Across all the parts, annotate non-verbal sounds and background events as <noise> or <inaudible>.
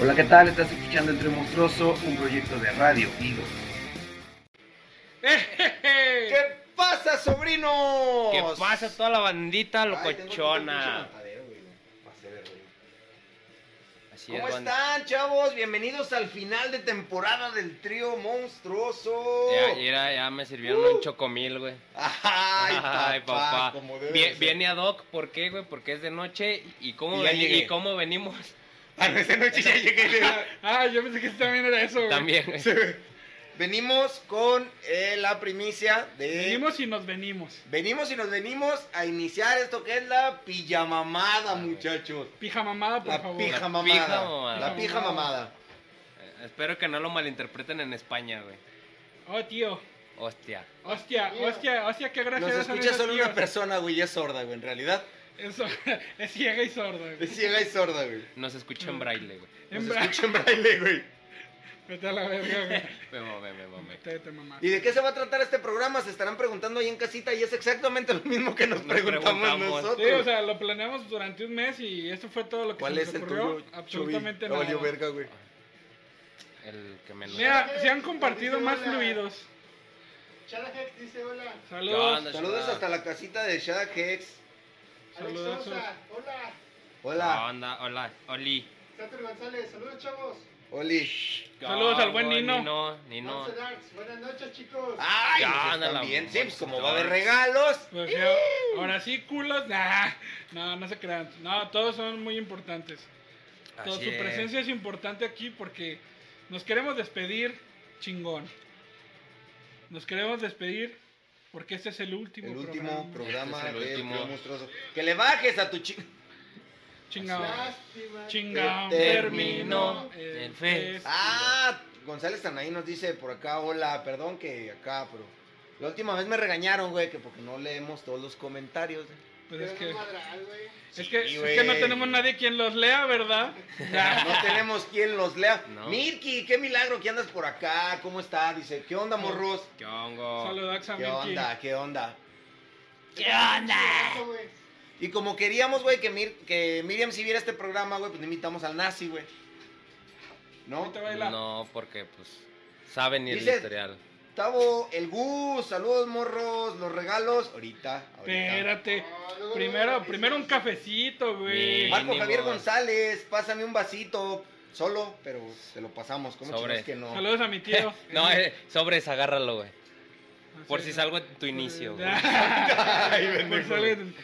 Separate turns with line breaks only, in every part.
Hola, ¿qué tal? Estás escuchando Entre Monstruoso, un proyecto de Radio Vivo.
¿Qué pasa, sobrinos?
¿Qué pasa toda la bandita
Ay, tengo aquí un
locochona?
pinche matadero, güey. Pasé de verga.
Así
¿Cómo
es, banda.
están, chavos? Bienvenidos al final de temporada del trío monstruoso.
Ya, mira, ya me sirvieron un chocomil, güey.
<laughs> Uh.
<laughs>
Ay, papá. como debe
Vie-
ser.
viene ad hoc, ¿por qué, güey? Porque es de noche y cómo,
Y ya
veni-
llegué.
y cómo
<laughs>
venimos <laughs>
A Ah, no, esta noche ya llegué.
Ah, yo pensé que también era eso, güey.
también, güey.
Venimos con eh, la primicia de.
Venimos y nos venimos.
Venimos y nos venimos a iniciar esto que es la pijamamada,
güey.
muchachos.
Pija mamada, por
La
favor.
pija
pija
mamada.
mamada.
La pija mamada.
Eh, Espero que no lo malinterpreten en España, güey.
Oh, tío.
Hostia.
Hostia,
Tío.
hostia, hostia, qué gracia
Nos
son
escucha
esos
solo una
tíos.
persona, güey, y es sorda, güey, en realidad.
Eso, <laughs> es ciega y sorda, güey.
Es ciega y sorda, güey.
No se escucha
Mm.
en braille, güey.
En
Nos
bra-
escucha en braille, güey.
Vete a la verga,
<laughs>
güey.
Me mamé, me mamé.
Te, te mamá.
¿Y de qué se va a tratar este programa? Se estarán preguntando ahí en casita y es exactamente lo mismo que nos,
Nos
preguntamos,
preguntamos.
nosotros.
Sí, o sea, lo planeamos durante un mes y esto fue todo lo que
¿Cuál
se
es
nos
el
ocurrió.
tuyo?
Absolutamente
Chuy? No valió
nada.
verga, güey.
El que me
Mira, se han compartido más fluidos.
Shadahex dice hola.
Saludos.
onda?
Saludos
Shada.
hasta la casita de Shada Hex.
Alex
Saludos.
Sousa, hola.
Hola,
Onda, hola, Oli.
Satur González, saludos chavos.
Oli.
Saludos al buen
Ah,
Nino.
Nino, Nino.
Once Darks, buenas noches chicos.
Ay,
Ya,
nos
anda
están
la
bien. Sí,
mamá.
pues como va a haber regalos.
Pues ya, ahora sí, culos. <laughs> Nah, no, no se crean. No, todos son muy importantes. Todo-
Así
su
es.
presencia es importante aquí porque nos queremos despedir chingón. Nos queremos despedir porque este es el último,
El último
programa.
programa
Este es el
de
último.
Trío Monstruoso. Que le bajes a tu chica.
Chingado.
Lástima.
Chingado.
Que
terminó
Terminó Eh,
el fest.
Ah, González Tanaí nos dice por acá, hola, perdón que acá, pero... La última vez me regañaron, güey, que porque no leemos todos los comentarios.
Pues es que,
Pero no madral, güey.
es, que,
Sí,
es que no
güey.
tenemos nadie quien los lea,
<laughs>
¿verdad? Ya.
No tenemos quien los lea.
No.
Mirky, qué milagro que andas por acá, ¿cómo está? Dice, ¿qué onda, morros?
¿Qué hongo?
Saludax a
¿Qué
Milky.
onda? ¿Qué onda?
¿Qué onda?
Eso, güey.
Y como queríamos, güey, que, Mir- que Miriam si viera este programa, güey, pues le invitamos al nazi, güey. ¿No?
Ahí te baila.
No, porque pues saben el
Dice-
historial.
Tavo, el Gus, saludos, morros, los regalos. Ahorita, ahorita.
Espérate.
Ah, luego,
Primero,
luego,
primero un
sí,
cafecito, güey.
Bien.
Marco Javier
Mínimo.
González, pásame un vasito. Solo, pero se lo pasamos. ¿Cómo chingados
Sobre.
que no?
Saludos a mi tío.
No, eh, sobres, agárralo, güey. Por si
Sí.
salgo en tu
<laughs>
inicio, güey.
Ay,
Por
pendejo.
salir-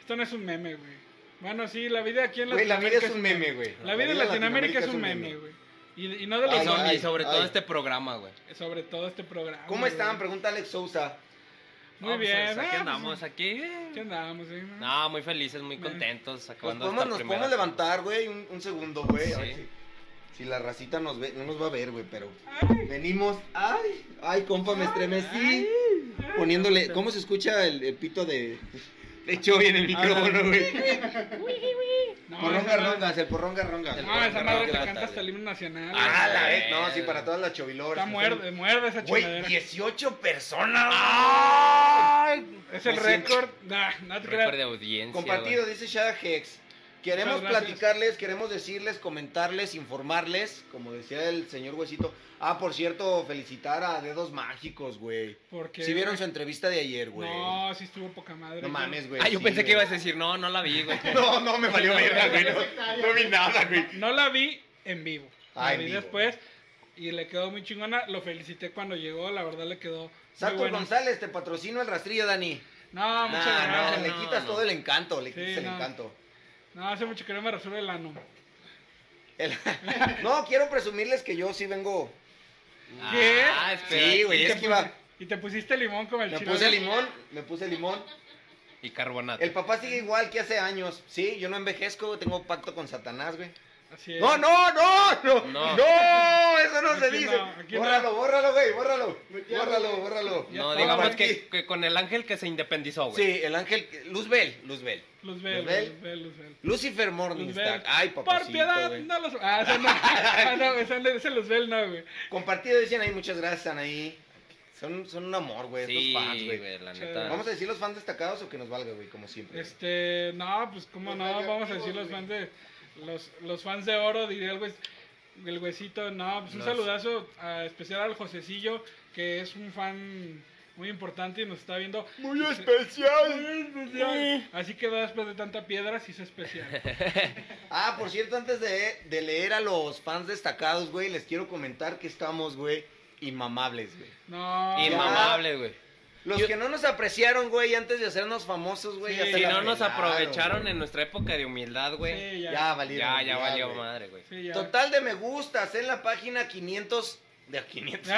Esto no es un meme, güey. Bueno, sí, la vida aquí en
Güey, la vida
Latinoamérica
es un meme, güey.
La vida en Latinoamérica es un meme, güey. Y, y no de los
Ay,
Y, so-
ay,
y sobre
ay.
todo este programa, güey.
sobre todo este programa.
¿Cómo
güey.
están? Pregunta Alex Sousa.
Muy
No, pues,
bien.
Aquí
Ah,
andamos,
pues,
aquí.
Aquí andamos, eh, ¿no?
No, muy felices, muy
Bien.
contentos.
Nos
Acabando
podemos,
esta
nos
primera-
podemos levantar, güey, un, un segundo, güey. a ver
Sí.
Si, si la racita nos ve, no nos va a ver, güey, pero
Ay,
venimos. Ay, ay, compa, me estremecí.
ay.
Poniéndole, ¿cómo se escucha el, el pito de, de Chovy
Ah,
en el micrófono, güey?
No,
Porrón
esa madre-
garrongas, el porrón garrongas.
El
No, esa
Porrón
madre te
garrongas,
canta hasta
dale.
el himno nacional.
Ah,
güey.
la vez. No, sí, para todas las choviloras.
Está muerde, muerde esa
Güey,
chingadera.
18 personas.
Es el
Me siento- eh.
récord. Nah, no te
Récord de
creas.
audiencia.
Compartido,
güey.
dice Shada Hex. Queremos
Muchas gracias.
platicarles, queremos decirles, comentarles, informarles, como decía el señor Huesito. Ah, por cierto, felicitar a Dedos Mágicos, güey.
Porque.
Si vieron su entrevista de ayer, güey. No,
No, sí estuvo poca madre.
mames, güey.
Ah, yo
sí,
pensé que
güey.
ibas a decir, no, no la
<laughs>
vi, güey.
No, no, me valió verga, güey. No, no vi nada, güey.
No la vi en vivo. La
Ah, en
vi
vivo.
después y le quedó muy chingona. Lo felicité cuando llegó, la verdad le quedó muy
Satur
bueno.
González, te patrocino el rastrillo, Dani.
No,
No,
muchas
no,
gracias.
le
no,
quitas
no.
todo el encanto, le
Sí,
quitas el
no.
encanto.
No, hace mucho que no me resuelve el ano.
El- <laughs> no, quiero presumirles que yo sí vengo.
¿Qué?
Ah, espera.
Sí, güey,
Y
es
te
que iba.
puse- Y te pusiste limón como el
Me
chino.
puse limón, me puse limón.
Y carbonato.
El papá sigue igual que hace años. Sí, yo no envejezco, güey, tengo pacto con Satanás, güey.
Así es.
No, no, no, no, no,
No.
eso no se
Aquí
dice.
no, aquí no.
bórralo, bórralo, güey, bórralo. Bórralo, bórralo.
Ya
No,
está.
digamos
Por
que,
aquí.
que con el ángel que se independizó, güey.
Sí, el ángel, Luzbel, Luzbel.
Luzbel,
Luzbel.
Luzbel, Luzbel.
Lucifer Morningstar.
Luzbel.
Ay, papacito,
Por piedad,
güey.
no los. Ah, esa no. <laughs> ah, no, esa no, ese Luzbel no, güey.
Compartido, dicen ahí, muchas gracias, Anaí. Son, son un amor, güey,
Sí,
estos fans, güey.
güey, la
Che.
neta.
Vamos a decir los fans destacados o que nos valga, güey, como siempre. güey?
Este, no, pues cómo no,
Los
vamos a
radioactivos,
decir los
güey.
fans de. los, los fans de oro, diría el, güey el huesito. No, pues un
Los-
saludazo a- especial al Josecillo, que es un fan muy importante y nos está viendo.
Muy especial.
Eh.
Así quedó después de tanta piedra, sí es especial.
<laughs>
Ah, por cierto, antes de, de leer a los fans destacados, güey, les quiero comentar que estamos, güey, inmamables, güey.
No.
Inmamable, güey.
Los
Yo-
que no nos apreciaron, güey, antes de hacernos famosos, güey.
Sí,
ya se
Si
la
no nos
pelaron,
aprovecharon
güey.
en nuestra época de humildad, güey.
Sí,
Ya valieron.
Ya, ya valió
güey. <laughs>
madre, güey.
Sí, ya.
Total de me gustas en la página 500... De a <laughs>
<laughs>
500.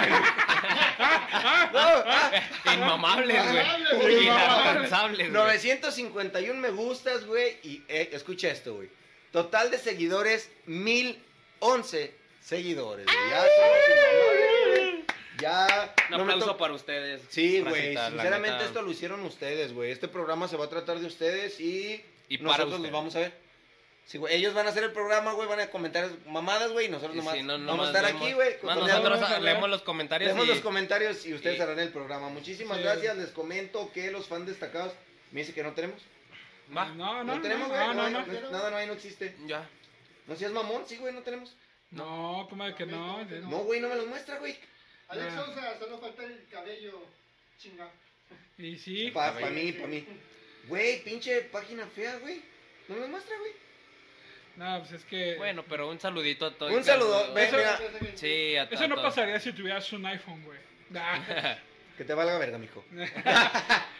No, ah,
Inmamables,
Inmamables,
güey.
güey.
Inalcanzables, Este, güey.
951 me gustas, güey. Y eh, escucha esto, güey. Total de seguidores, 1011 seguidores. güey. Ya somos inmamables, güey. Ya.
Un
no me
aplauso
to-
para ustedes.
Sí,
racita,
güey.
la
Sinceramente,
neta.
esto lo hicieron ustedes, güey. Este programa se va a tratar de ustedes y.
Y para
nosotros los
ustedes.
vamos a ver. Sí, güey. Ellos van a hacer el programa, güey. Van a comentar mamadas, güey. Y nosotros
Y
nomás.
si no,
vamos
nomás
a estar
vemos-
aquí, güey.
Más
cotorreando.
nosotros
Vamos a
leemos
ver.
los comentarios.
Dejemos
y-
los comentarios y ustedes
y-
harán el programa. Muchísimas
Sí.
gracias. Les comento que los fans destacados me dicen que no tenemos.
Va,
<laughs> No, no,
No,
no,
tenemos, güey.
no, no,
hay,
no.
no.
Nada, no hay, no existe.
Ya.
No seas mamón, sí, güey, no tenemos.
No, como de que no. de-
No, güey, no me los muestra, güey.
Alex
Ah.
Sousa, solo falta el cabello. Chinga.
Y sí.
Para mí, para mí. Güey, pinche página fea, güey. No me los muestra, güey.
No, pues es que.
Bueno, pero un saludito a todos.
Un saludo. Ve,
Eso-
mira,
Sí, a
Eso no
todos.
pasaría si tuvieras un iPhone, güey.
<laughs>
Nah.
que te valga verga, mijo.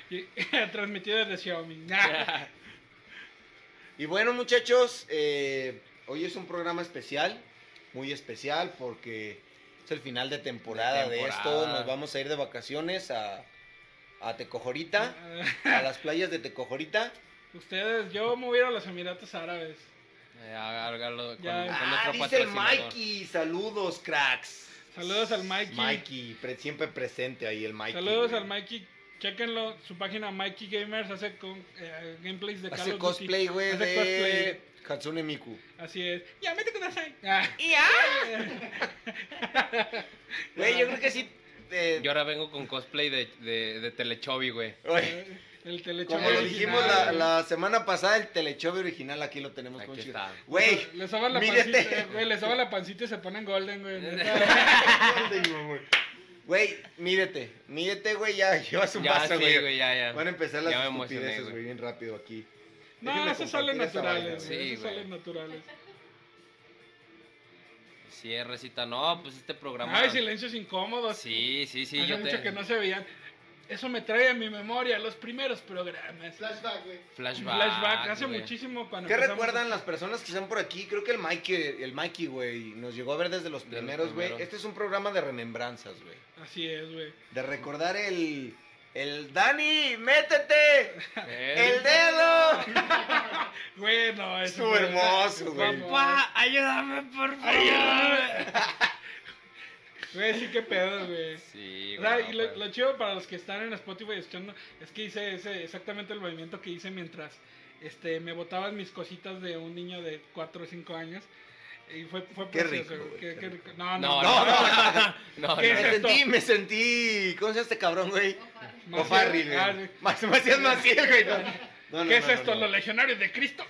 Y- <laughs> Transmitido desde Xiaomi. <laughs> Nah.
Y bueno, muchachos, eh, hoy es un programa especial, muy especial, porque es el final de temporada de,
De temporada.
esto. Nos vamos a ir de vacaciones a, a Tecojorita. a las playas de Tecojorita.
Ustedes, yo me voy a ir a los Emiratos Árabes.
Eh, hágalo con,
Ya.
con
Ah,
nuestro
dice el
patrocinador.
Mikey. Saludos, cracks.
Saludos al Mikey.
Mikey, pre- siempre presente ahí el Mikey.
Saludos
güey.
al Mikey. Chequenlo, su página Mikey Gamers hace con, eh, gameplays de Call
Hace
of Duty.
cosplay, güey,
Hace
de Hatsune Miku.
Así es. Ya, mete
<laughs>
con esa. Ah.
Güey, yo creo que sí. eh,
Yo ahora vengo con cosplay de, de, de Telechovy, güey.
güey,
El telechavo
como lo
original.
dijimos la, la semana pasada, el telechove original aquí lo tenemos
Aquí
con
está.
chido. Güey, este.
Les soba la
mírete.
pancita, eh, güey. Les soba la pancita y se ponen golden,
<laughs>
güey.
güey, mírete, mírete, güey, ya <laughs> llevas un
Ya,
vaso,
sí,
güey. em-
güey, ya, ya.
Van a empezar las
Ya me emocioné,
estupideces,
güey.
güey, bien rápido aquí.
No,
Déjenme
esos salen
compartir esa
naturales,
vaina,
güey.
Sí,
esos
güey.
salen naturales.
Sí, recita. No, pues este programa.
Ay, silencios incómodos.
Sí, sí, sí.
Hace
Yo
mucho
te...
que no se veían. Eso me trae a mi memoria los primeros programas.
Flashback, güey.
Un
Flashback.
Flashback, hace
güey.
muchísimo cuando
¿Qué
empezamos-
recuerdan las personas que están por aquí? Creo que el Mikey, el Mikey, güey, nos llegó a ver desde los
De los
primeros, güey.
primeros.
Este es un programa de remembranzas, güey.
Así es, güey.
De recordar el... El Dani, métete.
Eh,
El dedo.
Güey, no, es
Estuvo hermoso, güey.
Papá, ayúdame, por favor. Ayúdame.
Güey, sí, qué pedo, güey.
Sí,
O
güey.
sea,
no,
y lo,
pues.
lo chido para los que están en Spotify escuchando es que hice ese, exactamente el movimiento que hice mientras este, me botaban mis cositas de un niño de 4 o 5 años. Y fue, fue
Qué
precioso,
rico,
güey,
güey,
qué-
qué
qué
rico.
rico. No,
No, no,
no, no. <laughs>
no. no,
<laughs> ¿Qué
Me
es esto?
sentí, me sentí... ¿Cómo se llama este cabrón, güey?
Maciel.
O'Farrill, güey.
Ah, sí.
Más, Maciel Maciel, güey. No, no, no,
¿Qué es
no,
esto?
no.
¿Los legionarios de <laughs> Cristo?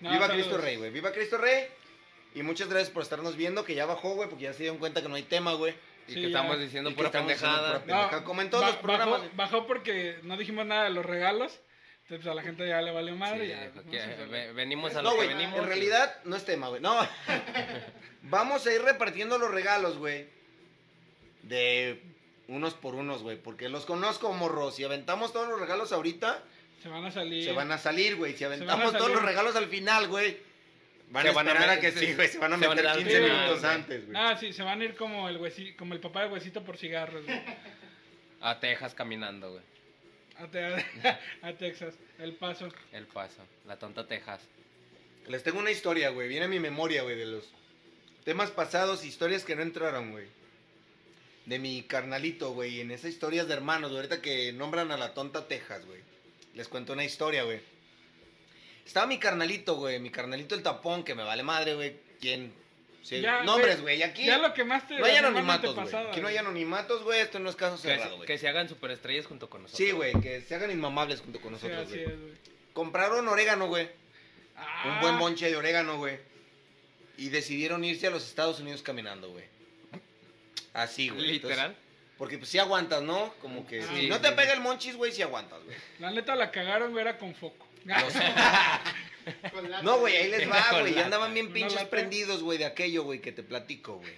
No,
Viva
saludos.
Cristo Rey, güey. Viva Cristo Rey. Y muchas gracias por estarnos viendo, que ya bajó, güey, porque ya se dieron cuenta que no hay tema, güey.
Y
Sí,
que
ya.
estamos
Y
diciendo
que
pura
estamos diciendo
pendejada.
pura pendeja, como en todos los programas.
Bajó, bajó porque no dijimos nada de los regalos. Entonces pues, a la gente ya le valió madre.
Sí,
ya,
ok,
no sé, güey.
ve- venimos a
No,
lo que
güey,
venimos.
en realidad no es tema, güey. No. <laughs> Vamos a ir repartiendo los regalos, güey. De unos por unos, güey. Porque los conozco, morro. Si aventamos todos los regalos ahorita,
se van a salir.
se van a salir, güey. Si
van a
aventamos todos
salir.
los regalos al final, güey. Van a
Se van a
esperar a,
met-
que
se-
sí, güey. Se van a
se
meter
van a dar
15
final,
minutos
güey.
antes, güey.
Ah, sí, se van a ir como el, huesi- como el papá del huesito por cigarros, güey.
A Texas caminando, güey.
A, te- a <laughs> Texas, El Paso.
El paso. La tonta Texas.
Les tengo una historia, güey. Viene a mi memoria, güey, de los temas pasados, historias que no entraron, güey. De mi carnalito, güey. En esas historias de hermanos, güey. Ahorita que nombran a la tonta Texas, güey. Les cuento una historia, güey. Estaba mi carnalito, güey. Mi carnalito el tapón, que me vale madre, güey. ¿Quién? Sí,
Ya,
nombres, güey. Aquí
Ya lo quemaste.
no hay
la semana
anonimatos, güey.
antepasada,
Aquí no hay anonimatos, güey. Esto no es caso
Que,
cerrado,
que
güey.
se hagan superestrellas junto con nosotros.
Sí, güey. Que se hagan inmamables junto con
Sí,
nosotros,
así
güey.
es, güey.
Compraron orégano, güey.
Ah,
un buen bonche de orégano, güey. Y decidieron irse a los Estados Unidos caminando, güey. Así, güey. Entonces,
Literal.
porque pues sí aguantas, ¿no? Como que
Ah,
si
sí,
no
sí,
te
sí.
pega el monchis, güey, sí aguantas, güey.
La neta la cagaron, güey, era con foco.
Los-
Con lata.
No, güey, ahí les
Venga
va,
con
güey. Ya
lata.
andaban bien
Una
pinches
lata.
prendidos, güey, de aquello, güey, que te platico, güey.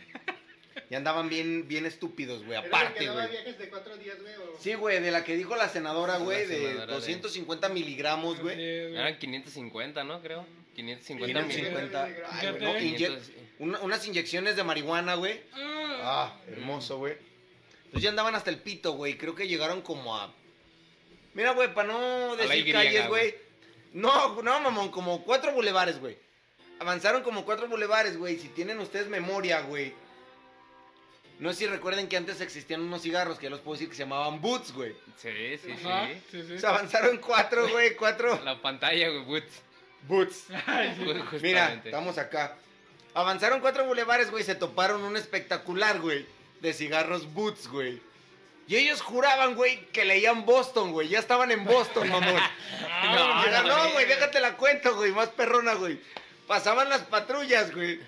Ya andaban bien, bien estúpidos, güey,
Era el que
aparte,
daba
güey.
viajes de cuatro días, güey. o-
Sí, güey, de la que dijo la senadora,
La
güey, de
senadora de-
250 miligramos,
<laughs>
güey.
Así es, güey.
Eran 550, ¿no? Creo. 550
mil.
550. Ay, güey, no,
Fíjate.
inye- una- unas inyecciones de marihuana, güey.
Ah,
Ah, hermoso, güey. Entonces ya andaban hasta el pito, güey. Creo que llegaron como a. Mira, güey, para no
la
decir
Y,
calles,
güey.
güey. No, no, mamón, como cuatro bulevares, güey. Avanzaron como cuatro bulevares, güey. Si tienen ustedes memoria, güey. No sé si recuerden que antes existían unos cigarros que ya los puedo decir que se llamaban Boots, güey.
Sí, sí,
Ajá,
sí.
ah, sí, sí.
O sea, avanzaron cuatro, güey, cuatro
La pantalla, güey, Boots.
Boots.
Ay, sí.
Justamente.
Mira, estamos acá. Avanzaron cuatro bulevares, güey, se toparon un espectacular, güey, de cigarros Boots, güey. Y ellos juraban, güey, que leían Boston, güey. Ya estaban en Boston,
<laughs>
mamón.
Ah,
Dijeron,
no,
no, güey, déjate la cuenta, güey, más perrona, güey. Pasaban las patrullas, güey.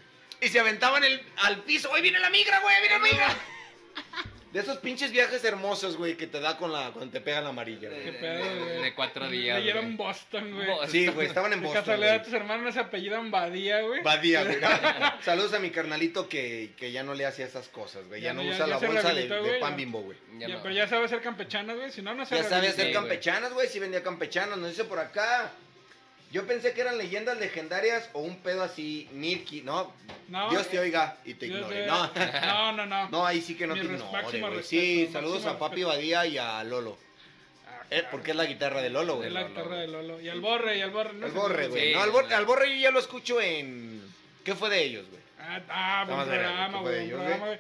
Y se aventaban el, al piso. ¡Hoy viene la migra, güey! ¡Viene la migra! De esos pinches viajes hermosos, güey, que te da con la, cuando te pegan la amarilla,
Qué
güey.
pedo, güey.
De cuatro días,
Y era
güey.
en Boston, güey.
Boston.
Sí, güey, estaban en
De
Boston.
casualidad
güey.
tus hermanos se apellidan Badía, güey.
Badía,
<laughs>
güey. <laughs> Saludos a mi carnalito que, que ya no le hacía esas cosas, güey. Ya,
Ya
no
no, ya-
usa
ya
la
se
bolsa de,
rehabilitó,
de
güey,
pan
ya.
bimbo, güey.
Ya,
Ya no.
Pero ya sabe hacer campechanas, güey. Si no, no se
Ya sabe
rehabilita.
hacer
güey.
campechanas, güey. Sí vendía campechanas, nos dice por acá. Yo pensé que eran leyendas legendarias o un pedo así, Milky. No,
No.
Dios te oiga y te
Yo
ignore.
sé.
No. <laughs>
no, no, no.
no, ahí sí que no
Mi
te
res-
ignore,
máximo
güey.
respeto,
Sí,
máximo
saludos a Papi
respeto.
Badía y a Lolo.
Ah,
Eh, porque es la guitarra de Lolo, güey.
Es la guitarra de Lolo. Y al borre, y al borre. ¿no?
El borre, güey.
Sí,
no, al,
no,
Bor-
no.
al borre yo ya lo escucho en. ¿Qué fue de ellos, güey?
Ah, ah buen
Vamos a ver, ¿qué
programa,
fue de
güey.
ellos,
buen programa, güey.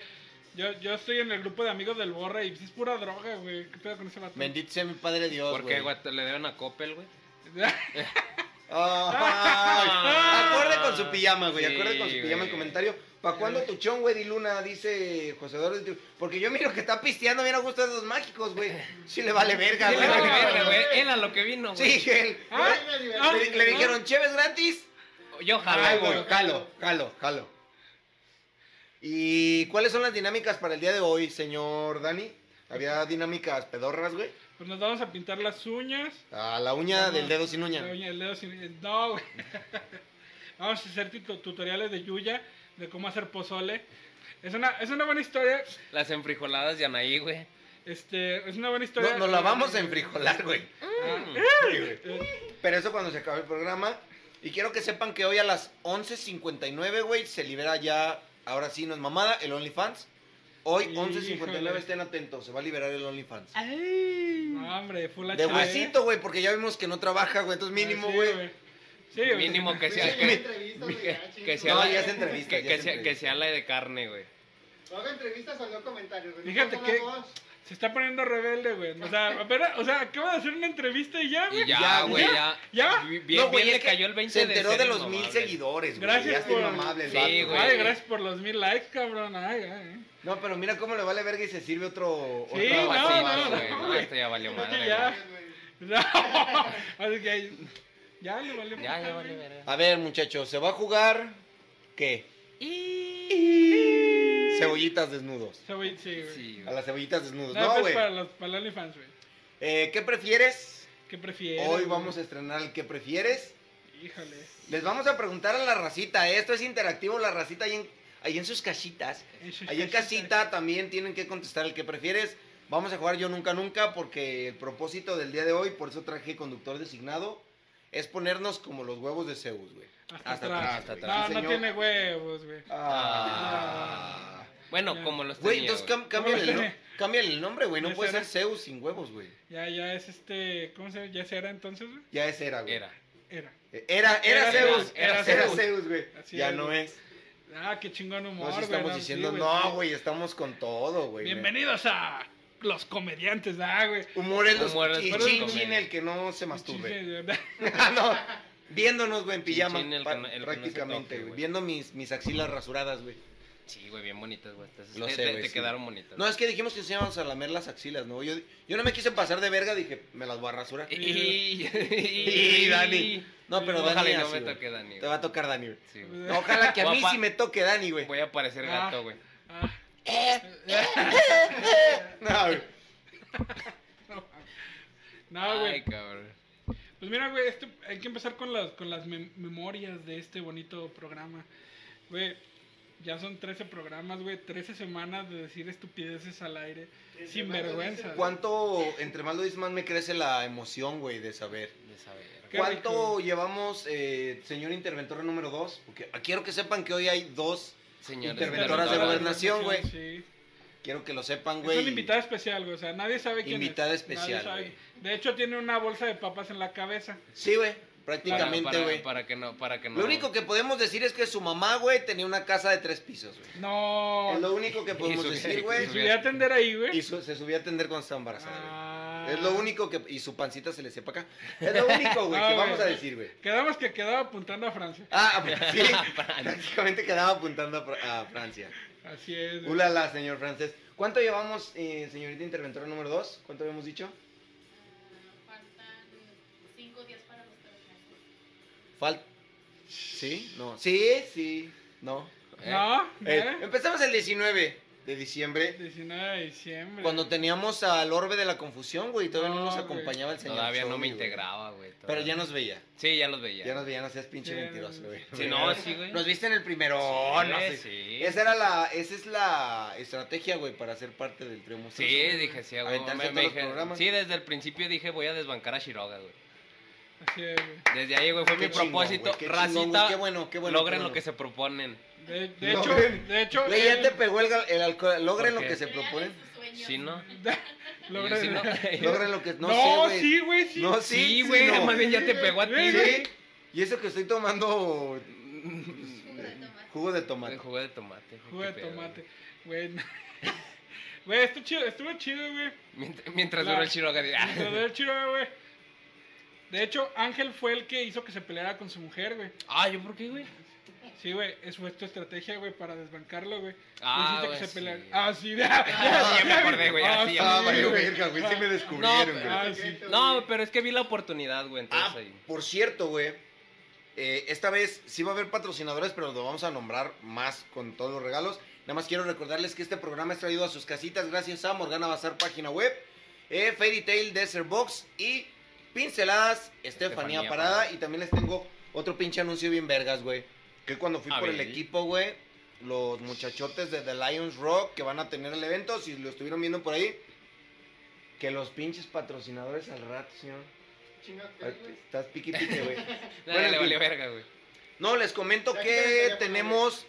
Yo, yo estoy en el grupo de amigos del borre y sí es pura droga, güey. ¿Qué pedo con ese vato?
Bendito sea mi padre Dios, güey.
¿Por qué, güey? ¿Te ¿Le dieron a Coppel, güey?
Ah, acorde con su pijama, güey.
Sí,
acorde con su pijama en
güey.
comentario. ¿Para cuándo tu chon, güey? Di Luna, dice José Eduardo. Di- Porque yo miro que está pisteando bien a gusto de los mágicos, güey. Sí le vale verga,
Sí,
güey.
le vale verga, güey.
güey.
Él a lo que vino, güey.
Sí, él.
Ah,
Ay, me divertí.
ah,
Le, le dijeron, ¿cheves gratis?
Yo
Ay,
jalé,
güey,
güey.
jalo, jalo, jalo. ¿Y cuáles son las dinámicas para el día de hoy, señor Dani? Había dinámicas pedorras, güey.
<laughs> Pues nos vamos a pintar las uñas.
A la uña del dedo sin uña.
La uña del dedo sin uña. No, güey. <laughs> Vamos a hacer tut- tutoriales de Yuya, de cómo hacer pozole. Es una, es una buena historia.
Las enfrijoladas de Anaí, güey.
Este, es una buena historia.
No, nos la vamos a enfrijolar, güey. Mm.
Ah, eh,
Pero eso cuando se acabe el programa. Y quiero que sepan que hoy a las 11.59, güey, se libera ya, ahora sí, no es mamada, el OnlyFans. Hoy,
Híjole.
11.59, estén atentos, se va a liberar el OnlyFans.
no, hombre, full
De
HD.
huesito, güey, porque ya vimos que no trabaja, güey, entonces mínimo,
Sí,
güey.
Sí, güey.
Mínimo que
Sí,
sea...
ya
Que,
entrevistas, güey,
que-
ya,
que
chingo.
sea
No,
la,
ya se entrevista,
que,
ya
que
se
sea, que
entrevista.
sea la de carne, güey.
No haga entrevistas o no comentarios, güey.
Fíjate
No
que-
son las dos.
Se está poniendo rebelde, güey. O sea, apenas- o sea, acaba de hacer una entrevista y ya,
Y
güey.
Ya,
ya, güey, ya.
¿Ya?
Bien, bien,
No, güey, es
le
que
cayó el 20
Se enteró de,
ser
los mil
inmamable.
seguidores, güey.
Gracias
ya está
por-
inmamable el
Sí,
vato,
güey.
Ay, gracias por los mil likes, cabrón. Ay, ay. <laughs>
No, pero mira cómo le vale verga y se sirve otro...
Sí,
otro
no,
vaso
Sí,
más,
no,
no,
güey,
güey.
no,
no, esto ya valió
Creo que
madre,
ya.
güey.
No. <laughs> Así que ahí- ya le valió.
Ya, ya
madre,
valió
güey.
verga.
A ver, muchachos, ¿se va a jugar qué? Cebollitas desnudos.
Ceboll- sí, güey.
Sí,
A
güey.
las cebollitas desnudos.
No,
No,
pues
güey.
para los para el OnlyFans, güey.
Eh, ¿Qué prefieres?
¿Qué prefieres?
Hoy vamos a estrenar el ¿Qué prefieres?
Híjole.
Les vamos a preguntar a la racita. ¿eh? Esto es interactivo, la racita ahí en, ahí en sus casitas.
sus
Ahí en
casitas.
casita también tienen que contestar el ¿Qué prefieres? Vamos a jugar yo nunca nunca porque el propósito del día de hoy, por eso traje conductor designado, es ponernos como los huevos de Zeus, güey.
Hasta,
Hasta
atrás.
atrás,
hasta
güey.
No,
atrás.
Sí,
no
señor.
tiene huevos, güey.
Ah.
Bueno,
Ya.
como los
Güey,
tenía,
entonces
güey.
cam- cámbiale, el,
¿Cómo lo
no- cámbiale el nombre, güey. No
¿Ya
puede ser
será?
Zeus sin huevos, güey.
Ya, ya es este. ¿Cómo se llama? ¿Ya se era entonces, güey?
Ya es era, güey.
Era.
Era.
Eh, Era, era,
Era
Zeus.
Zeus,
Era,
era
Zeus.
Zeus.
güey.
Así
Ya
es,
no
güey.
es.
Ah, qué chingón humor,
No,
güey.
sí estamos
sí,
diciendo,
güey, sí.
no, güey, estamos con todo, güey.
Bienvenidos a los comediantes, ah, güey.
Humor es los
Humor es
y
los
chin
comedia.
chin el que no se masturbe.
Sí, sí, sí.
<laughs> Ah, no. Viéndonos, güey, en
Chin
pijama.
chin el que
pa-
no- el que no se
prácticamente,
toque,
güey.
güey.
Viendo mis, mis axilas rasuradas, güey.
Sí, güey, bien bonitas, güey. Entonces,
Lo
te,
sé,
te-
güey,
te
sí.
quedaron bonitas.
No, es que dijimos que nos íbamos a lamer las axilas, ¿no? Yo, yo no me quise pasar de verga, dije, me las voy a rasurar.
Y, y,
<laughs> Y Dani. No, pero
Ojalá
Dani
y no
así,
me
güey.
toque Dani.
Te va a tocar Dani, güey. <laughs>
güey. Sí, güey.
Ojalá que a mí
Guapa.
sí me toque Dani, güey.
Voy a parecer
Ah.
gato, güey.
<laughs> Ah,
<laughs> No, güey. Ah,
no, güey.
Ay, cabrón.
Pues mira, güey, este- hay que empezar con las, con las mem- memorias de este bonito programa. Güey, ya son 13 programas, güey, 13 semanas de decir estupideces al aire. Sin vergüenza.
¿Cuánto, entre más lo dices, más me crece la emoción, güey, de saber?
De saber.
Qué
¿Cuánto
rico.
llevamos, eh, señor interventor número 2? Porque ah, quiero que sepan que hoy hay dos.
Señores,
Interventoras de gobernación, güey.
Sí.
Quiero que lo sepan,
Es
güey.
un invitado especial, güey, o sea, nadie sabe quién
Invitada
es. Nadie
especial,
sabe.
güey.
De hecho, tiene una bolsa de papas en la cabeza.
Sí, güey.
Para,
Prácticamente,
para-
güey.
para que no, para que no.
Lo único que podemos decir es que su mamá, güey, tenía una casa de tres pisos, güey.
No.
Es lo único que podemos
Y su-
decir, güey.
y
Voy a atender ahí, güey.
Y su- se subía a atender cuando estaba embarazada,
Ah.
güey. Es lo único que... Y su pancita se le sepa
<laughs>
acá. Es lo único, güey,
Ah,
que
güey.
vamos a decir, güey.
Quedamos que quedaba apuntando a Francia.
Ah, <laughs> pues, sí. Prácticamente quedaba apuntando a, Fra- a Francia.
Así es. güey.
Ulala, señor francés. ¿Cuánto llevamos, eh, señorita interventora número 2? ¿Cuánto habíamos dicho?
Faltan cinco días para los tres meses.
Fal... ¿Sí? No. ¿Sí? Sí. No.
Eh,
No,
Eh,
¿eh?
empezamos el 19 de diciembre.
19 de diciembre.
Cuando teníamos al Orbe de la Confusión, güey. Todavía no
No,
nos
güey.
acompañaba el señor.
Todavía no
Sony,
me
güey.
integraba, güey.
Pero ya
no.
nos veía.
Sí, ya los veía.
Ya nos veía, no seas pinche
Ya.
mentiroso, güey.
Sí, no, sí, güey.
Nos viste en el primero.
Sí,
no sé.
sí.
Esa era la, esa es la estrategia, güey, para ser parte del trio monstruoso.
Sí, dije, sí, a huevo,
Aventarse
me-
todos
me
los
dije-
programas.
sí, desde el principio dije, voy a desbancar a Shiroga, güey.
Así es, güey.
Desde ahí, güey, fue
Qué
mi
chingón,
propósito.
güey, qué
Racita,
chingón, güey, qué bueno, qué bueno,
logren
qué bueno.
lo que se proponen.
De, de
No,
hecho,
güey.
de hecho,
Güey, ya
él-
te pegó el, ga- el alcohol. Logren lo
¿Por qué?
que se
Realen
proponen.
sus sueños.
Sí, ¿no?
<laughs> Lo
Y yo, sí, no.
<laughs> Logren lo que. No,
No,
sé, güey.
sí, güey, sí.
No, sí,
Sí, güey,
no.
<laughs> más bien ya te pegó a ti,
Sí,
güey.
Sí. Y eso que estoy tomando
Jugo de tomate.
jugo de
Güey,
tomate.
Jugo de tomate. güey, qué
Jugo de
pedo,
tomate.
güey.
Güey, no. <laughs> Güey, estuvo chido, estuvo chido, güey.
Mientras, mientras
La-
duró el Shiroga. de-
Estuvo
<laughs>
del chido, güey. De hecho, Ángel fue el que hizo que se peleara con su mujer, güey.
Ah, ¿yo por qué, güey?
Sí, güey, eso fue tu estrategia, güey, para desbancarlo, güey.
Ah,
Hiciste
güey,
que se
sí.
peleara. Ah, sí, <laughs>
<laughs>
Ah, sí, ya me acordé, güey, ah, sí, ya me
Ah,
Sí,
valió
güey.
verga, güey. Sí me
No,
descubrieron,
pero-
güey.
Ah, sí.
No, pero es que vi la oportunidad, güey, entonces
Ah,
ahí.
por cierto, güey. eh, esta vez sí va a haber patrocinadores, pero lo vamos a nombrar más con todos los regalos. Nada más quiero recordarles que este programa es traído a sus casitas gracias a Morgana Bazar página web, eh, Fairy Tail Desert Box y Pinceladas Estefanía,
Estefanía
Parada.
Parada.
Y también les tengo otro pinche anuncio bien vergas, güey. Que cuando fui
A
por el
ver.
equipo, güey, los muchachotes de The Lions Rock que van a tener el evento, si lo estuvieron viendo por ahí, que los pinches patrocinadores al rato, señor. Ay, pues, Estás piqui piqui,
<laughs>
güey.
Nah,
Bueno, en
le
fin.
valió verga, güey.
No, les comento
Ya
que
quita el teléfono,
tenemos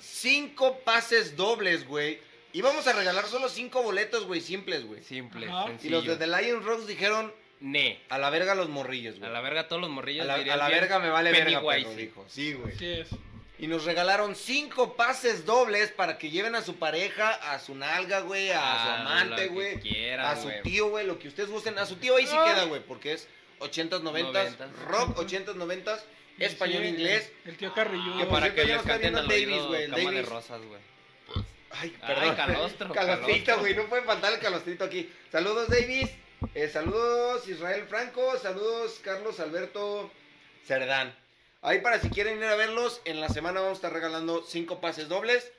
cinco pases dobles, güey. Y vamos a regalar solo cinco boletos, güey, simples, güey.
Simple,
Ajá.
Y
sencillo.
los de The Lion Rocks dijeron,
Ne.
a la verga los morrillos,
A
güey.
la
A
verga todos los morrillos
la,
dirían
a la
bien,
verga me vale verga,
Pennywise.
perro, dijo. Sí, güey.
Así es.
Y nos regalaron cinco pases dobles para que lleven a su pareja, a su nalga, güey, a su
Ah, lo
amante,
que
güey.
quieran,
A su
güey.
tío, güey, lo que ustedes gusten. A su tío ahí sí
Ah.
queda, güey, porque es 80s, 90s,
Noventas.
rock 80s, 90s, español,
Sí,
inglés.
El tío Carrilludo.
Que
Como
para
siempre ya
que les
nos está
canten
viendo
al
Davis,
oído
güey, el
Cama de
Davis.
Rosas, güey.
Ay, perdón.
Ay, calostro,
Calostrito,
calostro.
güey, no puede faltar el calostrito aquí. Saludos, Davis. Eh, saludos, Israel Franco. Saludos, Carlos Alberto Cerdán. Ahí para si quieren ir a verlos, en la semana vamos a estar regalando cinco pases dobles.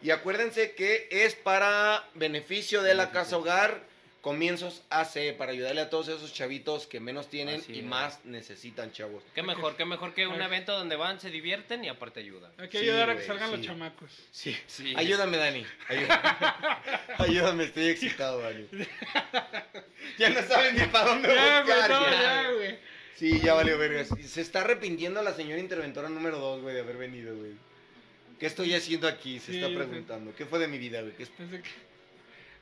Y acuérdense que es para beneficio de la
Beneficio.
casa hogar. Comienzos AC para ayudarle a todos esos chavitos que menos tienen
Así
y
es.
más necesitan, chavos.
Qué mejor, qué mejor que un
Ay.
evento donde van, se divierten y aparte ayudan.
Hay que
Sí,
ayudar a que
güey,
salgan los
sí.
chamacos.
Sí.
Sí.
Ayúdame, Dani.
<laughs>
Ayúdame. Ayúdame, estoy excitado, Dani. Ya no saben ni para dónde
Ya, güey,
buscar.
no,
ya.
ya, güey.
Sí, ya valió verga. Se está arrepintiendo la señora interventora número 2, güey, de haber venido, güey. ¿Qué estoy haciendo aquí? Se
Sí,
está
sí.
preguntando. ¿Qué fue de mi vida, güey? ¿Qué es-
Pensé que-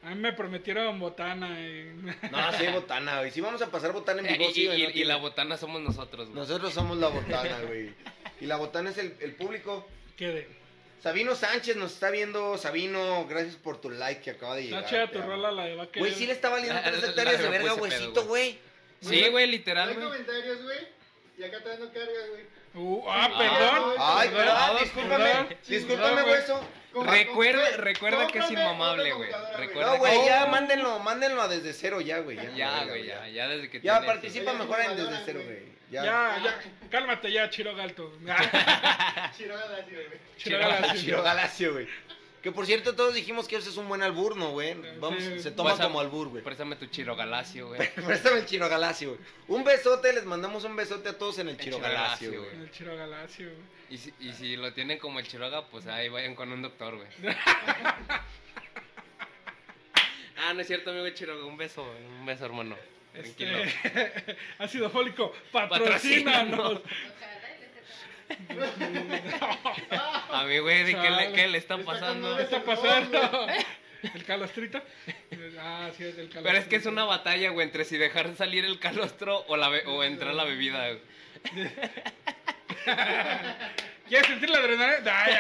A mí me prometieron botana. y- <laughs>
No, sí, botana, güey. Sí, vamos a pasar botana en
Eh,
vivo,
<laughs> y,
sí, güey,
y-
no
y
tiene-
la botana somos nosotros, güey.
Nosotros somos la botana, güey. Y la botana es el, el público.
¿Qué de?
Sabino Sánchez nos está viendo. Sabino, gracias por tu like que acaba de llegar.
Está chida
te
tu
amo.
rola, la de vaca.
Güey, sí le está valiendo
La-
3
la-
hectáreas de
la-
verga,
ese pedo,
huesito, güey.
Sí, güey, literal,
Hay
güey.
comentarios, güey. Y acá todavía no carga, güey.
Uh, ah, perdón.
Ay,
perdón,
pero ah,
perdón,
discúlpame,
perdón.
discúlpame,
No, güey.
hueso.
Compra-
Recuerda-
compré-
recuerda que es
cómprame una
inmamable, güey.
computadora,
Recuerda
No, güey, ya
Oh.
mándenlo, mándenlo a desde cero ya, güey. Ya,
Ya,
verga,
güey, ya, ya desde que
Ya
tiene-
participa
sí.
mejor en desde
Valoran,
cero,
güey.
güey.
Ya,
<laughs> Ya.
ya. Cálmate ya, Chiro Galto. <laughs>
Chiroga así, güey.
Chiro
Chiro-
Chiro Galacio, güey. Que por cierto, todos dijimos que ese es un buen albur, ¿no, güey? Vamos,
Sí.
se toma
Vas a-
como albur, güey.
Préstame tu chirogalacio, güey.
<laughs> Préstame el Chiro Galacio, güey. Un besote, les mandamos un besote a todos en el
El
Chiro
Chiro Galacio,
Galacio, güey.
güey.
El Chiro Galacio, güey.
Y si, y si lo tienen como el chiroga, pues ahí vayan con un doctor, güey. <laughs> ah, no es cierto, amigo chiroga. Un beso, güey, un beso, hermano. Tranquilo. <laughs>
Este, <laughs> ácido fólico, patrocínanos.
Ojalá y les sepa.
A mi güey, ¿de ¿qué le,
Chale.
qué le está
Está
pasando?
con
¿Qué está pasando? <laughs> El calastrito. Ah, sí, es el calastrito.
Pero es que es una batalla, güey, entre si dejar salir el calostro o, la be- o entrar la bebida, güey.
¿Quieres sentir la adrenalina? Ay,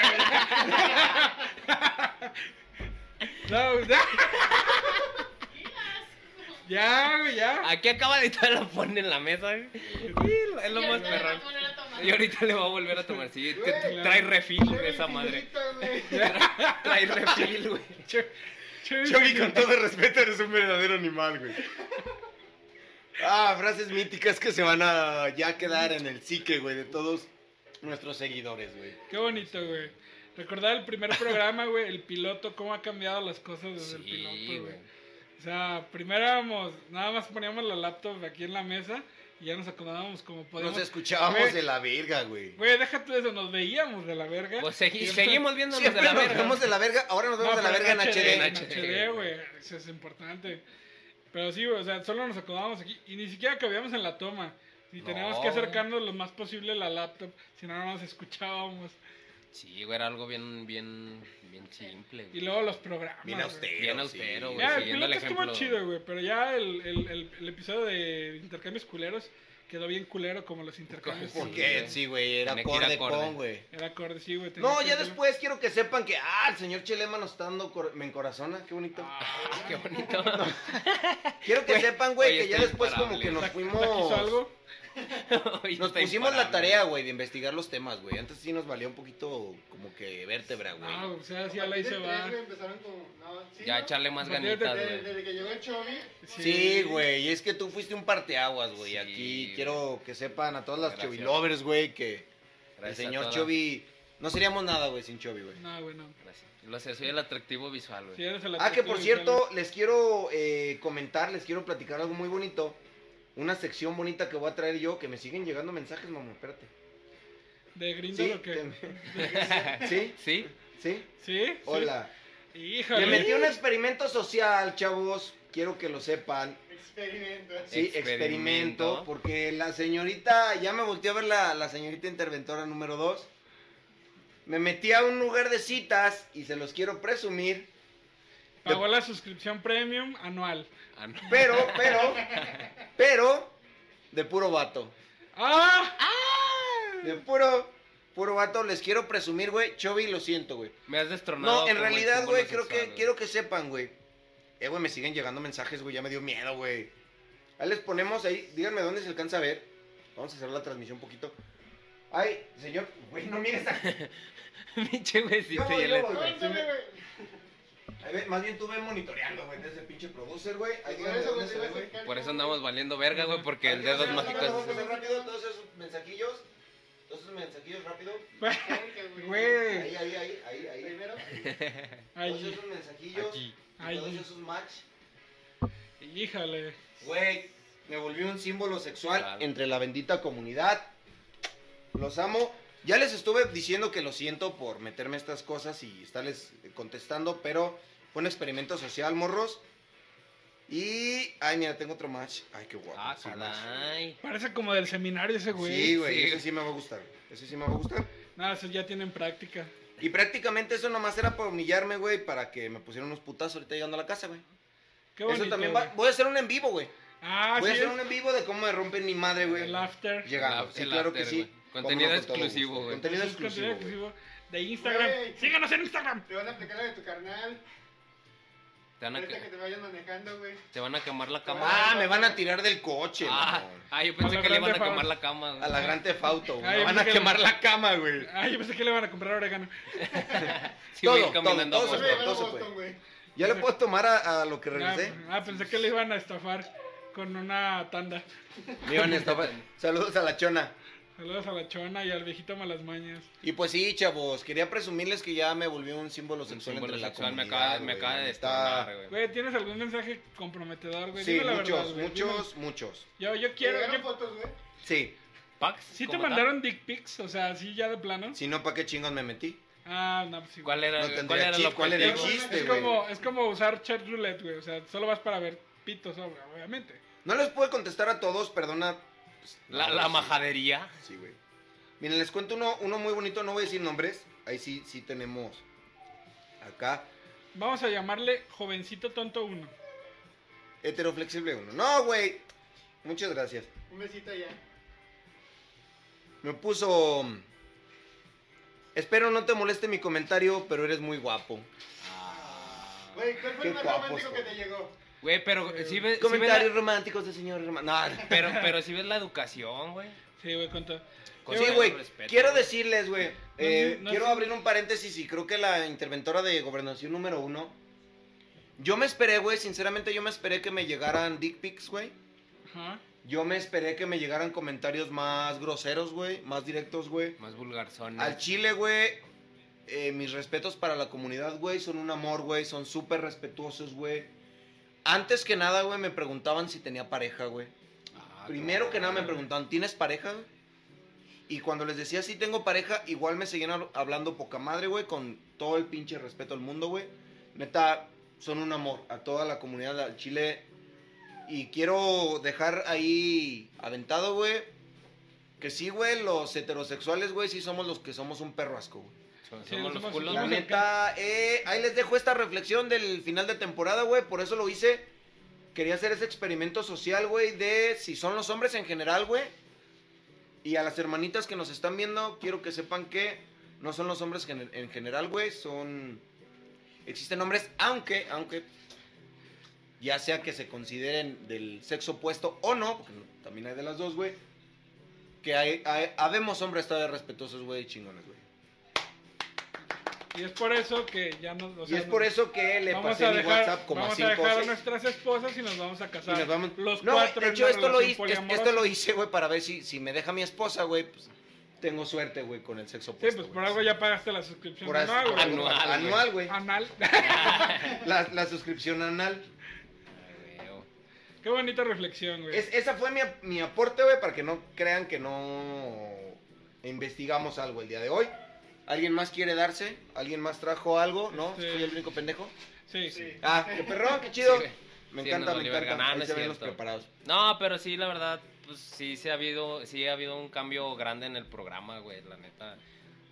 ay, güey. No, ya. Ya, güey, ya.
Aquí acaba de estar la pone en la mesa, güey. Y Es lo más
Y ahorita le va a
perrón.
poner a tomar.
este Y ahorita le va a volver a tomar. Sí, que
Güey.
trae refil de esa
Güey,
madre.
infinito,
<laughs>
güey.
Trae refil, güey.
Che- che-
Chucky, con todo respeto, eres un verdadero animal, güey. Ah, frases míticas que se van a ya quedar en el psique, güey, de todos nuestros seguidores, güey.
Qué bonito, güey. Recordar el primer programa, güey, el piloto, cómo ha cambiado las cosas desde el
Sí,
piloto,
güey.
güey. O sea, primero éramos, nada más poníamos la laptop aquí en la mesa y ya nos acomodábamos como podíamos.
Nos escuchábamos
Güey.
de la verga, güey.
Güey, déjate eso, nos veíamos de la verga.
Pues segui-
Siempre-
seguimos viéndonos
Siempre
de la
nos
verga.
vemos de la verga, ahora nos vemos de
No,
la
pero
verga en
en
HD.
HD.
HD, güey. Eso es importante. Pero sí, güey, o sea, solo nos acomodábamos aquí y ni siquiera cabíamos en la toma. Y teníamos
No.
que acercarnos lo más posible a la laptop, si no, no nos escuchábamos.
Sí, güey, era algo bien, bien, bien simple, güey.
Y luego los programas.
Bien
güey.
austero.
Bien austero,
sí.
güey.
Ya, el
siguiendo
piloto
el
estuvo
ejemplo.
chido, güey, pero ya el, el, el, el episodio de intercambios culeros quedó bien culero como los intercambios.
¿Por
que-
Porque sí, güey, era
Tenía que ir
acorde
acorde.
con, güey.
Era acorde, sí, güey. tenía
No,
que
ya
ser-
después quiero que sepan que, ah, el señor Chelema nos está dando, cor- me encorazona, qué bonito.
Ah, qué bonito. <laughs>
Quiero que
Güey,
sepan, güey,
oye,
que ya
estoy
después como
imparable.
que nos
¿Sac-
fuimos...
¿Quiso algo?
Hoy
Nos
está
pusimos la
imparable.
tarea, güey, de investigar los temas, güey. Antes sí nos valía un poquito como que vértebra, güey.
No, Ah, o sea, sí, a la
A partir
hice
del tres,
va.
güey, Empezaron con. No, sí,
Ya
¿no?
echarle más
Porque
ganitas,
desde-
Desde,
güey.
desde que llegó el Chovy.
Sí, güey, es que tú fuiste un parteaguas, güey.
Sí,
Aquí
güey.
quiero que sepan a todas las
Gracias.
Chovy lovers, güey, que el
Gracias a
señor
todas.
Chovy... No seríamos nada, güey, sin Chovy, güey.
No, güey, no.
Gracias. Lo sé, soy el atractivo visual, güey.
Sí, eres el
Ah, que por
atractivo
cierto, les quiero eh, comentar, les quiero platicar algo muy bonito. Una sección bonita que voy a traer yo, que me siguen llegando mensajes, mamón, espérate.
¿De Grindr
¿Sí?
o <laughs> qué?
te- <laughs> ¿Sí?
¿Sí,
¿Sí?
¿Sí? sí.
Hola.
Híjole.
Me metí un experimento social, chavos. Quiero que lo sepan.
Experimento.
Eh,
Sí, experimento.
Experimento.
porque la señorita, ya me volteó a ver la, la señorita interventora número 2. Me metí a un lugar de citas y se los quiero presumir.
Pagó la suscripción premium anual.
Ah, no.
Pero, pero, pero, de puro vato.
¡Ah!
De puro, puro vato, les quiero presumir, güey. Chovy, lo siento, güey.
Me has destronado.
No, en
como el
realidad,
símbolo
güey, creo
sexual,
que
güey.
quiero que sepan, güey. Eh, güey, me siguen llegando mensajes, güey, ya me dio miedo, güey. Ahí les ponemos ahí, díganme dónde se alcanza a ver. Vamos a cerrar la transmisión un poquito. Ay, señor, güey, no mires a...
<laughs> Pinche güey, sí,
Yo
sí,
voy,
el-
yo voy, güey. Sí,
Cuéntame,
me-
güey.
A ver, más bien tú ve monitoreando, güey, desde el pinche producer, güey. Ahí
Por
díganme
eso,
dónde
güey,
se ve, güey.
Por eso andamos valiendo verga, güey, porque el
Ay,
dedo
no,
es
no, no,
mágico.
no, Vamos a
es-
hacer rápido todos esos mensajillos. Todos esos mensajillos rápido.
Güey.
Ahí, ahí, ahí, ahí, ahí.
Primero.
Todos
Ay,
esos mensajillos.
Aquí.
ay,
Todos esos match.
híjole.
Güey, me volví un símbolo sexual
Claro.
entre la bendita comunidad. Los amo. Ya les estuve diciendo que lo siento por meterme estas cosas y estarles contestando, pero fue un experimento social, morros. Y. Ay, mira, tengo otro match. Ay, qué guapo.
Ah,
sí, match.
caray.
Parece como del seminario ese güey.
Sí, güey,
sí.
ese sí me va a gustar. Ese sí me va a gustar.
No, esos ya tienen práctica.
Y prácticamente eso nomás era para humillarme, güey, para que me pusieran unos putazos ahorita llegando a la casa, güey.
Qué bonito.
Eso también
güey.
va. Voy a hacer un en vivo, güey.
Ah,
Voy a
sí.
hacer un en vivo de cómo me rompen mi madre, güey.
El after.
Llegando,
El-
sí,
el
claro
after,
que sí.
güey. Contenido
Vámonos con todo
exclusivo,
gusto.
güey.
Contenido
Eso es
exclusivo.
contenido
güey.
exclusivo de Instagram.
Güey.
Síganos en Instagram.
Te van a aplicar la de tu carnal.
Te van a,
Ahorita que
ca-
te vayan manejando, güey.
te van a quemar la cama.
Ah, me van a tirar del coche,
Ah,
mamón.
ah, yo
A
pensé
la
que le iban a
grande
quemar
fama.
la cama. güey.
A la gran tefauto, güey.
Ay,
Oh, Me van a
porque-
quemar la cama, güey.
Ay, yo pensé que le van a comprar orégano.
Sí, voy a
todo,
ir caminando
todo,
a
todo
Yo
se
Boston.
me llevé a
todo se
Boston, güey.
¿Ya le puedo tomar a, a lo que
Ah,
regresé?
ah, pensé que le iban a estafar con una tanda.
Me iban a estafar. Saludos a la chona.
Saludos a la chona y al viejito malas mañas.
Y pues sí, chavos, quería presumirles que ya me volvió un símbolo
Un
sexual
símbolo
entre la
sexual me
comunidad,
acaba, me
güey.
acaba de
Está-
destronar, güey.
Güey, ¿tienes algún mensaje comprometedor, güey?
Sí,
Dime la
muchos,
verdad, güey, dime.
muchos, muchos.
Yo, yo
Quiero
quiero... yo-
fotos, güey.
Sí.
¿Pax?
¿Sí te
¿Cómo tal?
mandaron dick pics? O sea, ¿sí ya de plano?
Si no, ¿para qué chingos me metí?
Ah, no, pues sí.
¿Cuál era,
No
cuál
tendría
era
chip,
lo
¿cuál era el
que-
chip?
chiste,
Es
güey?
como, es como usar chat roulette, güey. O sea, solo vas para ver pitos, obvio, obviamente.
No les puedo contestar a todos, perdona. Pues,
La,
no,
la
sí.
majadería.
Sí, güey. Miren, les cuento uno, uno muy bonito, no voy a decir nombres. Ahí sí, sí tenemos. Acá.
Vamos a llamarle Jovencito Tonto 1.
Heteroflexible uno. No, güey. Muchas gracias.
Un besito ya.
Me puso. Espero no te moleste mi comentario, pero eres muy guapo.
Ah,
Güey, ¿cuál fue
Qué
el más
guapos,
romántico que
güey.
te llegó?
Güey, pero
Eh,
si ves, sí ves
Comentarios
la,
románticos de señor Román. No,
pero, pero si ves la educación, güey.
Sí, güey, con todo.
Con
sí,
todo
güey.
respeto,
Quiero
güey.
decirles, güey. eh,
no, no,
quiero
sí.
abrir un paréntesis y creo que la interventora de gobernación número uno. Yo me esperé, güey. Sinceramente, yo me esperé que me llegaran dick pics, güey.
Ajá.
Yo me esperé que me llegaran comentarios más groseros, güey. Más directos, güey.
Más vulgarzón.
Al chile, güey. eh, mis respetos para la comunidad, güey. Son un amor, güey. Son súper respetuosos, güey. Antes que nada, güey, me preguntaban si tenía pareja, güey.
Ah,
Primero
no.
que nada me preguntaban, ¿tienes pareja? Y cuando les decía sí tengo pareja, igual me seguían hab- hablando poca madre, güey, con todo el pinche respeto al mundo, güey. Neta, son un amor a toda la comunidad del Chile. Y quiero dejar ahí aventado, güey, que sí, güey, los heterosexuales, güey, sí somos los que somos un perro asco, güey.
Somos
Sí, somos
los culos,
Pues La
somos
güey.
el
neta, eh, ahí les dejo esta reflexión del final de temporada, güey. Por eso lo hice. Quería hacer ese experimento social, güey, de si son los hombres en general, güey. Y a las hermanitas que nos están viendo, quiero que sepan que no son los hombres gen- en general, güey. Son. Existen hombres, aunque, aunque. Ya sea que se consideren del sexo opuesto o no, porque no- también hay de las dos, güey. Que hay, hay- habemos hombres todavía respetuosos, güey, y chingones, güey.
Y es por eso que ya nos. o
Y
sea,
es por
nos-
eso que le
vamos
pasé
a
mi
dejar,
WhatsApp como a
vamos a,
cinco
dejar a
seis.
nuestras esposas y nos vamos a
Y
casar.
nos vamos-
Los
no,
cuatro.
De
en
hecho,
una
esto lo,
relación
hice,
poliamorosa.
esto lo hice, güey, para ver si, si me deja mi esposa, güey. Pues tengo suerte, güey, con el sexo
Sí,
opuesto.
pues por
güey.
algo ya pagaste la suscripción.
Por as-
anual, güey.
algo-
Anual, güey.
anual, güey.
Anal.
La, la suscripción anal.
Ay, güey,
Qué bonita reflexión, güey.
Es- esa fue mi, ap- mi aporte, güey, para que no crean que no investigamos algo el día de hoy. ¿Alguien más quiere darse? ¿Alguien más trajo algo? ¿No?
Este-
¿Soy el único pendejo?
Sí.
Sí.
Ah, qué perrón, qué chido.
Sí, güey.
me
Sí,
encanta,
nos
me
valió verga.
encanta.
Nah,
Ahí
no es
se ven los
cierto.
preparados.
No, pero sí, la verdad, pues sí se ha habido, sí ha habido un cambio grande en el programa, güey, la neta.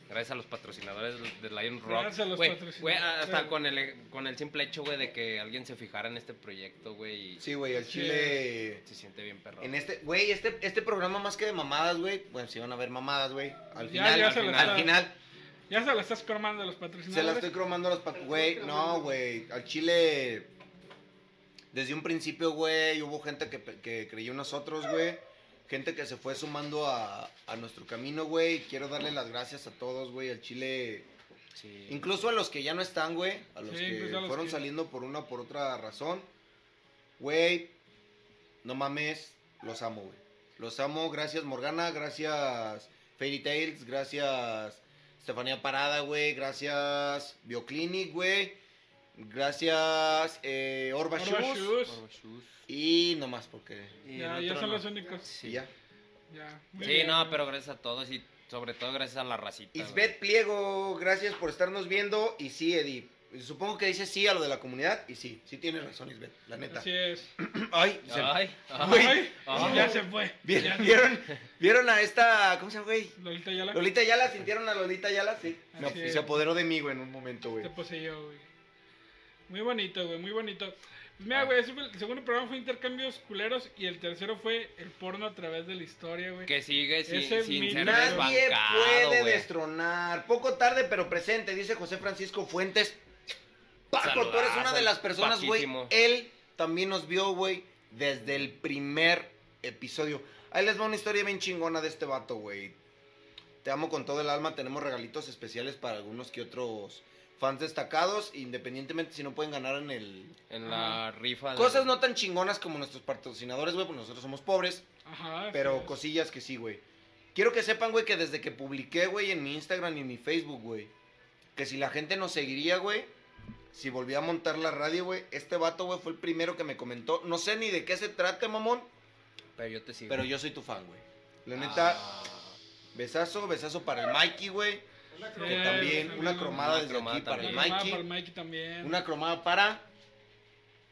Gracias a los patrocinadores de Lion Rock.
Gracias a los
Güey,
patrocinadores.
güey, hasta
Sí.
con el, con el simple hecho, güey, de que alguien se fijara en este proyecto, güey, y
Sí, güey, el
Sí.
chile...
se siente bien perro.
En este, güey, este, este programa más que de mamadas, güey. Bueno, sí van a ver mamadas, güey. Al
Ya,
final,
ya
al,
se lo
final
está-
al final,
Ya se la estás cromando a los
se la
patrocinadores.
estoy cromando a los pa- Güey, no, güey. Al Chile, desde un principio, güey, hubo gente que, pe- que creyó en nosotros, güey. Gente que se fue sumando a, a nuestro camino, güey. Quiero darle las gracias a todos, güey. Al Chile,
Sí.
Incluso a los que ya no están, güey. A los
Sí,
que
incluso a los
fueron
que-
saliendo por una o por otra razón. Güey, no mames. Los amo, güey. Los amo. Gracias, Morgana. Gracias, Fairy Tales. Gracias, Estefanía Parada, güey. Gracias, Bioclinic, güey. Gracias, eh, Orba
Orba
Shoes.
Shoes.
Y no más, porque.
Y
Ya,
el
ya
otro
son
no.
los únicos.
Sí, ya.
Ya. Muy
Sí,
bien,
no,
güey.
pero gracias a todos y sobre todo gracias a la racita. güey.
Isbeth Pliego, gracias por estarnos viendo. Y sí, Eddie. Supongo que dices sí a lo de la comunidad. Y sí, sí tienes razón, Isbeth. La neta.
Así es.
Ay, se-
Ay,
Güey.
ay.
Ay,
Ay.
ya se fue.
¿Vieron,
Ya.
¿vieron, vieron a esta. ¿Cómo se llama, güey?
Lolita ya la
Lolita Yala, ¿sintieron a Lolita Yala? Sí.
Así
No, pues,
es.
se apoderó de mí, güey, en un momento, güey.
te poseyó, güey. Muy bonito, güey, muy bonito. Pues
Ah.
mira, güey, ese fue el segundo programa fue intercambios culeros y el tercero fue el porno a través de la historia, güey.
Que sigue sin,
Ese
sin
mil-
ser
Nadie
desbancado,
puede
güey.
destronar. Poco tarde, pero presente, dice José Francisco Fuentes. Paco, tú eres
Saludazo,
una de las personas, güey.
Paquísimo.
Él también nos vio, güey, desde el primer episodio. Ahí les va una historia bien chingona de este vato, güey. Te amo con todo el alma. Tenemos regalitos especiales para algunos que otros fans destacados, independientemente si no pueden ganar en el...
En la rifa. de-
Cosas no tan chingonas como nuestros patrocinadores, güey, porque nosotros somos pobres.
Ajá. así
Pero
es.
cosillas que sí, güey. Quiero que sepan, güey, que desde que publiqué, güey, en mi Instagram y en mi Facebook, güey, que si la gente nos seguiría, güey, si volví a montar la radio, güey, este vato, güey, fue el primero que me comentó. No sé ni de qué se trate, mamón,
Pero yo te sigo.
pero yo soy tu fan, güey. La neta,
Ah.
besazo, besazo para el Mikey, güey.
Una
Sí,
Que
cromada.
también,
también
una
una-
cromada
una
desde
cromada
aquí para el
Una Eh, cromada
Mikey.
para el Mikey también.
Una cromada para.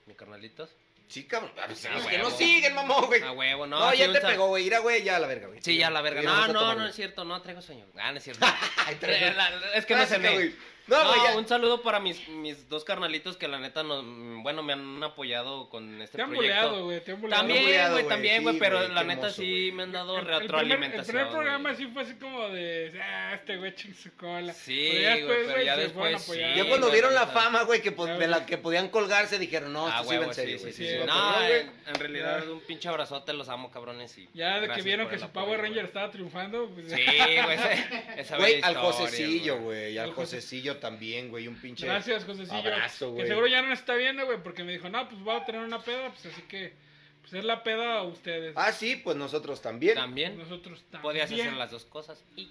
¿Mi carnalitos?
Sí, cabrón. a ver,
Ah,
los que
huevo.
no siguen, mamón, güey.
A huevo, Ah, no.
No,
sí,
ya
un
te
sal-
pegó, güey. Ira, güey, ya a la verga, güey.
Sí, ya la verga.
Mira, vamos
No,
a
no,
tomar,
no
güey.
es cierto, no traigo sueño. Ah, no
<laughs>
es cierto.
Ay,
Eh,
tres.
<laughs> la- Es que me
Clásica,
cené.
güey. No, güey, ya.
No, un saludo para mis, mis dos carnalitos que la neta, no, bueno, me han apoyado con este
Te han
proyecto.
boleado, güey. Te han boleado.
También,
buleado,
güey,
güey,
también,
sí,
güey, pero
güey,
la
qué
neta
hermoso,
sí
güey.
me han dado
El- el primer-
retroalimentación.
El primer programa
güey.
sí fue así como de. Ah, este güey ching su cola.
Sí,
Pero ya
güey, pero
güey,
ya
se
después
fueron apoyando.
sí,
Ya cuando
güey,
vieron la
o sea.
fama, güey, que po- de
Ya, Ah, güey.
la que podían colgarse, dijeron, no,
Ah,
esto sí va
huevo,
en serio, güey.
sí,
esto
sí.
va
No,
cabrón,
No, eh,
güey.
en, en realidad un pinche abrazote, los amo, cabrones. Y
Ya de que
gracias
vieron
por
que
el
su
apoyo,
Power
güey.
Ranger estaba triunfando, pues ya.
Sí, güey, esa, esa
Güey,
bella
al
historia,
Josecillo, güey, al
Al Jose-
Josecillo también, güey, un pinche...
Gracias, Josecillo.
Abrazo,
que
güey.
seguro ya no está viendo, güey, porque me dijo, no, pues voy a tener una peda, pues así que, pues es la peda a ustedes.
Ah, sí, pues nosotros también.
También
Nosotros también.
podías hacer las dos cosas. Y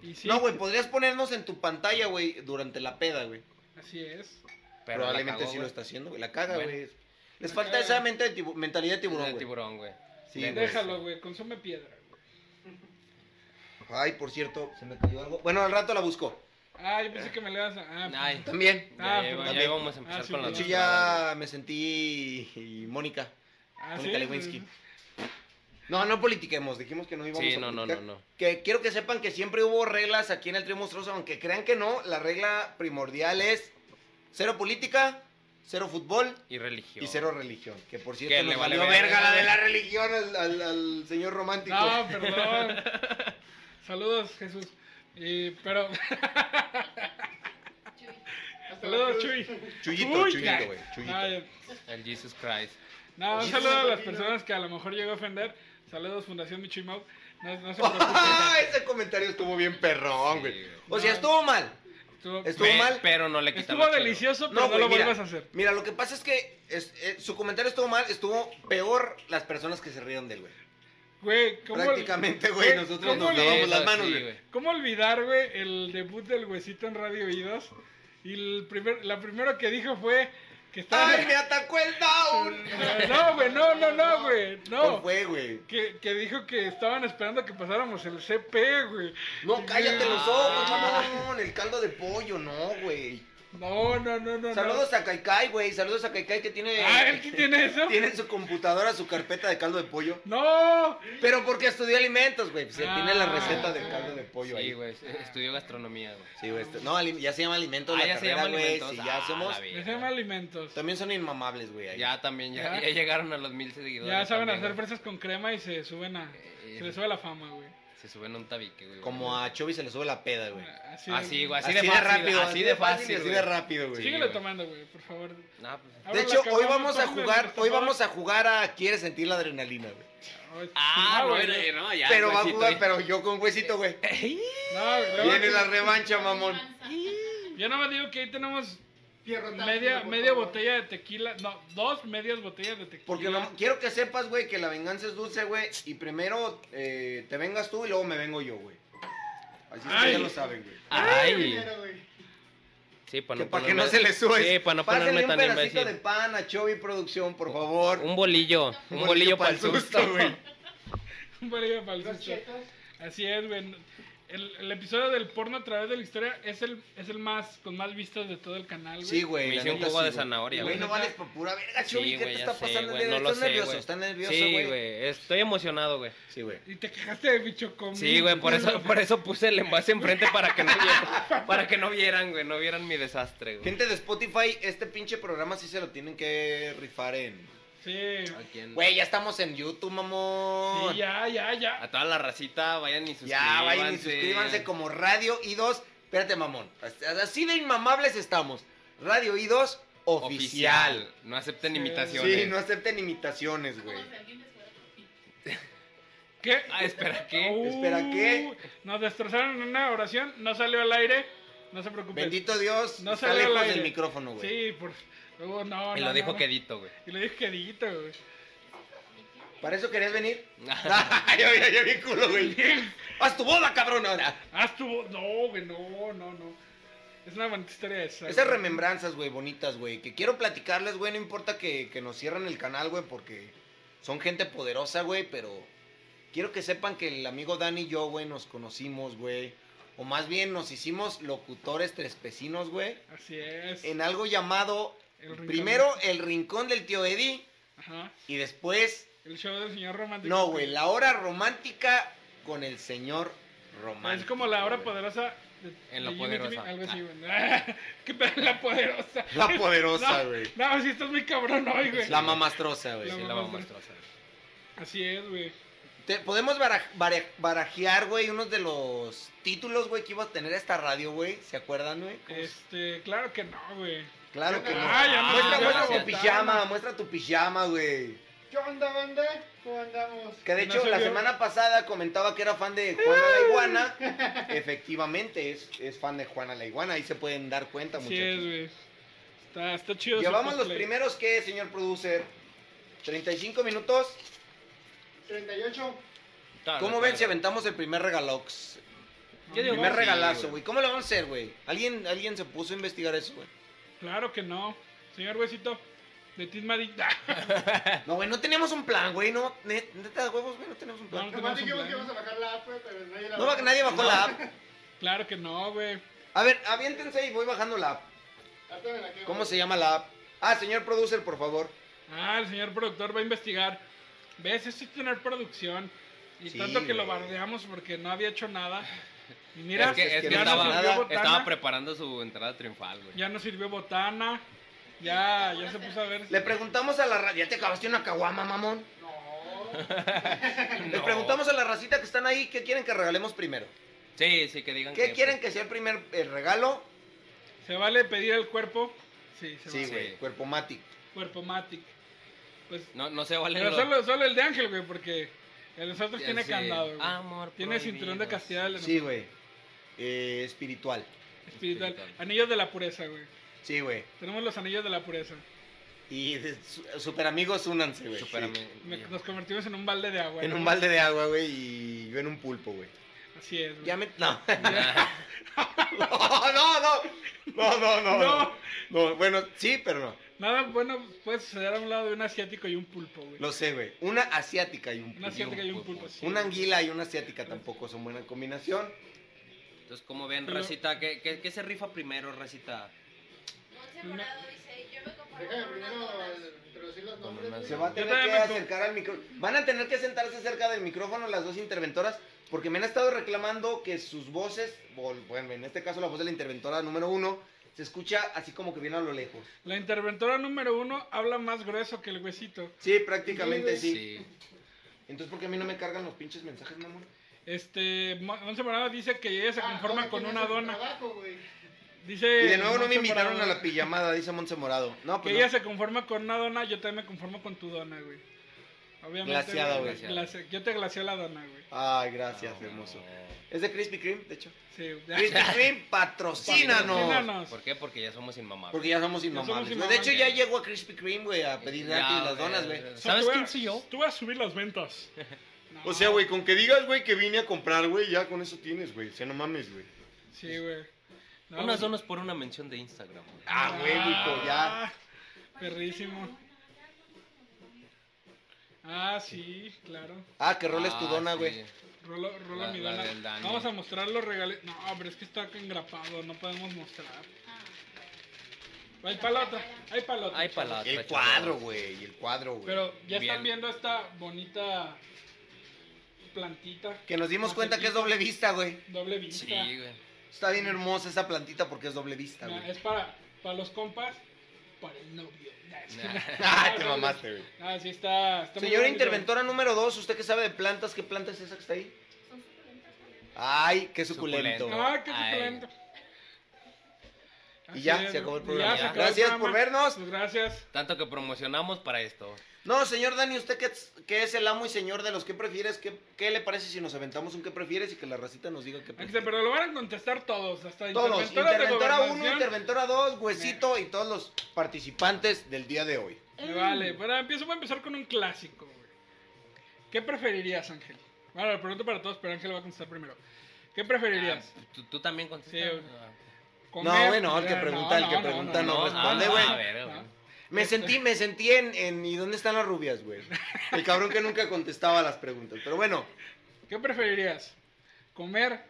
Y sí,
No, güey, podrías ponernos en tu pantalla, güey, durante la peda, güey.
Así es.
pero
Probablemente
la cagó,
sí lo
güey.
está haciendo, güey, la caga,
Bueno.
güey. Les
La
falta
caga.
esa mente de tibu- mentalidad de tiburón,
De
güey.
tiburón, güey.
Sí,
De-
güey.
Déjalo, güey, consume piedra. güey.
Ay, por cierto, se me cayó algo. Bueno, al rato la busco.
Ah, yo pensé que me le vas a... Ah,
Ay,
También.
Ah,
ya, iba-
pero-
ya íbamos a empezar
Ah, sí,
con
güey.
la
De hecho,
Sí,
ya me sentí y- Mónica,
ah,
Mónica Lewinsky. No, no politiquemos, dijimos que no íbamos
Sí,
a
no, no, no,
politicar.
no.
Que quiero que sepan que siempre hubo reglas aquí en el Trío Monstruoso, aunque crean que no, la regla primordial es cero política, cero fútbol
Y religión.
y cero religión. Que por
Que
cierto,
le
le
vale
valió
verga,
verga la
güey.
de la religión al, al- al señor romántico.
pues, No, perdón. Saludos, Jesús. Y, pero,
Chuy.
Hasta la
saludos, Chuy.
cruz.
Chuyito,
Uy, ya.
chuyito, güey. Chuyito.
Ay,
El Jesus Christ.
No, un
Sí,
saludo a
sí,
las
sí,
personas que a lo mejor llegó a ofender. Saludos, Fundación Michimau.
<laughs>
No, no se
Ah,
preocupen.
Ese comentario estuvo bien perrón,
Sí,
güey.
güey.
O sea,
No.
estuvo mal.
Estuvo,
Estuvo
Ve,
mal.
Pero no le quitamos.
estuvo delicioso, pero
No,
no,
güey,
lo
mira.
vuelvas a hacer.
Mira, lo que pasa es que es- eh, su comentario estuvo mal, estuvo peor las personas que se rieron del güey.
Güey, ¿cómo, ol-
Prácticamente, güey,
güey,
nosotros
¿cómo
nos
le-
lavamos las manos, güey.
cómo olvidar, güey, el debut del huesito en Radio Oídos? Y el primer, la primera que dijo fue que estaba...
¡Ay, me atacó el down!
<laughs> no, güey, no, no, no, güey,
¿Cuál
no.
fue, güey?
Que, que dijo que estaban esperando que pasáramos el CP, güey.
No, cállate los ojos,
Ah.
mamón. El caldo de pollo, no, güey.
No, no, no, no.
Saludos a Kaikai, güey. Saludos a Kaikai que
No.
tiene.
Ah, ¿el que tiene eso?
<laughs> Tiene en su computadora su carpeta de caldo de pollo.
No.
Pero porque estudió alimentos, güey. Se
Ah.
tiene la receta del caldo de pollo
Sí,
ahí.
güey. Estudió gastronomía, güey.
Sí, güey. este- No, ali- ya se llama alimentos
Ah,
la
ya se
carrera,
llama
güey.
alimentos.
sí, ya
Ah,
somos.
la verga.
Se llama alimentos.
También son inmamables, güey. ahí.
Ya también, ya,
Ya.
ya llegaron a los mil seguidores.
Ya saben
también,
hacer
güey.
fresas con crema y se suben a.
Eh,
Se les sube la fama, güey.
Se suben a un tabique, güey.
Como a Chovy se le sube la peda, güey. Ah,
Así,
Así, güey. Así,
Así,
de,
de
fácil,
rápido,
Así de fácil.
y así de
güey.
rápido, güey.
Síguelo
güey.
tomando, güey, por favor.
Nah, pues-
Ahora
De
la
hecho,
acabamos,
hoy vamos a
tómenle,
jugar,
por
hoy
favor.
vamos a jugar a ¿Quieres sentir la adrenalina, güey?
Ay,
Ah,
no,
no,
güey.
eh,
era- no, ya.
Pero va a
güeycito,
jugar,
ya.
pero yo con huesito,
<laughs>
güey.
No, güey, luego-
Viene la revancha, mamón.
Manzana.
Yo nada más digo que ahí tenemos
Pierrotazo,
media,
por
media
favor.
botella de tequila. No, dos medias botellas de tequila.
Porque no- quiero que sepas, güey, que la venganza es dulce, güey. Y primero eh, te vengas tú y luego me vengo yo, güey. Así es que
Ay.
ya lo saben, güey.
Ay.
Dinero, güey.
Sí, para
Que
no
para que
ponerme-
no se le sube.
Sí, para no
Pásenle
ponerme
un
tan
pedacito de
imbécil.
pan a Chovy Producción, por favor.
Un bolillo. Un bolillo para el susto, güey.
<laughs> Un bolillo para el
Los
susto.
chetos.
Así es, güey. El, el episodio del porno a través de la historia es el, es el más con más vistas de todo el canal, güey.
Sí, güey.
Me
la
hice un
neta
jugo
sí,
de
güey.
zanahoria,
Güey,
güey.
no vales por pura verga, Chovy.
Sí,
¿Qué
güey,
te
ya
está
sé,
pasando?
güey. No lo
Estás
sé,
nervioso,
güey.
estás nervioso,
Sí,
güey.
güey. Estoy emocionado, güey.
Sí, güey.
Y te quejaste de bichocón.
Sí, güey, por eso, por eso puse el envase enfrente para que no vieran, para que no vieran, güey, no vieran mi desastre, güey.
Gente de Spotify, este pinche programa sí se lo tienen que rifar en.
<laughs> Sí.
¿A quién?
Güey, ya estamos en YouTube, mamón.
Sí, ya, ya, ya.
A toda la racita, vayan y suscríbanse.
Ya, vayan y suscríbanse como Radio y 2. Espérate, mamón. Así de inmamables estamos. Radio I2 oficial.
Oficial. No acepten
Sí.
imitaciones.
Sí, no acepten imitaciones, güey.
Como si alguien les fuera a copiar.
¿Qué?
Ah, espera, ¿qué?
Espera, ¿qué?
Nos destrozaron en una oración, no salió al aire, no se preocupen.
Bendito Dios,
No
está
salió al
lejos
aire.
del micrófono, güey.
Sí, por... luego no,
Y
no,
lo dijo
no.
quedito, güey.
Y lo dijo quedito, güey.
¿Para eso querías venir?
Ah,
Ay, ya, ya, ya, bien culo, güey. Haz tu boda, cabrón, ahora.
Haz tu voz. Ah, No, güey, no, no, no. Es una bonita historia esa.
Esas
güey.
remembranzas, güey, bonitas, güey, que quiero platicarles, güey, no importa que, que nos cierren el canal, güey, porque son gente poderosa, güey, pero quiero que sepan que el amigo Dani y yo, güey, nos conocimos, güey, o más bien nos hicimos locutores trespecinos, güey,
Así es.
en algo llamado,
El rincón.
primero, El Rincón del Tío Eddie,
Ajá.
y después,
El show del señor romántico.
no, güey, La Hora Romántica con el Señor Romántico.
Es como la hora
güey.
poderosa. de-
En la
de Jimmy
poderosa. Ah.
Kimmel, Algo así, güey. <laughs> ¿Qué pedo? La poderosa.
La poderosa,
<laughs> No,
güey.
No, sí, estás muy cabrón hoy, güey.
La mamastrosa, güey.
La
Sí, la vamos a destrozar.
Así es, güey.
Te- podemos baraj- bare- barajear, güey, unos de los títulos, güey, que iba a tener esta radio, güey. ¿Se acuerdan, güey? ¿Cómo se-
Este, claro que no, güey.
Claro que no.
Ah, ya me-
muestra,
ya me
muestra tu
botaron.
pijama, muestra tu pijama, güey.
¿Qué onda, banda? ¿Cómo andamos?
Que de
No
hecho,
se
la
vio.
semana pasada comentaba que era fan de Juana la Iguana.
<laughs>
Efectivamente, es, es fan de Juana la Iguana. Ahí se pueden dar cuenta,
Así es,
muchachos.
güey. Está, está chido. su
Llevamos los
cosplay.
primeros, ¿qué, señor producer? 35 minutos.
38.
Ah,
Claro,
¿Cómo ven
claro.
si aventamos el primer regalox?
Yo digo,
Primer
sí,
regalazo,
güey.
güey. ¿Cómo lo vamos a hacer, güey? ¿Alguien, alguien se puso a investigar eso, güey.
Claro que no. Señor huesito, de Tisma di-
No, güey, no teníamos un plan, güey. No, ne- neta, huevos, güey, no tenemos un plan.
No,
Nomás
tenemos un plan.
dijimos que íbamos a bajar la app, güey, pero nadie la
No, va- nadie bajó la app.
<laughs> Claro que no, güey.
A ver, aviéntense y voy bajando la app.
Ahorita me la quemo.
¿Cómo se llama la app? Ah, señor producer, por favor.
Ah, el señor productor va a investigar. ¿Ves? Esto es tener producción. Y
Sí,
tanto que lo
güey.
bardeamos porque no había hecho nada. Y mira,
es que, es
que
que
ya,
no
nos
estaba,
hizo
sirvió
nada,
botana,
estaba preparando su entrada triunfal, güey.
ya nos sirvió botana. Ya, ya se puso a ver.
Le preguntamos a la ra- ¿Ya te acabaste una caguama, mamón?
No.
Le
No.
preguntamos a la racita que están ahí qué quieren que regalemos primero.
Sí, sí, que digan
¿Qué
que, pues,
quieren que sea el primer eh, regalo?
¿Se vale pedir el cuerpo? Sí, se
Sí,
vale.
güey, cuerpo Matic.
Cuerpo Matic. Pues,
pues, No, no se valen
pero
los-
solo, solo el de Ángel, güey, porque el de nosotros tiene
Sí.
candado. güey.
Ah,
Amor
tiene cinturón de
prohibido.
castidad el de
Sí, güey. Eh, espiritual.
espiritual.
Espiritual.
Anillos de la pureza, güey.
Sí, güey.
Tenemos los anillos de la pureza.
Y de- su- super amigos, únanse, güey.
Supérame.
Sí.
Me- nos convertimos en un balde de agua.
En
¿no?
un balde de agua, güey, y yo en un pulpo, güey.
Así es, güey.
Ya me... No. <laughs>
Ah,
No, no, no. No, no, no.
No.
No, No, bueno, sí, pero no.
Nada bueno puede suceder a un lado de un asiático y un pulpo, güey.
Lo sé, güey. Una asiática y un
Una
pulpo.
asiática y un pulpo.
pulpo.
sí.
Una anguila y una asiática tampoco son buena combinación.
<laughs> Entonces, ¿cómo ven,
Pero-
Racita? ¿Qué, qué, qué se rifa primero, Racita?
Monse Morado dice, yo me comparo
Déjame
con
primero
unas donas.
al- introducir los
Con
nombres.
una-
güey. Ah,
Se va a
Yo
tener
también
que
me con-
acercar al micrófono. Van a tener que sentarse cerca del micrófono las dos interventoras porque me han estado reclamando que sus voces, o, bueno, en este caso la voz de la interventora número uno, se escucha así como que viene a lo lejos.
La interventora número uno habla más grueso que el huesito.
Sí, prácticamente sí.
Sí.
Entonces, ¿por qué a mí no me cargan los pinches mensajes, mamón?
Este, Mo- Monse Morado dice que ella se
Ah,
conforma
ahora
con
tienes
una
el
dona.
trabajo, güey.
Dice
Y de nuevo no me
Monse
invitaron a
Morado
la pijamada, dice Monse Morado. No,
Que
pues
ella
no.
se conforma con una dona, yo también me conformo con tu dona, güey. Obviamente.
Glaseada,
güey.
güey.
glase- Yo te glaseé la dona, güey.
Ay, gracias,
No,
hermoso.
no.
Es de Krispy Kreme, de
<laughs>
hecho.
Sí, ya.
Krispy Kreme, patrocínanos.
Patrocínanos.
¿Por qué? Porque ya somos inmamables.
Porque ya somos
Ya
inmamables.
somos
güey. De hecho, ya
inmamables.
llego a Krispy Kreme, güey, a pedir gratis
Ya,
las donas, güey.
O sea,
¿Sabes
tú
quién
vas-
soy yo?
Tú vas a subir
<laughs>
las ventas. No.
O sea, güey, con que digas, güey, que vine a comprar, güey, ya con eso tienes, güey. O sea, no mames, güey.
Sí, güey. No,
Unas
güey.
donas por una mención de Instagram. güey.
Ah, güey, hijo, ya.
Ah, Perrísimo. Ah, sí, claro.
Ah, que roles tu
Ah,
dona,
sí.
güey.
Rolo, rola
La-
mi
la
dona.
del Dani.
Vamos a mostrar los regalos. No, pero es que está engrapado, no podemos mostrar.
Ah,
Hay palota, hay palota.
Hay palota.
El cuadro, güey, el cuadro, güey.
Pero ya
Bien.
están viendo esta bonita plantita.
Que nos dimos cuenta que es doble vista, güey.
Doble vista.
Sí, güey.
Está bien hermosa esa plantita porque es doble vista,
Nah,
güey.
es para, para los compas, para el novio. <laughs> Nah,
<laughs>
es que-
Nah.
<laughs> Ah, te
no, no,
mamaste, güey.
Ah, sí está. está muy
Señora
bonito.
interventora número dos, ¿usted que sabe de plantas? ¿Qué planta es esa que está ahí?
son suculentas, ¿no?
Ay, qué suculento.
Suculento.
Ah, qué
Ay.
suculento. Ah,
Y
Así
ya,
es,
se acabó el
y ya
programa.
se acabó el
Gracias por
programa.
vernos.
Pues gracias.
Tanto que promocionamos para esto.
No, señor Dani, usted que, que es el amo y señor de los que prefieres, ¿qué, ¿qué le parece si nos aventamos un que prefieres y que la racita nos diga qué
Aquí está,
prefieres?
pero lo van a contestar todos, hasta
Todos,
interventoras de
interventora 1,
gobernación.
interventora 2, huesito y todos los participantes del día de hoy.
Me vale, bueno, empiezo, voy a empezar con un clásico, güey. ¿Qué preferirías, Ángel? Bueno, la pregunta para todos, pero Ángel va a contestar primero. ¿Qué preferirías?
Ah, ¿tú, tú también contestas.
Sí,
Ah.
No, bueno,
Ah,
el que pregunta, el que pregunta no responde, güey.
a ver, güey.
Me
Este.
sentí, me sentí en, en ¿y dónde están las rubias, güey? El cabrón que nunca contestaba las preguntas. Pero bueno,
¿Qué preferirías? ¿Comer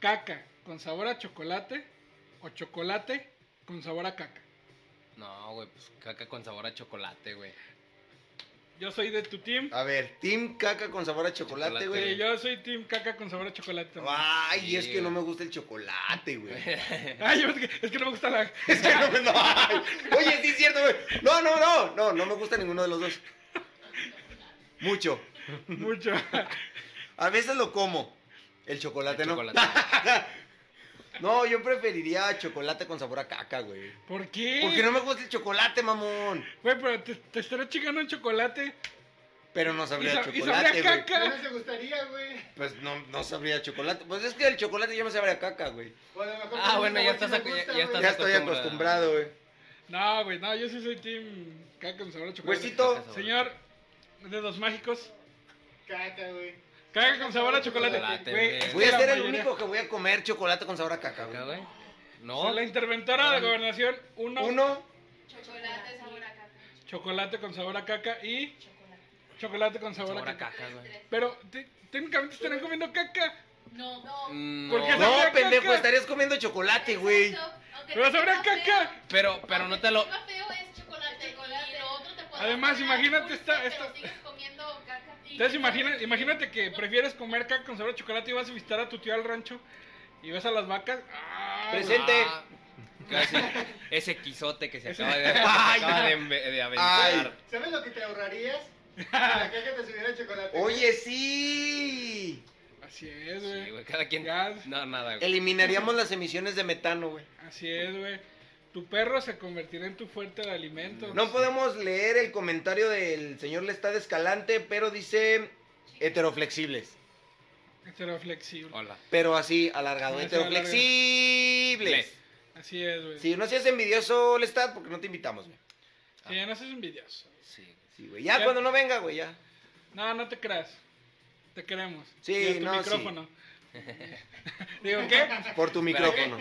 caca con sabor a chocolate o chocolate con sabor a caca?
No, güey, pues caca con sabor a chocolate, güey.
Yo soy de tu team.
a ver, Team Caca con sabor a chocolate,
Chocolate,
Sí,
güey.
yo soy team caca con sabor a chocolate también.
Ay,
Sí,
es que
güey.
no me gusta el chocolate, güey.
Ay, es que, es que no me gusta la...
Es que <laughs> no me- no, ay. Oye, sí es cierto, güey. No, no, no, no, no me gusta ninguno de los dos. Mucho.
Mucho. <laughs>
A veces lo como. El chocolate,
El
¿no?
chocolate.
<laughs> No, yo preferiría chocolate con sabor a caca, güey.
¿Por qué?
Porque no me gusta el chocolate, mamón.
Güey, pero te, te estaré chingando en chocolate.
Pero no
Y,
sabría a
sa- y
chocolate,
sabría
güey.
caca.
no se gustaría, güey?
Pues no, no sabría a chocolate. Pues es que el chocolate yo me sabría a caca, güey.
O a lo mejor
Ah,
me
bueno, ya
gusta,
estás
güey,
acu-
sí me
ya- ya
gusta,
Ya estoy
güey.
acostumbrado, güey.
No, güey, no, yo sí soy team caca con sabor a chocolate.
Huesito.
Señor, dedos mágicos.
Caca, güey.
Caca con sabor a chocolate.
Chocolate,
Güey,
güey.
Voy a
la
ser el
mayoría-
único que voy a comer chocolate con sabor a caca,
<laughs> Caca,
güey.
güey.
O sea,
No,
La interventora de gobernación, uno,
Uno,
Chocolate, sabor a caca.
chocolate con sabor a caca y
Chocolate.
chocolate con sabor,
sabor
a
a
caca.
caca, güey.
Pero te- técnicamente estarán comiendo caca.
No, no.
Mm,
¿Por qué
no,
No,
Sabía
pendejo,
caca.
estarías comiendo chocolate, güey.
Exacto. Aunque
Pero
te
sabrá
sepa
caca.
Pero, pero no te lo.
Aunque sepa feo es chocolate, y lo otro te puede
Además,
dar
imagínate
dulce,
esta-
pero
esta-
sigues comiendo caca. Y-
Entonces imagina, imagínate que prefieres comer caca con sabor a chocolate y vas a visitar a tu tío al rancho y ves a las vacas. ¡Ah, güey!
Presente.
Ah, casi. Ese quizote que se
Ese- <laughs>
acaba de, se
Ay,
acaba
no.
de, enve- de
Ay.
aventar.
¿Sabes lo que te ahorrarías?
<laughs>
Si la caca te subiera el chocolate. güey.
Oye, sí.
Así es,
Sí,
güey.
güey, cada quien.
Ya.
No, nada, güey.
Eliminaríamos las emisiones de metano, güey.
Así es, güey. Tu perro se convertirá en tu fuente de alimento.
No podemos leer el comentario del señor Lestad Escalante, pero dice Este heteroflexibles.
Será flexible.
Hola.
Pero así, alargado.
Eso,
Heteroflexibles.
Les.
Así es, güey. Sí.
Si no seas envidioso, Lestad, porque no te invitamos, güey.
no seas envidioso.
Sí.
Sí, güey. Ya
Ya.
cuando no venga, güey, ya.
No, no te creas. Te queremos.
Sí,
Y es tu
no, <laughs>
micrófono. Digo, ¿qué?
Por tu micrófono.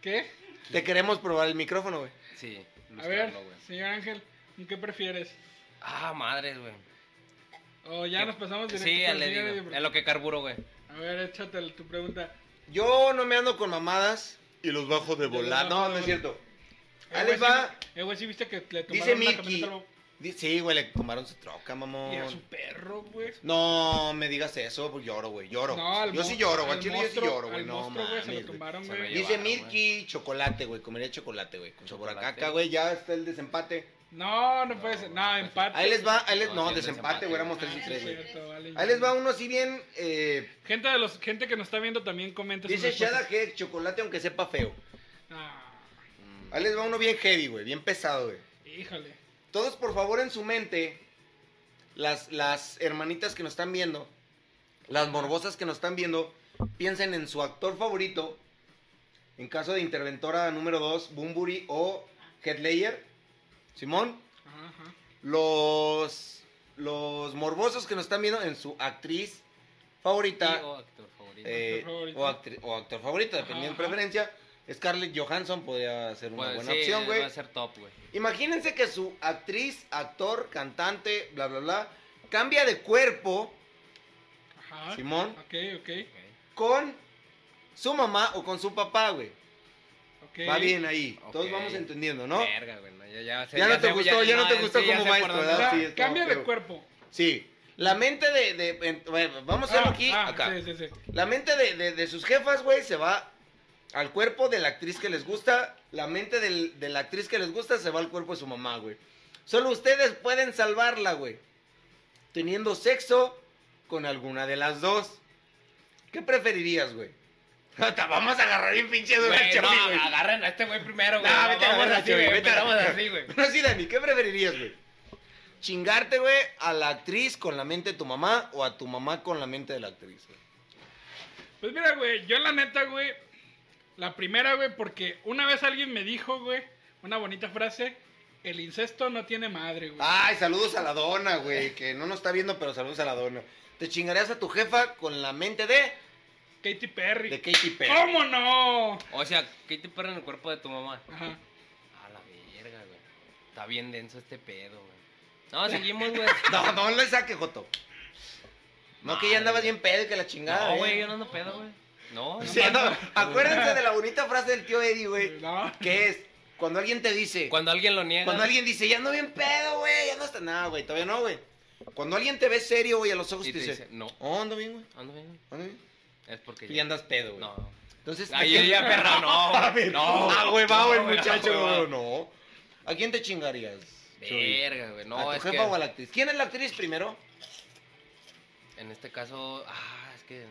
¿Qué?
Te queremos probar el micrófono, güey.
Sí.
A ver,
mostrarlo, güey.
señor Ángel, ¿en qué prefieres?
Ah, madres, güey.
O ya nos pasamos directo
Sí,
con
ya
el
le
señor
digo.
Eddie,
En lo que carburo, güey.
bro. A ver, échate el- tu pregunta.
Yo no me ando con mamadas. Y los bajo de
los
volar.
bajo
No,
de
no es
volar.
cierto.
Eh,
Ahí
güey,
les va.
sí- Eh, güey, sí viste que le tomaron
Dice
la
Mickey.
camioneta al-
Di- Sí, güey, le tomaron su troca, mamón.
Y a su perro, güey.
No me digas eso, pues lloro, güey, lloro.
al
yo
mon-
sí lloro, güey,
al
al chile yo sí
monstruo-
lloro, güey,
al
no
monstruo, güey, se lo
mames, güey.
tomaron,
Se
güey.
lo llevaron.
Dice
Llevaron,
Milky, chocolate, güey, comería chocolate, güey, con sabor a
Chocolate.
caca, güey, ya está el desempate.
No, no puede ser. No,
no,
empate.
Ahí les va, ahí les...
No,
No,
sí, el
desempate,
desempate,
güey,
güey.
éramos
Ah,
3 y
sí,
3, güey.
cierto, vale,
Ahí les va uno así bien, eh,
Gente, de los, gente que nos está viendo también comenta. sus
dice
respuestas.
Shada que chocolate aunque sepa feo.
Ah,
Mm.
Ahí les va uno bien heavy, güey, bien pesado, güey.
híjole.
Todos, por favor, en su mente, las, las hermanitas que nos están viendo, las morbosas que nos están viendo, piensen en su actor favorito, en caso de interventora número 2, Bumburi o Headlayer, Simón,
Ajá, ajá.
los, los morbosos que nos están viendo en su actriz favorita,
Sí, o actor favorito.
eh,
actor favorito.
o, actri- o actor favorito, dependiendo
Ajá,
de
ajá.
preferencia, Scarlett Johansson podría ser una
Pues,
buena
sí,
opción, güey.
Va a ser top, güey.
Imagínense que su actriz, actor, cantante, bla, bla, bla, cambia de cuerpo,
Ajá.
Simón,
Ok, ok.
Ok.
con su mamá o con su papá, güey.
ok.
Va bien ahí.
Ok.
Todos vamos entendiendo, ¿no?
Verga, güey. no, ya, ya, sé-
Ya no te
sé-
gustó, ya no te
sí,
gustó
ya
cómo
sé
va
por
esto,
dónde
O sea,
¿verdad? sí, es como
cambia de
feo.
cuerpo.
Sí. La mente de... de- en- bueno, vamos a hacerlo
Ah,
aquí,
ah,
acá.
Sí, sí, sí.
La mente de, de- de sus jefas, güey, se va al cuerpo de la actriz que les gusta. La mente del- de la actriz que les gusta se va al cuerpo de su mamá, güey. Solo ustedes pueden salvarla, güey. Teniendo sexo con alguna de las dos. ¿Qué preferirías, güey? <laughs> Te vamos a agarrar bien pinche duro al
Güey, no,
Chori, güey.
agarren a este güey primero, güey.
No, vete a la
Vamos
verga,
así,
Chori,
güey.
vete a la
Empezamos
verga.
así,
<laughs>
güey.
No, sí, Dani, ¿qué preferirías, güey? ¿Chingarte, güey, a la actriz con la mente de tu mamá o a tu mamá con la mente de la actriz, güey?
Pues mira, güey, yo la neta, güey, la primera, güey, porque una vez alguien me dijo, güey, una bonita frase, el incesto no tiene madre, güey.
Ay, saludos a la dona, güey, que no nos está viendo, pero saludos a la dona. Te chingarías a tu jefa con la mente de,
Katy Perry.
de Katy Perry.
¿Cómo no?
O sea, ¿qué te perra en el cuerpo de tu mamá?
Ajá.
A la verga, güey. Está bien denso este pedo, güey. No, seguimos, güey.
No, no le saque, Joto. No, que ya andabas bien pedo y que la <laughs> chingada.
No,
¿eh? <laughs>
güey, yo no ando pedo, güey. No,
Sí,
no.
no, acuérdense de la bonita frase del tío Eddie, güey.
No.
Que es, cuando alguien te dice,
Cuando alguien lo niega.
cuando alguien dice, ya ando bien pedo, güey, ya no está nada, güey, todavía no, güey. Cuando alguien te ve serio, güey, a los ojos
y
te,
te
dice,
dice, no,
oh, ando bien, güey,
ando bien.
ando bien.
Es porque
Tú ya andas pedo, güey.
No.
Entonces,
Ay,
¿a quién- <laughs>
ya, perra, no, güey,
A ver,
no,
ah, güey, va,
no,
güey,
güey,
muchacho,
ah, güey, va.
no. ¿A quién te chingarías? Chuy?
Verga, güey. No,
¿A tu
es
jefa
que
o a la actriz? ¿Quién es la actriz primero?
en este caso, ah, es que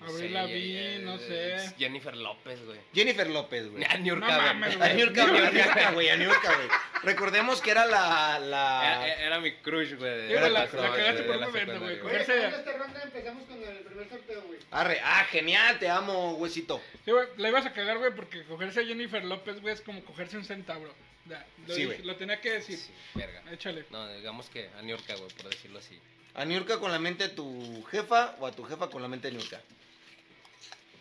no
Avril
sé,
Lavigne,
eh,
no
eh,
sé.
Jennifer López, güey.
Jennifer López, güey. <laughs>
Ni
No
Urca, güey.
mames, güey.
Aniurka, güey, Aniurka, güey, Aniurka, güey. Recordemos que era la...
Era,
la...
era- era mi crush, güey. de-
Digo,
Era
la, la
tu crush,
cagaste
de
por
la
un momento, güey.
secundaria.
Oye,
Cogerse-
acabando esta ronda empezamos con el primer sorteo, güey.
Arre, ah, genial, te amo, huesito.
Sí, güey, la ibas a cagar, güey, porque cogerse a Jennifer López, güey, es como cogerse un centauro. Ya, lo,
Sí,
dije-
güey.
lo tenía que decir.
Sí, verga.
Échale.
No, digamos que a Niurka, güey, por decirlo así.
¿Aniurka con la mente de tu jefa o a tu jefa con la mente de Niurka?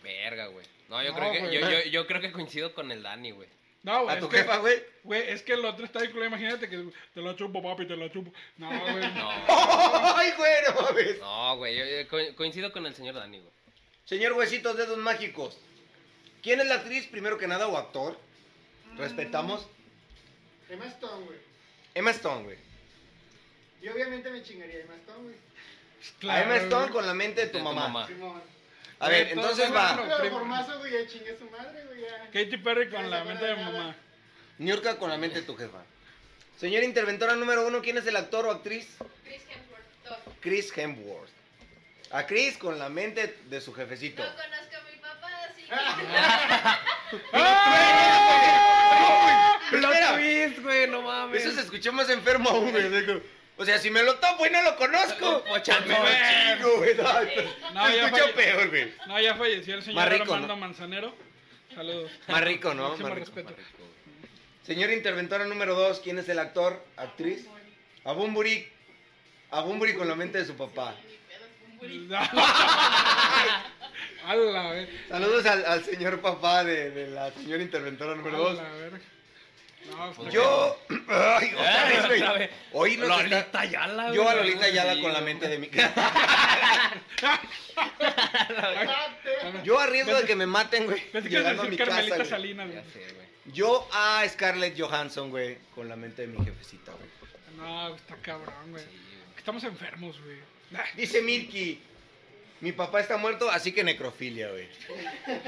Verga, güey. No, yo
No,
creo que
güey.
yo, yo, yo creo que coincido con el Dani, güey.
No, güey.
¿A
es
tu
que-
jefa,
<laughs>
güey?
Güey, es que el otro está vinculado, imagínate que te la chupo, papi, te la chupo.
<laughs>
No, güey.
No.
¡Ay, güey, no mames!
No, güey, yo, yo co- coincido con el señor Dani, güey.
Señor Huesitos, dedos mágicos. ¿Quién es la actriz primero que nada o actor? Respetamos.
Emma Stone, güey.
Emma Stone, güey.
Y obviamente me chingaría a Emma Stone, güey.
A Emma Stone
güey.
con la mente de tu
De tu
mamá.
mamá. Ah.
Simón.
A ver,
Entonces,
entonces
bueno.
va.
Pero
primo.
por mazo, güey, ya chingue su madre, güey, ya.
Katy Perry con
No
la
se
mente de
acuerda de
mamá.
nada.
Niurka con la mente de tu jefa. Señora interventora número uno, ¿quién es el actor o actriz?
Chris Hemsworth, Thor.
Chris Hemsworth. A Chris con la mente de su jefecito.
No conozco a mi papá, así que. <laughs>
¡Ah!
Espera,
twist, güey, no mames.
Eso se escuchó más enfermo aún, güey. así como, O sea, si me lo topo y no lo conozco.
Pochando,
me lo
güey.
Oh, chingo, güey. No,
No,
se
ya
escuchó
falle-
peor, güey.
No, ya falleció el señor
Más rico,
Armando
¿no?
Manzanero.
<laughs>
Saludos. <laughs>
Más rico, ¿no?
Máximo
Más rico.
respeto.
Señora interventora número dos, ¿quién es el actor? ¿Actriz? Abumburi. Abumburi con la mente de su papá.
Ni pedo, es un burrito.
A la ver.
Saludos al, al señor papá de, de la señora interventora número
A
dos.
la ver. No, pues, está
Yo. <clears throat> Ay, otra vez, güey.
otra vez.
Hoy nos
Lolita
está-
Ayala,
Yo a
güey,
Lolita Ayala
sí,
con la
güey.
mente de
<laughs>
mi.
Date.
Yo arriesgo de que me maten, güey.
Pensé que ibas a
Llegando a mi
decir
casa.
Carmelita
güey.
Salinas.
Ya
güey.
sé, güey.
Yo a Scarlett Johansson, güey, con la mente de mi jefecita, güey.
No, pues, está cabrón, güey.
Sí, güey.
Estamos enfermos, güey. <laughs>
Dice Milky, mi papá está muerto, así que necrofilia, güey.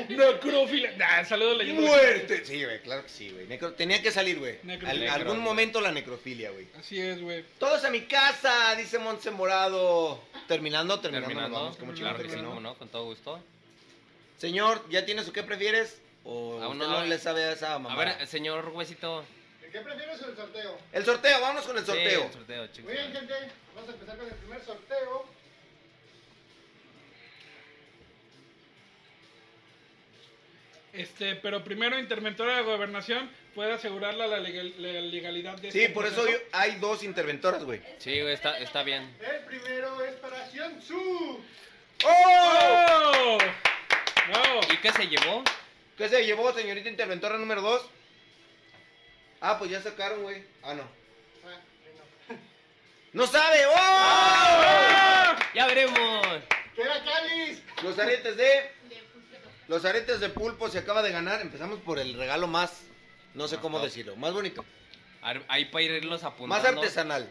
Necrófila. Nah, saludos, leyendo.
¡Muerte! Sí, güey, claro que sí, güey. Necro- Tenía que salir, güey.
Necro-
Al-
Necro,
algún
güey.
momento la necrofilia, güey.
Así es, güey.
Todos a mi casa, dice Montse Morado. Terminando, terminando, nos
Terminando,
vamos, como chingón
claro que sí,
terminamos.
cómo no, con todo gusto.
Señor, ¿ya tiene su qué prefieres? ¿O
Aún
usted
no,
no,
a ver.
le sabe a esa mamá?
A ver, señor huesito.
¿El ¿Qué prefieres o el sorteo?
El sorteo, vámonos con el
Sí,
sorteo.
el sorteo, chicos.
Muy bien, gente. Vamos a empezar con el primer sorteo.
Este, pero primero, interventora de gobernación puede asegurarla la, legal- la legalidad de
Sí,
este
por eso
proceso.
yo- hay dos interventoras, güey.
Sí, güey, está, está bien.
El primero es para Xianzu.
¡Oh!
¡Oh! ¡Bravo!
¿Y qué se llevó?
¿Qué se llevó, señorita interventora número 2? Ah, pues ya sacaron, güey. Ah, no.
Ah, no.
¡No sabe! ¡Oh!
Ya veremos.
¡Que era Cáliz!
Los aretes de.
De pulpero.
Los aretes de pulpo se acaba de ganar. Empezamos por el regalo más. No sé
Más
cómo
top.
decirlo. Más bonito.
Ar- Ahí para irlos apuntando.
Más artesanal.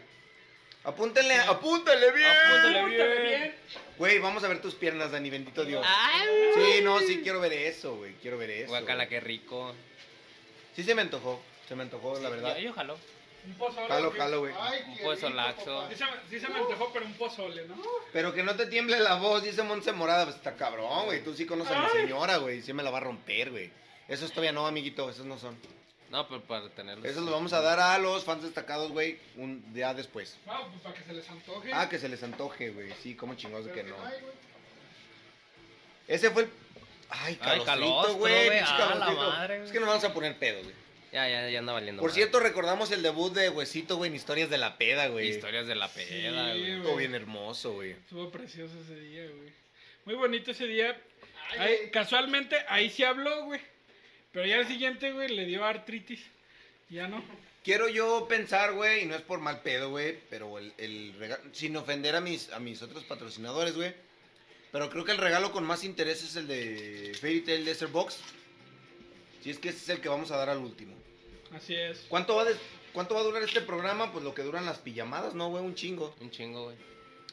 Apúntenle, apúntenle bien.
Apúntale
Apúntale
bien.
bien.
Güey, vamos a ver tus piernas, Dani, bendito Dios.
Ay,
Sí, no, sí, quiero ver eso, güey. Quiero ver eso.
guacala,
güey.
qué rico.
Sí, se me antojó. Se me antojó, la verdad.
Yo, yo jalo.
Un pozole.
Calo,
güey.
calo, güey.
Ay,
Un
qué
pozo
rico,
laxo.
papá.
Sí se, me- sí se me antojó, pero un pozole, ¿no?
Pero que no te tiemble la voz, dice Monse Morada. Pues está cabrón, güey. Tú sí conoces a mi
Ay.
señora, güey. Sí me la va a romper, güey. Esos todavía no, amiguito. Esos no son.
No, pero para tenerlos.
Esos los vamos a dar a los fans destacados, güey, un día después.
Ah, pues para que se les antoje.
Ah, que se les antoje, güey. Sí, como chingados de
Pero
que
que
no.
no hay, güey.
Ese fue el. Ay,
Ay,
calostro,
calostro,
güey.
güey.
pinche
Ah, la
calostro.
madre, güey.
Es que nos vamos a poner pedo, güey.
Ya, ya, ya anda valiendo.
Por
madre.
cierto, recordamos el debut de Huesito, güey, en Historias de la Peda, güey.
Historias de la
Sí,
peda, güey.
Estuvo bien hermoso, güey.
Estuvo precioso ese día, güey. Muy bonito ese día.
Ay,
Ahí-
güey.
casualmente ahí sí habló, güey. Pero ya al siguiente, güey, le dio artritis. Ya no.
Quiero yo pensar, güey, y no es por mal pedo, güey, pero el, el regalo, sin ofender a mis, a mis otros patrocinadores, güey, pero creo que el regalo con más interés es el de Fairy Tail Desert Box. Si es que ese es el que vamos a dar al último.
Así es.
¿Cuánto va, des- cuánto va a durar este programa? Pues lo que duran las pijamadas, ¿no, güey? Un chingo.
Un chingo, güey.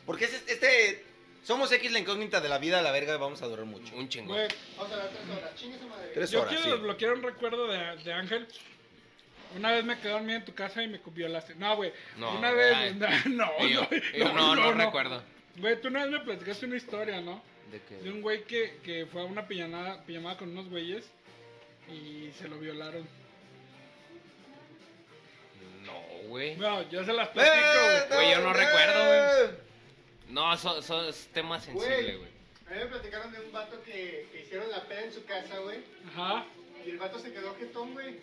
Porque es- este... Somos X la incógnita de la vida, la verga, vamos a durar mucho.
Un chingo.
Güey,
Vamos a dar tres horas. Chingue su madre.
Tres
yo
horas,
quiero
sí.
desbloquear un recuerdo de, de Ángel. Una vez me quedé dormido en tu casa y me violaste. No, güey.
No,
una vez.
ay.
No, <laughs> no,
Y yo,
no,
y yo, no, no, recuerdo.
Güey, tú una vez me platicaste una historia, ¿no?
De que...
De un güey que, que fue a una pijamada, pijamada con unos güeyes y se lo violaron.
No, güey.
No, yo se las
Eh,
platico, güey.
Güey, yo no recuerdo, No, eso eso es tema sensible,
Güey.
güey.
A mí me platicaron de un vato que, que hicieron la peda en su casa, güey.
Ajá,
Y el vato se quedó jetón, güey.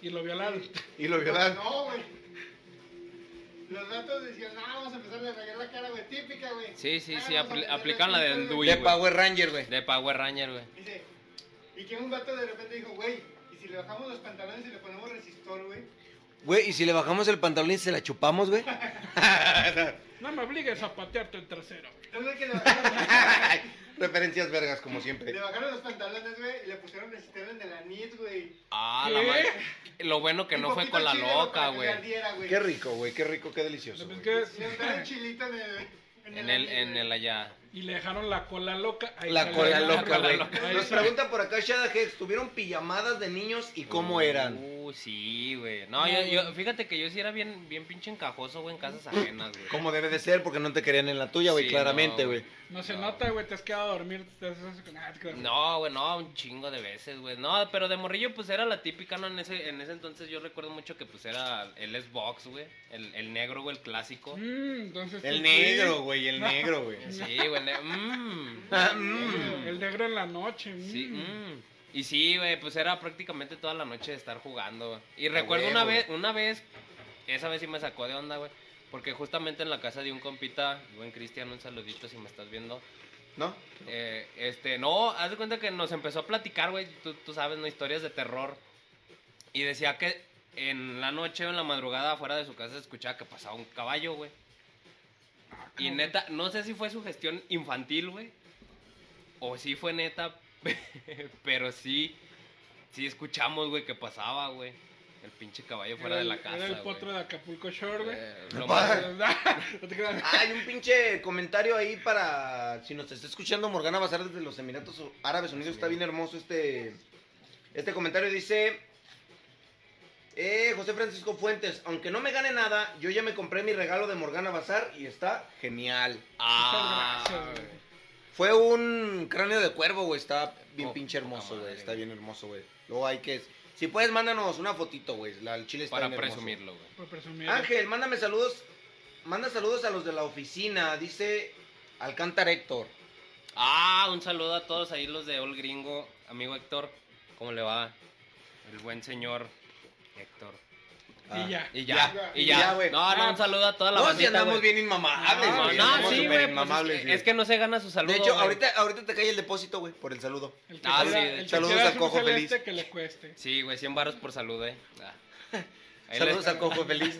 y lo violaron.
Y lo violaron.
No, güey. Los vatos decían, no, vamos a empezar a regalar la cara, güey. Típica, güey.
Sí, sí,
Ah,
sí,
vamos a
apli-
meter
aplicaron la del
pinta, güey.
Dui,
De
güey.
Power Ranger, güey.
De Power Ranger, güey.
Dice, y que un vato de repente dijo, güey, y si le bajamos los pantalones y le ponemos resistor, güey.
Güey, ¿y si le bajamos el pantalón y se la chupamos, güey?
<laughs> No me obligues a patearte el trasero.
Entonces, que le bajaron,
Referencias vergas, como siempre.
le bajaron los pantalones, güey, y le pusieron resistor en el anís, güey.
Ah,
¿Qué?
la madre. Lo bueno que
Un
no fue
poquito
con la
chile, güey,
loca,
para que
güey.
le ardiera, güey.
Qué rico, güey, qué rico, qué delicioso.
Pues
güey.
que-
Le untaron chilito en el...
En el,
anís,
en
güey.
el allá.
Y le dejaron la cola loca. Ahí
La
salió
cola
la
loca,
cola
güey.
loca.
Nos pregunta por acá Shada Hex, ¿tuvieron pijamadas de niños y
Mm.
cómo eran?
Uy, sí, güey. No,
No,
yo, yo,
güey.
fíjate que yo sí era bien, bien pinche encajoso, güey, en casas ajenas, güey.
Como debe de ser, porque no te querían en la tuya, güey,
Sí,
claramente,
no,
güey.
No se
No.
nota, güey, te has quedado a dormir. te has- Ah, te quedas-
No, güey, no, un chingo de veces, güey. No, pero de morrillo, pues era la típica, ¿no? En ese, en ese entonces yo recuerdo mucho que, pues, era el Xbox, güey. El, el negro, güey, el clásico.
Mm, entonces tú
El
sí.
negro, güey, el negro, güey.
Sí, güey. ne- mm.
Ah, mm.
El negro en la noche. mm.
Sí, mm. Y sí, güey, pues era prácticamente toda la noche de estar jugando. güey. Y
A
recuerdo una
huevo.
vez, una vez, esa vez sí me sacó de onda, güey. Porque justamente en la casa de un compita, buen Cristian, un saludito si me estás viendo.
¿No?
Eh, este, no, haz de cuenta que nos empezó a platicar, güey, tú, tú sabes, ¿no? Historias de terror. Y decía que en la noche o en la madrugada afuera de su casa se escuchaba que pasaba un caballo, güey.
Ah,
Y neta, no sé si fue su gestión infantil, güey. O si fue neta, <laughs> pero sí, sí escuchamos, güey, que pasaba, güey. El pinche caballo fuera
Era
de
el-
la casa,
Era el
güey.
potro de Acapulco Shore, güey.
Eh, lo
Pa-
más-
<laughs> No te creas.
Hay un pinche comentario ahí para. Si nos está escuchando Morgana Bazar desde los Emiratos Árabes Unidos, está bien hermoso este. Este comentario dice. eh, José Francisco Fuentes, aunque no me gane nada, yo ya me compré mi regalo de Morgana Bazar y está genial.
Ah,
Muchas gracias, güey.
Fue un cráneo de cuervo, güey. Está bien
Oh,
pinche
poca
hermoso, güey.
madre,
Está
güey.
bien hermoso, güey. Luego hay que. Si puedes, mándanos una fotito, güey. La el chile está
para
bien hermoso.
presumirlo, güey.
Por presumir.
Ángel, mándame saludos. Manda saludos a los de la oficina, dice Alcántara Héctor.
Ah, un saludo a todos ahí los de All Gringo. Amigo Héctor, ¿cómo le va? El buen señor Héctor.
Y ya.
Y ya,
Ya,
y
y
ya.
ya, güey.
no, no, un saludo a toda la
Ah. No, si
bandita,
andamos
güey.
bien inmamables,
No,
güey.
no,
andamos
sí,
súper
güey, pues,
inmamables,
es, que,
güey.
es que no se gana su saludo.
De hecho,
güey.
ahorita, ahorita te cae el depósito, güey, por el saludo.
El que
Ah,
quiera-
sí,
el que
saludos
quiera
al cojo
azul
feliz.
celeste este, que le cueste.
Sí, güey, 100 baros por salud, eh.
<laughs>
Ah. Ahí
Saludos
les,
al cojo
<laughs>
feliz.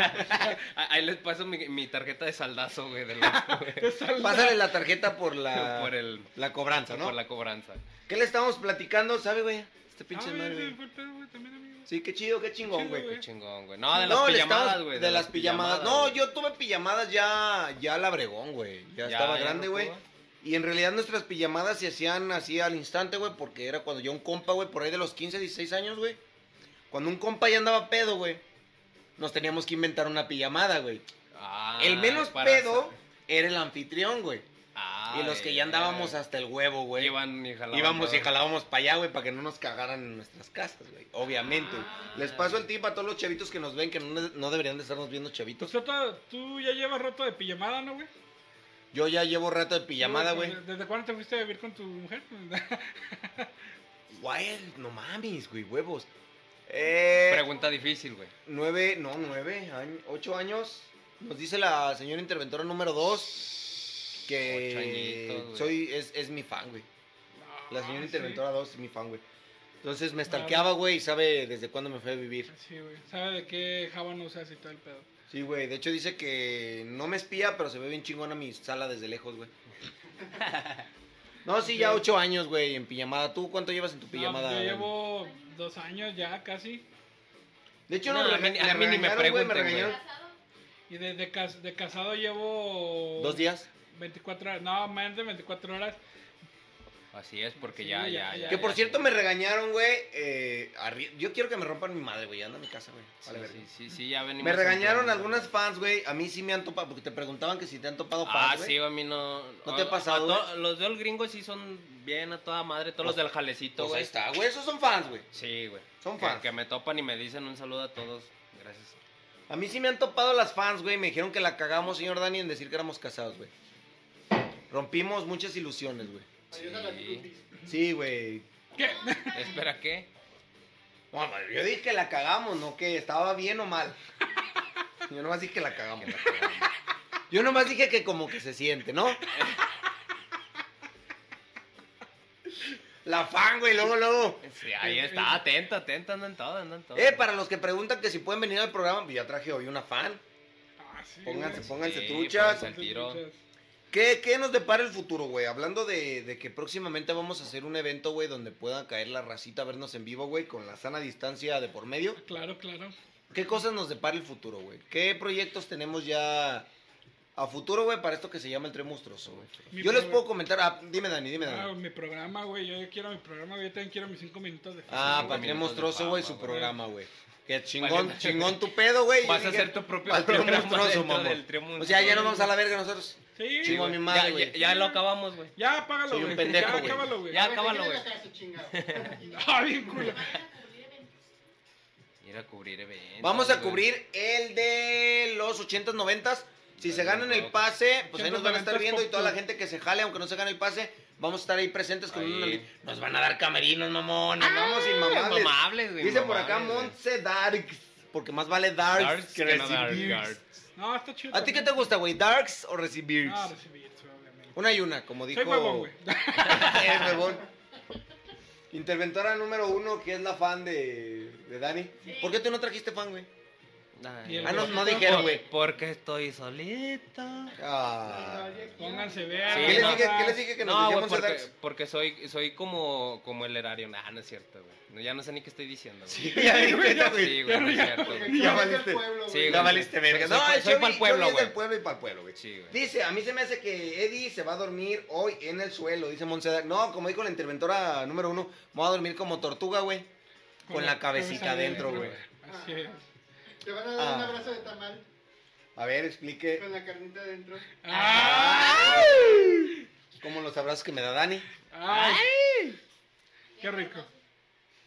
a- ahí les paso mi, mi tarjeta de saldazo, güey, del
<laughs>
Oxxo, güey,
Pásale la tarjeta por la,
<laughs> Por el-
la cobranza, ¿no?
por la cobranza.
¿Qué le estamos platicando? ¿Sabe, güey? Este pinche
Ah,
madre,
mira,
güey.
fue el pedo, güey, también, amigo.
Sí, qué chido, qué chingón,
Chido,
güey.
güey.
Qué chingón, güey. No, Ah, de las
no, le
pijamadas,
estamos-
güey.
De, las pijamadas. No, yo tuve pijamadas ya, ya la bregón, güey. Ya,
Ya,
estaba
ya
grande,
no
güey.
tuvo.
Y en realidad nuestras pijamadas se hacían así al instante, güey, porque era cuando yo un compa, güey, por ahí de los 15, 16 años, güey. Cuando un compa ya andaba pedo, güey. nos teníamos que inventar una pijamada, güey.
Ah,
el menos
para-
pedo era el anfitrión, güey.
Ah,
y los que ya andábamos hasta el huevo, güey.
Iban y jalaban
Íbamos
todo.
y jalábamos para allá, güey, para que no nos cagaran en nuestras casas, güey. Obviamente.
Ah.
Les paso el tip a todos los chavitos que nos ven, que no, no deberían de estarnos viendo chavitos.
Tú, tú- tú ya llevas roto de pijamada, ¿no, güey?
Yo ya llevo rato de pijamada,
Sí,
güey.
¿Desde desde cuándo te fuiste a vivir con tu mujer? <laughs>
Guay, no mames, güey, huevos. Eh,
Pregunta difícil, güey.
nueve, no, nueve, año- ocho años. Nos dice la señora interventora número dos
Ocho
que
añitos, güey.
soy, es, es mi fan, güey. La señora
Ah, sí.
interventora dos es mi fan, güey. Entonces me stalkeaba, güey, y sabe desde cuándo me fue a vivir.
Sí, güey. ¿Sabe de qué jabón usas y todo el pedo?
Sí, güey. De hecho dice que no me espía, pero se ve bien chingona mi sala desde lejos,
<laughs>
güey. No, sí, ya ocho años, güey, en pijamada. ¿Tú cuánto llevas en tu pijamada?
No, yo
Dani?
llevo dos años ya casi.
De hecho,
No,
no,
a mí- a mí ni me
preguntan,
pregunten, güey.
¿Casado?
Y de, de cas- de casado llevo.
Dos días.
24 horas. No, más de 24 horas.
Así es, porque
Sí,
ya,
ya,
ya,
ya,
ya.
Que por
ya,
cierto
sí.
me regañaron, güey. eh, arri- yo quiero que me rompan mi madre, güey. Anda a mi casa, güey.
Sí,
Vale, verga.
sí, sí, sí, ya venimos.
Me regañaron
entrando.
algunas fans, güey. A mí sí me han topado, porque te preguntaban que si te han topado
Ah,
fans,
sí,
güey.
a mí no.
¿No te ha
a- a
pasado,
to- Los del gringo sí son bien a toda madre, todos los del jalecito,
Pues ahí
güey.
está, güey. Esos son fans, güey.
Sí, güey.
Son
Que-
fans.
Que me topan y me dicen un saludo a todos.
<laughs>
Gracias.
A mí sí me han topado las fans, güey. Me dijeron que la cagamos, señor Dani, en decir que éramos casados, güey. Rompimos muchas ilusiones, güey.
Adiós a la
Sí.
Tutis.
Sí, güey.
Espera, ¿qué?
Bueno, yo dije que la cagamos, no que estaba bien o mal. Yo nomás dije que la cagamos. la cagamos. Yo nomás dije que como que se siente, ¿no? La fan, güey, luego, luego.
Sí, ahí está, atento, atento, andan todos, andan todos.
Eh, para los que preguntan que si pueden venir al programa, pues ya traje hoy una fan.
Ah, sí.
Pónganse,
güey.
pónganse
Sí,
truchas.
pónganse al tiro.
¿Qué, qué nos depara el futuro, güey? Hablando de, de que próximamente vamos a hacer un evento, güey, donde pueda caer la racita a vernos en vivo, güey, con la sana distancia de por medio.
Claro, claro.
¿Qué cosas nos depara el futuro, güey? ¿Qué proyectos tenemos ya a futuro, güey, para esto que se llama el tren monstruoso, güey?
Mi
Yo les
programa.
puedo comentar. Ah, dime, Dani, dime,
Ah,
Dani.
mi programa, güey. Yo quiero mi programa, güey. Yo también quiero mis 5 minutos de
Ah,
fama,
para tren
güey.
minutos
monstruoso,
de
güey,
fama,
su
güey.
programa, güey. Qué
Vale.
chingón, chingón tu pedo, güey. Yo
Vas a
dije,
hacer tu propio
al tren
programa
monstruoso,
dentro
mamón.
del tren
O sea, ya
monstruoso.
nos vamos a la verga nosotros.
Sí.
Chingo a
güey.
mi
Ya,
madre,
ya,
güey.
ya lo acabamos, güey.
Ya, apágalo,
Soy un
güey.
pendejo,
ya,
güey.
acábalo, güey.
Ya,
Güey,
acábalo,
termina
güey.
la
<laughs>
casa, chingado.
<laughs> Ah, bien culo.
Van a cubrir eventos.
Ir a cubrir eventos.
Vamos a
güey.
cubrir el de los 80s, 90s. Si se ganan el pase, pues ahí nos van a estar viendo y toda la gente que se jale, aunque no se gane el pase, vamos a estar ahí presentes con
Ahí.
una... Nos van a dar camerinos, mamón. Nos vamos
Ah,
inmamables.
Mamables, güey.
Dice por acá
mamables, güey.
Montse Darks, porque más vale Darks,
Darks
que,
que no
recibir.
Darks.
No, está chido.
¿A ti qué
también.
te gusta, güey? ¿Darks o recibir?
Ah, recibir, obviamente.
Una y una, como dijo...
Soy
<laughs>
huevón, güey. <laughs>
El huevón. Interventora número uno, que es la fan de, de Dani.
Sí.
¿Por qué tú no trajiste fan, güey?
Ay,
Ah, no,
huevón.
no dijeron, güey.
Porque estoy solita.
Ah.
Pónganse
Sí,
vean.
¿Qué, les
no.
dije, qué les dije que nos
No, güey,
dijimos
porque,
Darks?
porque soy, soy como, como el erario. Nah, no es cierto, güey. No, ya no sé ni qué estoy diciendo, güey.
Sí, <laughs> ya dije, güey.
Sí, güey, no es cierto,
Porque
güey.
aquí
Ya
va a ser
valiste.
el pueblo,
Sí,
güey.
Ya valiste verga.
Soy-
No,
soy- soy
yo vi-
pa'l pueblo,
yo vi
güey.
del pueblo y pa'l pueblo, güey.
Sí, güey.
Dice, a mí se me hace que Eddie se va a dormir hoy en el suelo, dice Monsedar. No, como dijo la interventora número uno, me voy a dormir como tortuga, güey. Con la cabecita adentro, güey.
Así es.
Te van a dar un
Ah.
abrazo de tamal
A ver, explique
con la carnita adentro.
¡Ah!
cómo los abrazos que me da Dani.
¡Ay! Qué
Ya
<laughs>
rico.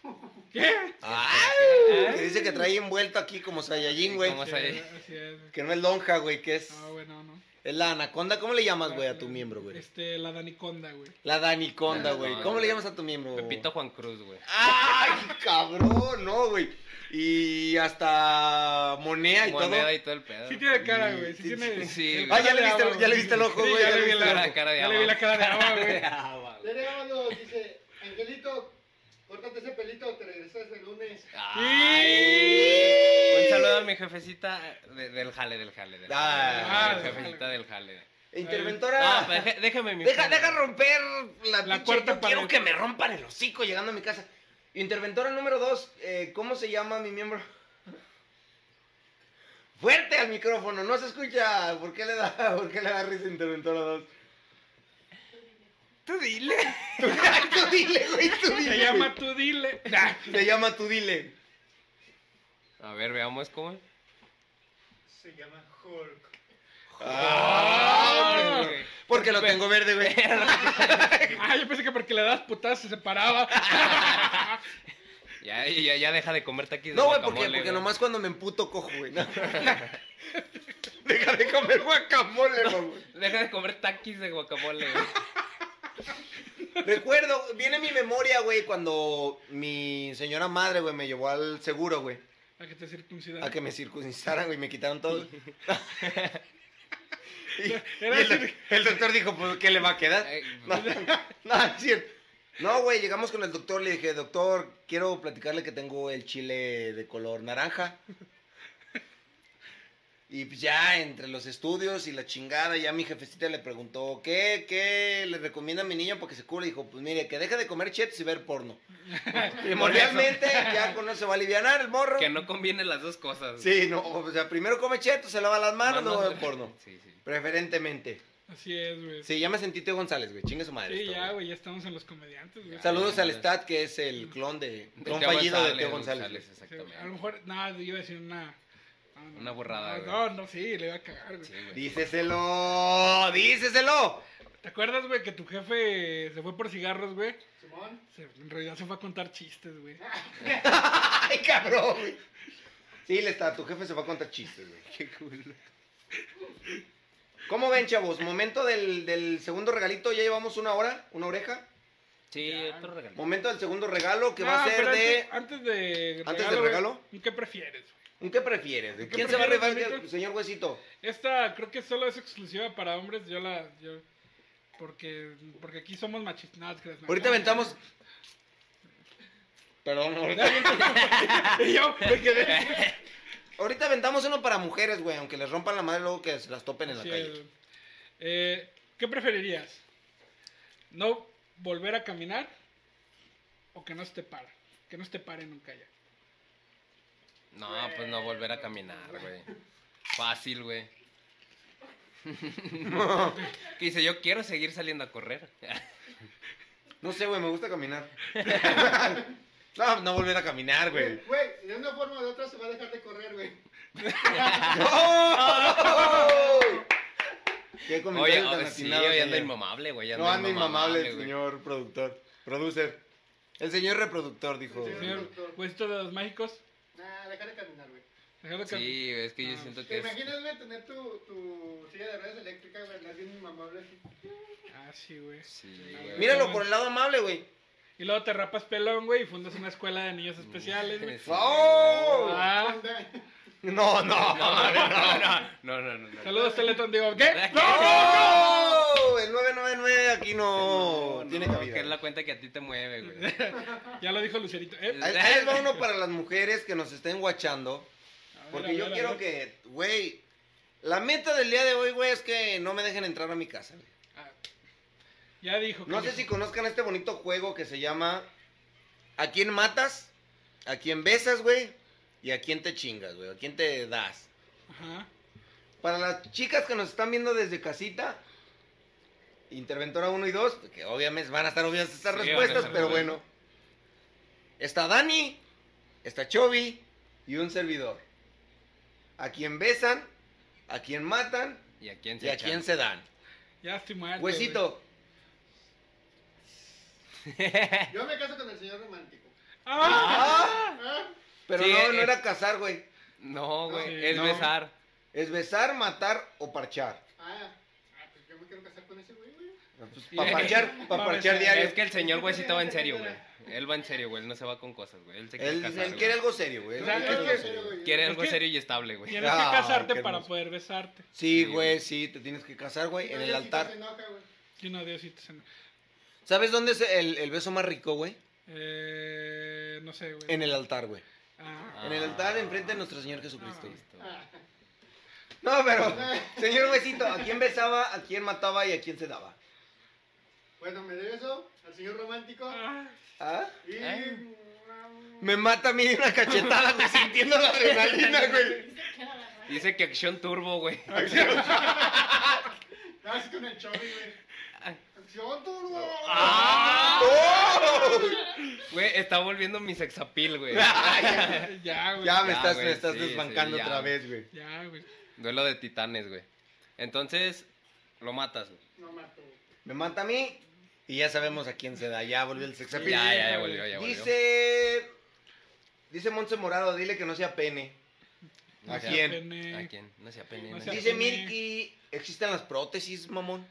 acabamos.
¿Qué?
Ay, que dice que trae envuelto aquí como Saiyajin, güey.
Como
Sí,
Saiyajin.
eh.
Así es. güey.
Que no es lonja, güey, que es,
No, Ah, güey, no, no.
es la anaconda. ¿Cómo le llamas, güey, a tu miembro, güey?
Este, la daniconda, güey.
La daniconda, güey.
No,
¿Cómo le
güey.
llamas a tu miembro?
Pepito Juan Cruz, güey.
¡Ay, cabrón! No, güey. Y hasta moneda y
Moneda
todo.
y todo el pedo.
Sí tiene cara, güey. Sí
Ah, Sí,
tiene.
sí,
el
güey.
Ah,
cara
ya le
de
viste,
agua,
ya le
güey.
viste el ojo,
Sí,
güey.
ya
ya
le vi
viste
la
el
cara,
ojo.
cara de
Ya le vi
agua.
la cara de agua, güey.
<laughs>
Lere Ábalos dice, Angelito, córtate ese pelito, te regresas el lunes.
Ay. Un saludo a mi jefecita de- del jale, del jale. Del jale,
Ah.
Mi jefecita del jale.
Interventora.
No, pues deje- déjeme mi.
Ah, Deja,
jale.
deja romper la,
La
pinche-
cuarta
yo Quiero
pared.
que me rompan el hocico llegando a mi casa. Interventora número dos, eh, ¿cómo se llama mi miembro? Fuerte al micrófono, no se escucha. ¿Por qué le da, <laughs> por qué le da risa interventora dos? <laughs>
Tú dile.
tú dile, güey, tú dile.
Se llama
<laughs>
tú dile.
Ah, Se llama tú dile.
A ver, veamos cómo.
se llama Hulk.
Ah, güey. Porque lo tengo verde,
<laughs>
güey.
Ah, yo pensé que porque le das putas
<laughs>
se separaba.
Ya, ya, ya deja de comer taquis. de
No, güey, porque,
guacamole,
porque
güey.
nomás cuando me emputo cojo, güey.
<laughs>
No. Deja de comer guacamole, mamón.
Deja de comer taquis de guacamole,
<laughs>
güey.
Recuerdo, viene mi memoria, güey, cuando mi señora madre, güey, me llevó al seguro, güey.
A que te circuncidan.
A que me circuncidaran, güey, me quitaron
<laughs>
todo. <laughs> Y- y
Era
el,
decir-
el doctor dijo, pues, ¿qué le va a quedar?
Ay, <laughs>
No, no, es cierto. No, güey, llegamos con el doctor, le dije, doctor, quiero platicarle que tengo el chile de color naranja. Y pues ya entre los estudios y la chingada, ya mi jefecita le preguntó, ¿qué, qué le recomienda a mi niño para que se cure? Y dijo, pues mire, que deje de comer chetos y ver
<laughs>
porno. Primordialmente, ya con eso se va a aliviar el morro.
Que no conviene las dos cosas.
Sí, no, o sea, primero come chetos, se lava las manos, luego ve
güey.
porno.
<laughs> Sí, sí.
Preferentemente.
Así es, güey. Sí,
Sí, ya me sentí Teo González, güey, chingue su madre. esto,
ya, güey, ya estamos en los comediantes, güey.
Saludos
Ay,
al
madre.
Stat, que es el clon de.
De
clon
Teo
fallido de
González,
Teo González.
Sí,
exactamente.
A lo mejor, no, yo iba a decir una. no, no,
Una burrada,
No,
güey.
no, no, sí, le iba a cagar, güey.
Sí, güey.
Díceselo, díceselo.
¿Te acuerdas, güey, que tu jefe se fue por cigarros, güey?
Simón.
Se- en realidad se fue a contar chistes, güey.
Ah, Ay, cabrón. güey. Sí, le está, tu jefe se va a contar chistes, güey. Qué culo. ¿Cómo ven, chavos? Momento del, del segundo regalito, ya llevamos una hora, una oreja.
Sí,
Ya.
otro regalo.
Momento del segundo regalo, que va
Ah,
a ser
pero
de.
Antes, antes de.
¿Antes del
güey,
regalo?
¿y ¿Qué prefieres, güey?
¿Un ¿Qué prefieres? güey?
¿Qué
¿Quién se va a
prefieres,
rifar,
Benito?
señor huesito?
Esta creo que solo es exclusiva para hombres. Yo la. Yo, porque, porque aquí somos machistas.
Ahorita aventamos. Perdón, ahorita.
<laughs> y yo me quedé.
Ahorita aventamos uno para mujeres, güey, aunque les rompan la madre luego que se las topen en la
Así es,
calle.
güey. Eh, ¿Qué preferirías? ¿No volver a caminar? ¿O que no se te para? Que no se te pare nunca ya.
No, pues no volver a caminar, güey.
<laughs>
Fácil, güey. <laughs> que dice, yo quiero seguir saliendo a correr.
No sé, güey, me gusta
<laughs>
caminar. <laughs> no, no volver a caminar, güey.
Güey, de una forma o de otra se va a dejar de correr, güey.
¡Oh! ¡Qué
Oye,
comentario tan
oye, sí,
atinado,
hoy anda
señor.
inmamable, güey.
No anda inmamable el
güey.
señor productor, producer. El señor reproductor, dijo.
El señor-
Señor, puesto de los mágicos.
Nah, dejar de caminar, güey.
dejar de cam-
Sí, güey, es que yo
Ah,
siento
¿Te
que es...
imaginas, güey, tener tu, tu silla de ruedas eléctrica, güey? Andas bien mamable así.
Ah, sí, güey.
Sí, güey.
Míralo por el lado amable, güey.
Y luego te rapas pelón, güey, y fundas una escuela de niños
<laughs>
<laughs>
especiales, güey.
Sí.
¡Oh!
Ah,
Onda.
No, no.
<laughs> No, no, no, no, no, no, no.
saludos, Teletón. Digo, ¿qué?
<laughs> ¡Oh! El 999 aquí no, tiene
No,
cabida.
Que es la cuenta que a ti te
<laughs>
mueve, güey.
Ya lo dijo Lucerito. Eh,
Ahí- ahí les va uno para las mujeres que nos estén guachando.
a ver, a
Porque
ver,
yo
a ver.
quiero que, güey, la meta del día de hoy, güey, es que no me dejen entrar a mi casa. güey.
Ah, Ya dijo.
No sé si conozcan este bonito juego que se llama ¿A quién matas? ¿A quién besas, güey? ¿Y a quién te chingas, güey? ¿A quién te das?
Ajá.
Para las chicas que nos están viendo desde casita, Interventora 1 y 2, que obviamente van a estar obvias estas
Sí, van a
respuestas,
estar
pero
obvias.
bueno. Está Dani, está Chovy y un servidor. A quien besan, a quien matan
¿Y a quién se
y a
echan?
quien se dan.
Ya estoy
Ah,
mal. güey.
Huesito,
Yo me caso con el señor romántico.
Ah,
Ah,
pero
Sí,
no, no
eh.
era casar, güey.
<laughs> No, güey,
Sí,
es
no.
besar.
Es besar, matar o parchar.
ah, ah, pues yo me quiero casar con ese güey, güey.
Pues, eh.
Para parchar, para
Pa'
parchar
besar.
diario.
Es que el señor güeycito va en serio, güey. Él va en serio, güey. Él no se va con cosas, güey. Él se quiere
Él,
casar,
él
güey.
quiere algo serio, güey.
O
Él
sea,
quiere
es
algo
que-
serio.
Quiere
Es
algo
que-
serio y estable, güey.
Tienes que
Ay, qué
casarte este para
hermoso.
poder besarte.
Sí,
Sí,
güey,
güey.
sí, te tienes que casar, güey, en
No,
el
Diosito
altar.
se enoja, güey.
Y no, Diosito. se eno-
¿Sabes dónde es el, el beso más rico, güey?
Eh, no sé, güey.
En el altar, güey.
Ah,
En el altar, enfrente de nuestro Señor Jesucristo. güey.
Listo.
No, pero, señor huesito, ¿a quién besaba, a quién mataba y a quién se daba?
Bueno, me debe eso al señor romántico.
ah,
¿Ah?
Y.
Eh.
Me mata a mí de una cachetada, güey, sintiendo la <laughs> adrenalina, güey.
Dice que era la raya.
Dice que acción turbo, güey.
No, es con el Chovy, güey. Acción, turbo.
Ah. ¡Oh!
Güey, está volviendo
<laughs>
mi sexapil, güey.
<laughs> ya, güey.
Ya me
Ya,
estás,
güey,
me estás
sí,
desbancando
sí, ya,
otra
güey.
vez, güey.
Ya, güey.
Duelo de titanes, güey. Entonces, lo matas, güey.
No mato.
Me mata a mí y ya sabemos a quién se da. Ya volvió el sex appeal.
Ya, ya, ya volvió, ya volvió.
Dice. Dice Montse Morado, dile que no sea pene.
No
¿A
sea
quién?
Pene.
¿A quién? No se apene.
No
no
sea-
sea-
Dice Mirky, ¿existen las prótesis, mamón?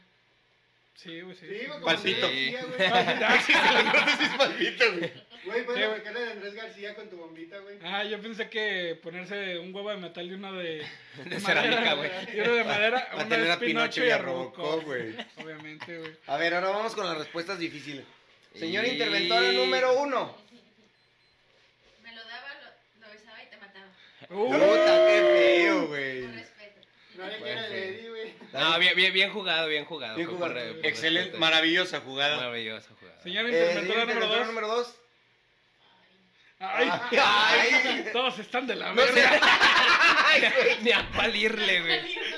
Sí, güey, sí.
Sí, güey, como
Palpito.
Andrés García,
<laughs> Ah, sí, sí.
las <laughs> prótesis palpito, güey.
<laughs>
Güey, Güey,
Sí,
puedes
güey.
aplicar la de Andrés García con tu bombita, güey.
Ah, yo pensé que ponerse un huevo de metal y
<laughs>
uno de,
De cerámica,
madera,
güey.
Y uno de madera,
Va
uno
a tener
es
a Pinocho y a Robocop, güey.
Obviamente,
<laughs>
güey.
A ver, ahora vamos con las respuestas difíciles. Señor
Y-
interventora número uno.
Me lo daba, lo, lo besaba y te mataba.
Puta, qué
Uh,
feo, güey.
Por respeto.
No
<laughs>
había que
Bueno,
era el
sí.
Eddie, güey.
No, bien, bien, bien jugado, bien jugado.
Bien
fue
jugado.
por- por
Excelente,
respeto.
maravillosa jugada.
Maravillosa jugada.
Señora
Eh,
interventora
señor
número
interventora
2.
número dos. <laughs> Ah,
Ay,
Ay.
todos están de la
No sé.
<laughs>
verga.
Ay, güey.
Ni a palirle, güey.
Caliente.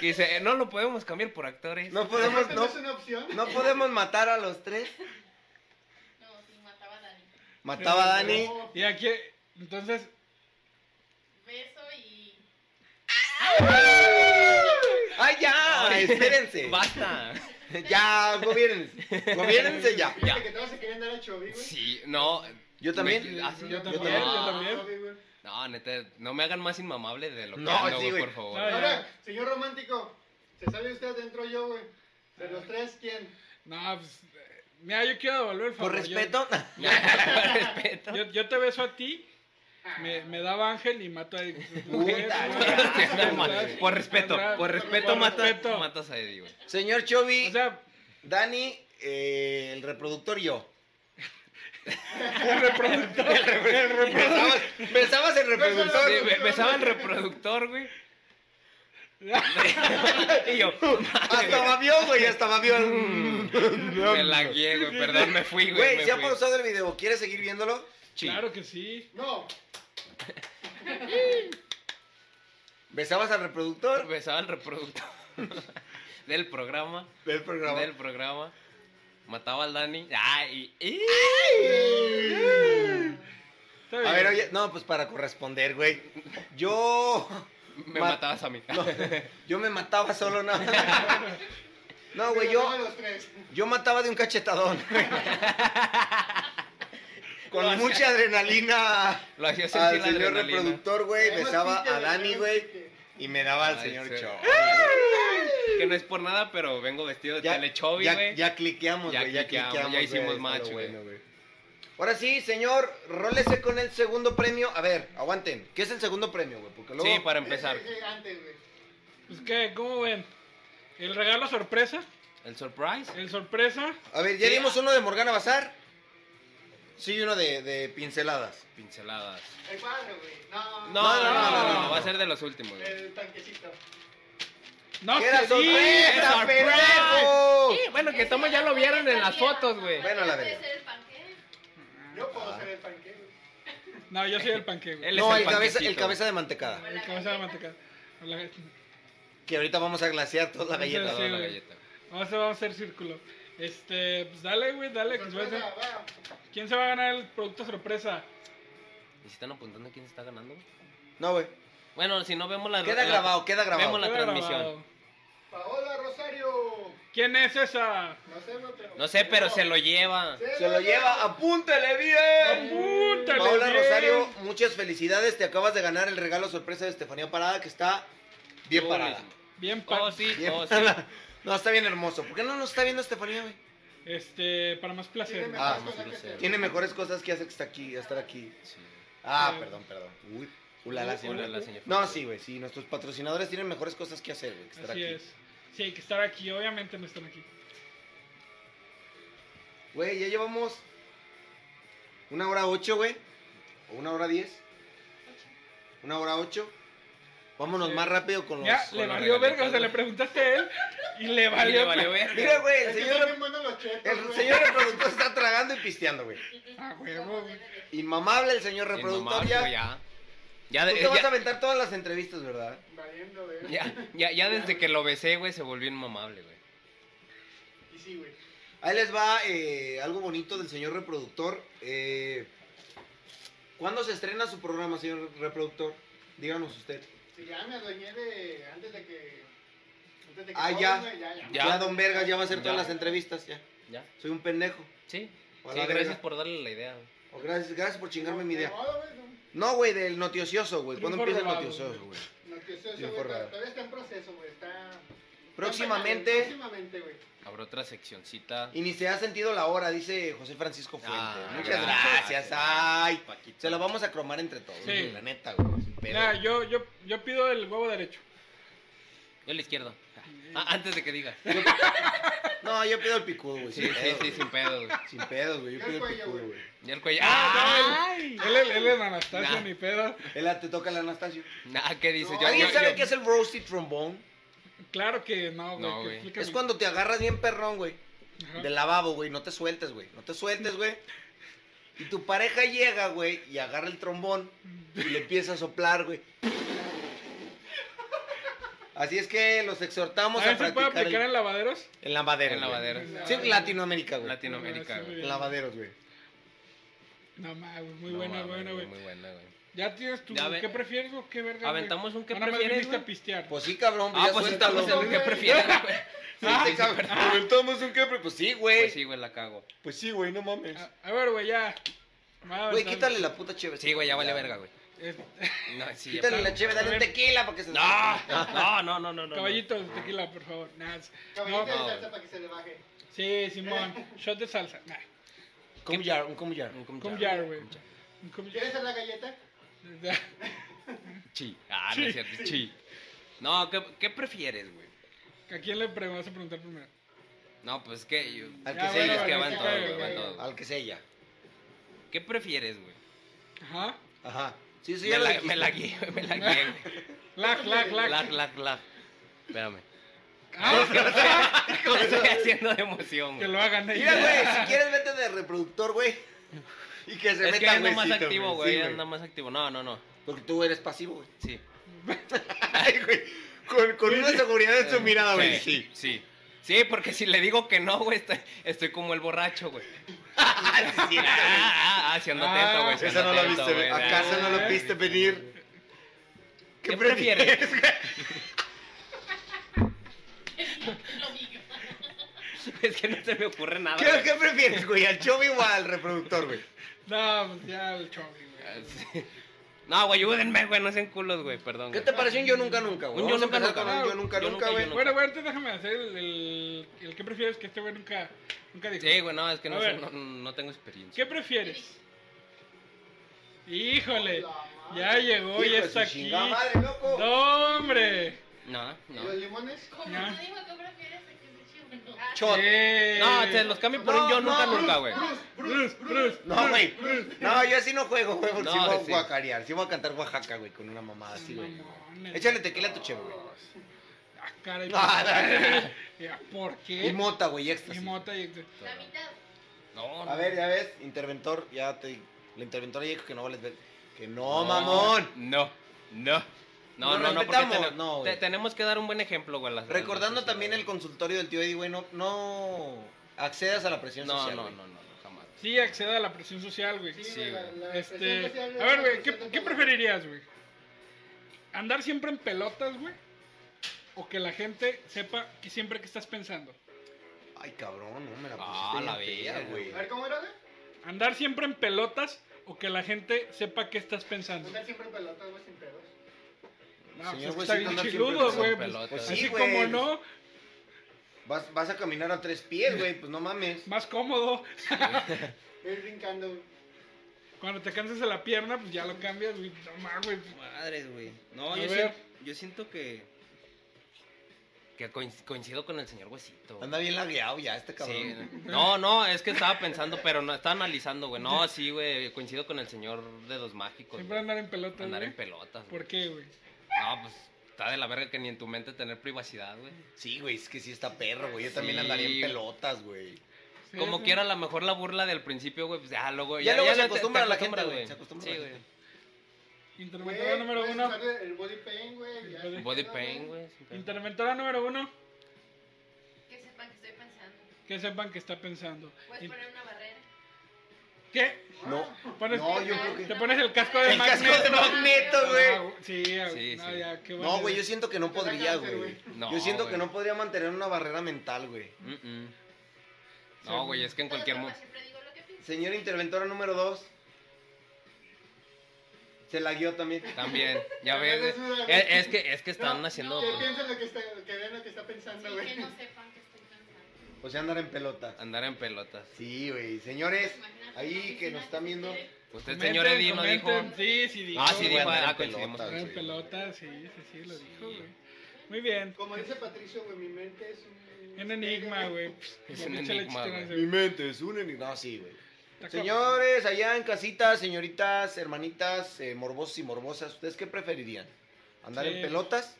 Que dice, eh, no lo podemos cambiar por actores.
No podemos,
¿Esta
no,
es una opción?
no podemos matar a los tres.
No, sí, mataba a Dani.
Mataba a Dani.
Y aquí, entonces,
Beso y.
¡Ay, ya!
Ay.
Ah, Espérense.
Basta.
Ya, <laughs> gobiernense. Gobiernense ya.
Fíjate que todos se querían dar a Chovy, güey.
Sí, no.
Yo también.
Me- ah, sí,
Yo
no,
también,
no,
yo también.
Ah, Chovy, güey.
No, neta, no me hagan más inmamable de lo que
No,
ando,
sí,
güey,
güey.
por favor.
No,
Ahora, señor romántico, ¿se sabe usted dentro yo, güey? De
Ah.
los tres, ¿quién?
no, pues, eh, mira, yo quiero devolver el favor.
Por respeto.
<laughs> Ya, con respeto. <laughs>
<laughs> Yo, yo, yo te beso a ti, me, me daba ángel
<laughs>
y mato a Eddie.
Puta,
<laughs> Güey,
no,
güey.
No, ma- por respeto,
Atrás.
por respeto,
Por
matas,
respeto.
matas a Eddie, güey.
Señor Chovy,
O sea,
Dani, eh, el reproductor y yo.
<laughs> el reproductor.
Pensabas, pensabas el reproductor.
Sí, be- besaba el reproductor, güey. <laughs> y yo, mm,
Hasta babió, güey, hasta babió.
Mm.
me lagué, güey. Perdón, me fui, güey.
Güey,
me
se ha
fui.
pausado el video. ¿Quieres seguir viéndolo? Sí.
Claro que sí.
No,
Besabas al reproductor
Besaba el reproductor <laughs> del programa.
del programa.
Del programa. Mataba al Dani. Ay, y- y-
Está
A
bien.
ver, oye, no, pues para corresponder, güey. Yo.
me
Ma-
matabas a mí. <laughs>
no, yo me mataba solo,
<laughs>
no. No, güey,
se lo daba a
yo,
los tres.
yo mataba de un cachetadón.
<laughs> Lo
Con
hacía-
mucha adrenalina.
Lo hacía
Al
sentir la
señor
adrenalina.
reproductor, güey.
Tenemos
Besaba
pique,
a Dani,
tenemos
güey.
pique.
Y me daba al
Ay,
señor
sí.
Cho.
Que no es por nada, pero vengo vestido de telechovy,
ya-
güey.
ya cliqueamos,
Ya
güey. Ya
cliqueamos,
cliqueamos,
ya
güey,
hicimos
está
match,
lo
güey.
bueno, Ahora sí, señor, rólese con el segundo premio. A ver, aguanten. ¿Qué es el segundo premio, güey? Porque luego.
Sí, para empezar.
Sí, sí, antes, güey.
Pues qué, ¿cómo ven? El regalo sorpresa,
El surprise.
el sorpresa,
A ver, ya
Sí,
dimos uno de Morgana Bazar. Sí, uno de, de pinceladas.
Pinceladas.
El cuadro, güey. No,
No, no, no, no,
no,
no,
no.
va a ser de los últimos. güey.
El tanquecito.
no
¡Era
sé, sí,
sorpresa,
sorpresa!
pendejo!
Sí, bueno, que tomo ya lo vieron en las fotos, güey.
Bueno, la
Puede
verga.
ser el panqué.
Ah,
Yo puedo ser el panque, güey.
No, yo soy el panque, güey.
Él
No,
es
el cabeza, el
panquecito.
cabeza de mantecada.
El cabeza de manteca. La-
Que ahorita vamos a glaciar toda la
Sí,
galleta.
Toda la
güey.
galleta.
Vamos a, vamos a hacer círculo. Este, pues dale, güey, dale. que se va a hacer-
Sorpresa, va.
¿Quién se va a ganar el producto sorpresa?
¿Y si están apuntando quién se está ganando? güey?
No, güey.
Bueno, si no vemos la...
Queda
la-
grabado, queda grabado.
Vemos la
Queda
transmisión.
grabado.
Paola Rosario.
¿Quién es esa?
No sé, güey, pero.
No sé, pero se lo lleva.
Se lo lleva, apúntale bien.
Apúntale
Paola
bien.
Rosario, muchas felicidades. Te acabas de ganar el regalo sorpresa de Estefanía Parada, que está bien
Uy,
parada.
Bien, pa-
Oh, sí,
Bien
oh, sí.
parada. No, está bien hermoso. ¿Por qué no nos está viendo Estefanía, güey?
Este, para más placer.
Tiene
Ah,
Ah,
mejores
no sé,
cosas
no sé.
que hacer.
Tiene mejores cosas que hacer que está aquí, estar aquí.
Sí.
Ah,
Sí.
perdón, perdón. Uy, ulala, señor.
Hola, la señora.
No, sí, güey, sí. Nuestros patrocinadores tienen mejores cosas que hacer, güey, que estar
Así
aquí.
es. Sí, hay que estar aquí. Obviamente no están aquí.
Güey, ya llevamos una hora ocho, güey. O una hora diez. Una hora ocho. Vámonos
Sí.
más rápido con los.
Ya,
con
le
los
valió verga. O sea,
regalitos.
le preguntaste a él y le
Y
valió.
le valió verga.
Mira, güey, el
Es que están bien
señor,
buenos los chetos,
el
güey.
señor reproductor está tragando y pisteando, güey.
Ah, huevo, güey.
Inmamable el señor reproductor
Inmamable,
ya.
güey, ya. Ya, de-
Tú te
ya-
vas a aventar todas las entrevistas, ¿verdad?
Valiendo, güey.
ya- ya- ya desde que lo besé, güey, se volvió inmamable, güey.
Y sí, güey.
Ahí les va eh, algo bonito del señor reproductor. Eh, ¿Cuándo se estrena su programa, señor reproductor? Díganos usted.
Sí, ya me adueñé de. Antes de que. Antes de que
Ah,
todo,
ya.
güey, ya, ya.
Ya, Don Vergas ya va a hacer
Ya.
todas las entrevistas, ya.
¿Ya?
Soy un pendejo.
Sí.
O a
sí,
la
gracias
verga.
por darle la idea, güey.
O gracias, gracias por chingarme mi
De
idea.
modo, güey, no-
No, güey, del noticioso, güey. ¿Cuándo
Triunfo
empieza el
robado.
noticioso, güey?
No, que eso, eso,
Bien
güey,
forrado.
todavía está en proceso, güey. Está. está en-
Próximamente,
Próximamente, güey.
Habrá otra seccioncita.
y ni se ha sentido la hora, dice José Francisco Fuente.
Ah,
Muchas
gracias.
gracias. ay.
Paquito.
Se la vamos a cromar entre todos,
Sí.
güey, la neta, güey. sin pedo.
Nah, yo, yo, yo pido el huevo derecho.
Yo el izquierdo. Ah, antes de que digas.
No, yo pido el picudo, güey.
Sí, sí, sí, sin
sin pedos,
pedo, güey.
güey. Sin pedos, güey. Yo
Yo
pido
el
el
cuello,
picudo,
güey.
güey.
Y el cuello. ¡Ah!
Ah, no, él, él, él es Anastasio,
Nah.
ni pedo.
Él te toca el Anastasio.
Nah, ¿qué dices?
No,
Yo-
¿Alguien
yo-
sabe
yo-
qué es el roasted trombone?
Claro que no, güey.
No,
que
güey.
explícame.
Es cuando te agarras bien perrón, güey.
Ajá.
Del lavabo, güey. No te sueltes, güey. No te sueltes, güey. Y tu pareja llega, güey, y agarra el trombón y le empieza a soplar, güey. Así es que los exhortamos a,
¿A ver se puede
practicar
aplicar
el,
en lavaderos?
el lavadero.
En
güey.
lavaderos.
Sí, en Latinoamérica, güey.
Ah,
Latinoamérica, güey.
Lavaderos, güey.
No mames, muy
No,
buena,
mames,
buena, güey.
Muy buena, güey.
Ya tienes tu.
Ya ve-
¿Qué prefieres o qué verga? güey?
Aventamos un ¿qué
Ah, nada más
prefieres,
viniste
güey?
a pistear.
Pues sí, cabrón.
Ah,
ya
pues
suéltalo,
estamos en el
güey.
que prefieres, güey.
Sí, sí, cabrón. Aventamos un quebre. Pues sí,
Pues
güey.
sí, güey, la cago.
Pues sí, güey, no mames.
Ah, A, a ver, güey, ya. Va Este, a
Güey,
aventar-
quítale la puta chévere.
Sí, güey, ya vale verga, güey.
Es- <laughs>
No, sí, ya
Quítale
vale.
la chévere, dale un tequila porque se...
No, no, no, no, no, no.
Caballito de tequila, por favor. Nah, es- no.
Caballito de salsa para que se le baje.
Sí, Simón. Shot de salsa. Nah.
Como jar, un como jar.
Un
Cum
jar,
jar, güey.
cum jar.
Un cum jar.
¿Quieres hacer la galleta?
Chi. Ah, no es cierto, chi. No, ¿qué, qué prefieres, güey?
¿A quién le pre- vas a preguntar primero?
No, pues es que yo...
Al
Ya,
que
bueno,
es
sea
que
bueno,
van
ya,
todos,
ya,
güey, van
ya.
todos.
Al que sea.
¿Qué prefieres, güey?
Ajá.
Ajá. Sí, sí,
Me
ya
la,
dijiste.
me la guié, güey, me la guié, güey.
Lag, lag, lag.
Lag, lag, lag.
<laughs>
Espérame.
Ah,
Lo estoy haciendo de emoción,
que
güey.
lo hagan ellos.
Mira, güey, si quieres vete de reproductor, güey. Y que se
Es que
meta
anda más
huesito,
activo,
Sí,
güey. Anda más activo. No, no, no.
Porque tú eres pasivo,
<laughs>
güey.
Sí.
Ay, güey. Con, con una seguridad en <laughs> su mirada, güey.
Sí, sí. Sí, porque si le digo que no, güey, estoy, estoy como el borracho, güey.
<laughs> Ah, sí,
Ah, ah, ah, si ando
Ah,
atento, güey. si
Esa
ando
no la
atento,
viste,
güey. Ah,
ve- ¿acaso no la
güey.
viste venir?
¿Qué, prefieres?
<laughs> Lo digo.
<laughs> es que no se me ocurre nada.
¿Qué,
güey.
qué prefieres, güey? ¿Al chovi o al reproductor, güey?
<laughs> No, pues ya el choque,
Ah,
güey.
sí. No, güey, ayúdenme, güey, no sean culos, güey, perdón.
¿Qué
güey.
te pareció un yo nunca nunca, güey?
Un yo
Vamos a
nunca
empezar
nunca.
con un yo nunca
Yo
nunca,
nunca,
güey.
yo nunca.
Bueno, güey, antes déjame hacer el, el, el que prefieres que este güey nunca, nunca dijo.
Sí, güey, no, es que no,
A
sé,
ver.
no, no tengo experiencia.
¿Qué prefieres? Híjole,
La madre.
Eh, ya llegó,
Hijo
ya
de su
está aquí.
chingada madre, loco.
No, hombre.
No,
¿Y
no.
los limones?
Como
Ya.
te digo, ¿qué prefieres? ¿A quién se chivo? No.
Shot.
Eh.
No, te los cambio por un
No,
yo
no,
nunca,
Bruce,
nunca, güey.
Bruce, Bruce.
No, güey. No, yo así no juego, güey, porque
No,
si voy a
sí.
guacarear. Si voy a cantar Oaxaca, güey, con una mamada así, güey.
Mamones.
Échale tequila a tu cheve, güey.
Ah, caray.
No, no, no.
<laughs> Ya, ¿Por qué?
Y mota, güey, extra.
Y mota y... este.
Ah, La mitad.
No, no.
A ver, ya ves, interventor, ya te. La interventora ya dijo que no vales ver. Que no, mamón.
No, no. No,
No
no, no, porque
respetamos,
tene-
no,
te-
güey.
tenemos que dar un buen ejemplo, güey. a las- a
Recordando
las-
también el consultorio del tío Eddie, güey, no, no accedas a la presión
No,
social.
no,
güey.
no, no, no, jamás.
Sí, acceda a la presión social, güey.
Sí,
Sí,
güey, la-
güey.
la presión
Este,
social es
a ver,
la
güey, ¿qué,
presión
qué
social.
preferirías, güey? ¿Andar siempre en pelotas, güey? ¿O que la gente sepa que siempre que estás pensando?
Ay, cabrón, no me la pusiste.
Ah,
bien
la
fea,
verga,
A ver, ¿cómo era, güey?
¿Andar siempre en pelotas o que la gente sepa que estás pensando?
Andar siempre en pelotas, güey, sin pedos.
No,
Señor,
pues
güey,
está
sí,
bien
andar siempre
chiludo,
en
güey.
pelotas.
pues,
Pues sí,
así
güey.
como no,
Vas, vas a caminar a tres pies, güey, pues no mames.
más cómodo.
Ir brincando, güey.
Cuando te cansas de la pierna, pues ya lo cambias, güey. No mames, güey.
Madres, güey. No,
A
yo,
ver.
sien- yo siento que. Que coinc- coincido con el señor Huesito. güey.
Anda bien lagueado ya este cabrón.
Sí, no, no, es que estaba pensando, pero no, estaba analizando, güey.
<laughs>
No, sí, güey, coincido con el señor de los mágicos.
Siempre
güey.
andar en pelotas,
Andar en
güey.
pelotas. güey.
¿Por qué, güey?
No, pues está de la verga que ni en tu mente tener privacidad, güey.
Sí, güey, es que sí está perro, güey. Yo también
Sí.
andaría en pelotas, güey.
Sí,
Como
güey.
quiera, a lo mejor la burla del principio, güey, pues ya luego.
Ya luego se
te- te
acostumbra la
acostumbras,
gente, güey, se acostumbra
Sí,
la
güey.
gente.
Interventora
Güey,
número
puedes
uno.
usar El body pain, güey. ya.
Body-
Body pain, güey. sin pedo.
Interventora número uno,
Que sepan que estoy pensando.
Pues,
que sepan que está pensando.
Puedes
In-
poner una barrera.
¿Qué?
Ah.
No,
Pones-
no, yo creo
Te
que.
pones el casco de
El
Magneto.
casco de Magneto, güey.
Ah, Sí, ah,
Sí,
no,
sí.
ya, qué
No,
bueno.
güey, yo siento que no
Te da
podría,
cáncer,
güey.
güey.
No,
Yo siento que
güey.
no podría mantener una barrera mental, güey.
Mm, mm. No, güey, es que en cualquier
Pero
momento.
siempre digo lo que pienso.
Señora interventora número 2. Se la guió también.
También, ya ves.
También es
güey.
una-
Es, es que, es que están
No,
haciendo.
Que
no.
pues,
piensen lo que, está, que vean lo que está pensando,
Sí, que
güey.
no sepan que estoy cansada.
O sea, andar en pelota.
andar en pelotas.
Sí, güey. Señores,
Imagínate la
ahí que
oficina
nos están
se
viendo.
quiere.
Usted,
Comenten,
Este señor Eddie, no dijo.
comenten. Sí, sí dijo.
Ah, sí
güey,
dijo.
andar
Ah,
en
coincidimos.
pelotas,
Traen
güey.
pelota, sí, sí, sí, lo
Sí.
dijo, güey. Muy bien.
Como dice Patricio, güey, mi mente es un...
Un enigma, güey. Pff,
Es
ya
un
me eché la
enigma,
chistera
güey.
ese,
Mi
güey.
mente es un enigma. No, sí, güey.
Está
Señores, allá en casitas, señoritas, hermanitas, eh, morbosos y morbosas, ¿ustedes qué preferirían? ¿Andar
Sí.
en pelotas?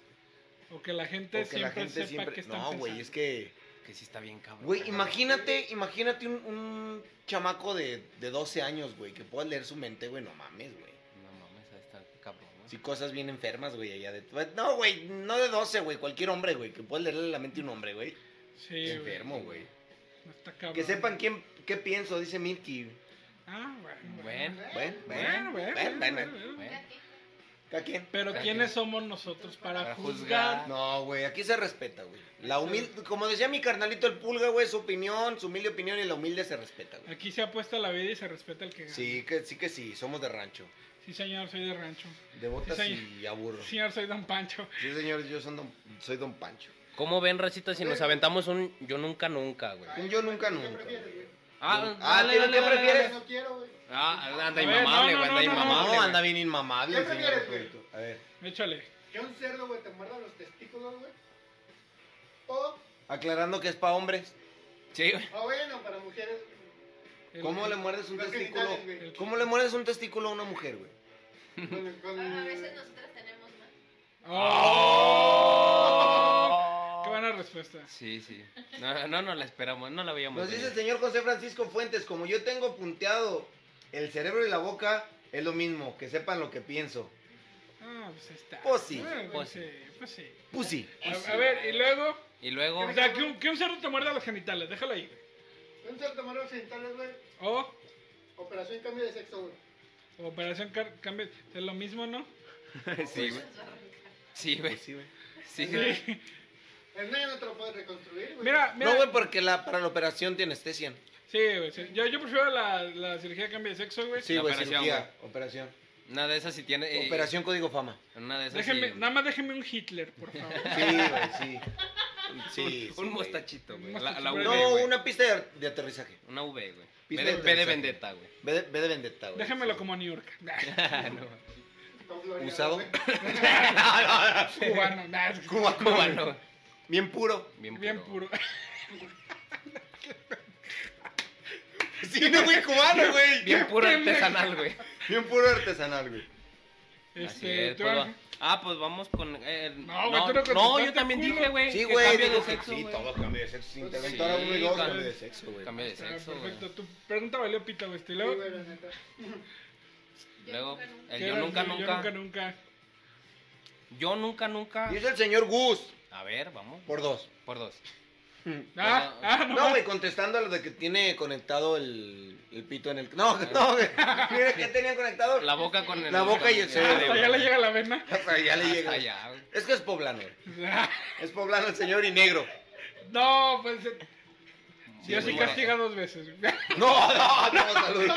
O que la gente
O que la
siempre
gente
sepa que
siempre.
están
No, güey,
pensando.
es que.
Que sí está bien, cabrón.
Güey, imagínate, imagínate un, un chamaco de, de 12 años, güey, que pueda leer su mente, güey, no mames, güey.
No mames, ahí está cabrón. güey.
Sí, cosas bien enfermas, güey, allá de... pues, No, güey, no de 12, güey, cualquier hombre, güey, que pueda leerle la mente a un hombre, güey.
Sí,
enfermo, güey.
No está cabrón.
Que sepan quién, qué pienso, dice Milky.
Ah, bueno.
Bueno,
Bueno,
Bueno,
bueno,
Eh, bueno,
bueno,
bueno,
bueno.
bueno.
bueno.
¿A quién?
Pero
Para
¿quiénes
que-
somos nosotros para,
Para
juzgar?
juzgar.
No, güey, aquí se respeta, güey. La humilde, como decía mi carnalito el pulga, güey, su opinión, su humilde opinión y la humilde se respeta, güey.
Aquí se apuesta la vida y se respeta el que gana.
Sí, que sí que sí, somos de rancho.
Sí, señor, soy de rancho.
De botas
Sí,
y aburro.
Sí, Señor, soy Don Pancho.
Sí, señores, yo son don- soy don Pancho.
¿Cómo ven, racita, si nos aventamos un yo nunca, nunca,
Ah,
güey?
Un yo nunca,
¿Qué
nunca.
prefieres, güey?
Ah,
Ah,
dale,
¿qué-
dale,
qué
dale,
prefieres?
dale.
No quiero, güey.
Ah, anda
A ver,
inmamable, güey,
no, no,
anda
no, no,
inmamable.
No,
güey.
anda bien inmamable,
¿Qué
señor
prefieres, güey?
Roberto. A ver,
Échale.
Que un cerdo, güey, te muerda los testículos, güey. O,
aclarando que es para hombres.
Sí, güey.
o Ah, bueno, para mujeres,
El-
¿Cómo le muerdes un
Los
testículo?
genitales, güey.
¿Cómo le muerdes un testículo a una mujer, güey?
con, con-
A a veces nosotras tenemos más.
¡Oh! ¡Qué buena respuesta!
Sí, sí. No, no, no la esperamos, no la veíamos.
Nos dice
venir.
el señor José Francisco Fuentes, como yo tengo punteado el cerebro y la boca, es lo mismo, que sepan lo que pienso.
Ah, pues ahí está.
Pues sí, Pues
Ah,
pues
sí, pues sí.
Pussy.
A, a ver, y luego.
Y
Oh,
luego,
O
<laughs>
sea, que un, que un cerdo te muerda los genitales, déjalo ahí. güey.
Un cerdo te muerda los genitales, güey.
O
Operación cambio de sexo, güey.
operación car- cambio. Es lo mismo, ¿no?
sí, güey. Sí, güey.
Pussy, Pues güey.
Sí, güey.
El medio no te lo puedes reconstruir, güey.
Mira, mira.
No, güey, pues, porque la, para la operación te anestesian.
Sí, güey. sí. Yo, yo prefiero la, la cirugía de cambio de sexo, güey.
Pues Sí,
La
güey,
operación,
cirugía, operación.
Una de esas sí tiene. eh,
Operación Código <laughs> Fama.
Una de esas sí.
Déjeme, nada más déjeme un Hitler, por
<laughs>
favor.
Sí, güey, sí.
Un,
Sí, sí,
un
güey.
mostachito, güey.
Un
La, la
mostachito.
V,
No,
güey.
una pista de, ar- de aterrizaje.
Una V, güey.
Pista
V
de
de, V de
aterrizaje.
vendetta, güey.
Ve de, ve de vendetta, güey.
Déjemelo
Sí.
como
<laughs>
New York.
Con Florida, <laughs>
Usado.
güey.
<laughs>
Cubano, nah, es-
Cuba,
Cubano.
cubano. Bien puro.
Bien puro.
Bien puro.
Sí, no, güey, cubano, güey.
Bien puro
Pendejo.
artesanal, güey.
Bien puro artesanal, güey.
Así
Este,
es,
tú-
pues, va. Ah, pues vamos con. eh, el-
No, güey, tú no
no,
contestaste,
yo también
culo.
dije, güey.
Sí,
que
güey.
Cambio de
digo que
sexo.
Sí,
güey. Pues
todos cambio de sexo. Interventora
Interventora
uno
uno
y
y
dos
dos,
cambio
cambio-
de sexo, güey.
Cambio de
Ah,
sexo,
perfecto.
güey.
Tu pregunta valió pita, güey. Este,
Sí,
luego-
güey, la neta.
Luego,
nunca, nunca.
el
¿qué
yo
era?
nunca,
Yo
nunca.
nunca, nunca.
Yo nunca, nunca.
Dice el señor Gus.
A ver, vamos.
Por dos.
Por dos.
Ah, ah, no.
No, güey, contestando a lo de que tiene conectado el, el pito en el. No, no, güey. Mira, ¿qué tenía conectado?
La boca con el.
La boca y el cerebro.
Hasta ya le llega la vena.
Hasta ya le llega.
Hasta allá, güey.
Es que es poblano. güey. Es poblano el señor y negro.
Ah, No, pues. eh,
Sí,
yo
muy
sí
buena.
castiga dos veces.
<laughs> No, no, no, saludos.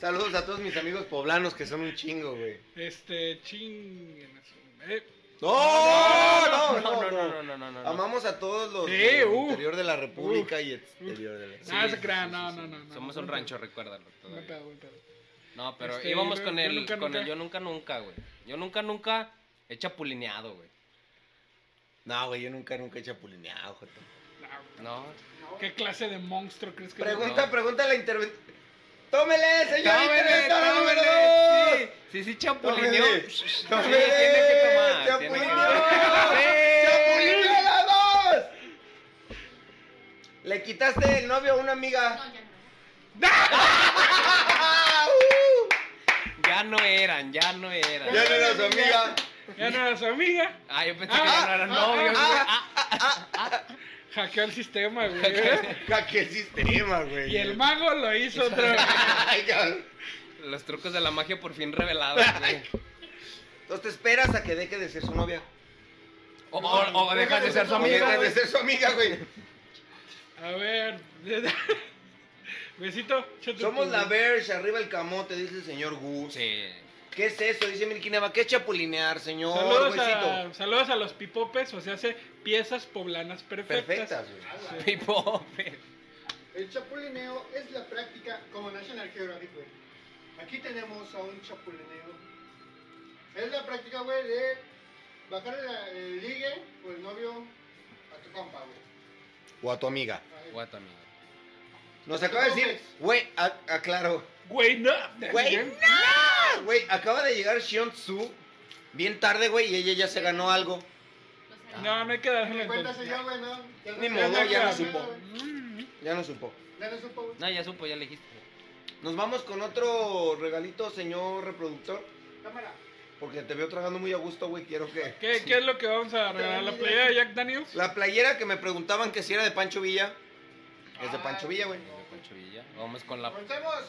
Saludos a todos mis amigos poblanos que son un chingo, güey.
<laughs> Este, ching. Eh,
No,
No, no, no, no, no, no. no.
Amamos a todos los
Sí,
del
uh,
interior de la República y exterior de la
Sí, Ah, se crea, no, no, no, no,
Somos
no,
un
no,
rancho, recuérdalo.
me
todavía.
pedo, me pedo.
No, pero
Este,
íbamos
yo-
con,
yo
el,
nunca,
con el
nunca.
yo nunca nunca, güey. Yo nunca nunca he chapulineado, güey.
No, güey, yo nunca, nunca he chapulineado, Joto.
No,
No.
¿Qué clase de monstruo crees que
Pregunta,
No.
pregunta a la intervención. ¡Tómele, señor
Tómele,
interventora número
tómele,
dos!
Sí, sí,
¡Tómele!
chapulineó. Sí,
¡Tómele!
tiene que tomar, tiene que
¡Chapulineó!
tomar.
¡Chapulineó a las dos! Le quitaste el novio a una amiga.
No, ya no.
¡Ah! ¡Uh!
Ya no eran, ya no eran.
Ya no era su amiga.
Ya no eras amiga.
Ah, yo pensé que ya no eran
ah,
novios,
ah,
güey.
Hackeó el sistema, güey.
Caque el sistema, güey.
Y el mago lo hizo otra vez.
Ay, cabrón.
Los trucos de la magia por fin revelados, güey.
Entonces te esperas a que deje de ser su novia.
O, o, o dejas de ser su
O
amiga,
deja de
güey.
ser su amiga, güey.
A ver. <laughs> Besito. échate
Somos
tu-
la Verge, arriba el camote, dice el señor Gu.
Sí. <laughs>
¿Qué es eso? Dice Milquinaba. ¿Qué es chapulinear, señor?
Saludos
güeycito?
a, saludos a los pipopes, o sea, hace piezas poblanas perfectas.
Perfectas, güey.
Ala.
Pipo.
Ah, El chapulineo es la práctica como National Geographic, güey. Aquí tenemos a un chapulineo. Es la práctica, güey, de bajar la- el ligue o el novio a tu compa, güey.
O a tu amiga.
Guata, amigo.
Este,
Nos acaba de decir, güey, a-
<laughs>
aclaro.
Güey, no.
Güey, no. Güey, acaba de llegar Shion Tzu bien tarde, güey, y ella ya se ganó algo.
Los años.
No, no hay que darle
Me cuentas yo, güey, no. Ya
Ni
sé,
modo,
güey,
ya no
sé,
supo.
güey.
Mm,
Ya no supo.
Ya no supo, güey.
No, ya supo, ya le dijiste.
Nos vamos con otro regalito, señor reproductor.
Cámara.
Porque te veo tragando muy a gusto, güey. Quiero que.
¿Qué, ¿Qué es lo que vamos a regalar? ¿La playa de Jack Daniels?
La playera que me preguntaban que si era de Pancho Villa. Es de
Ah,
Pancho Villa, güey.
Amigo Pancho Villa. Vamos con la.
Comencemos.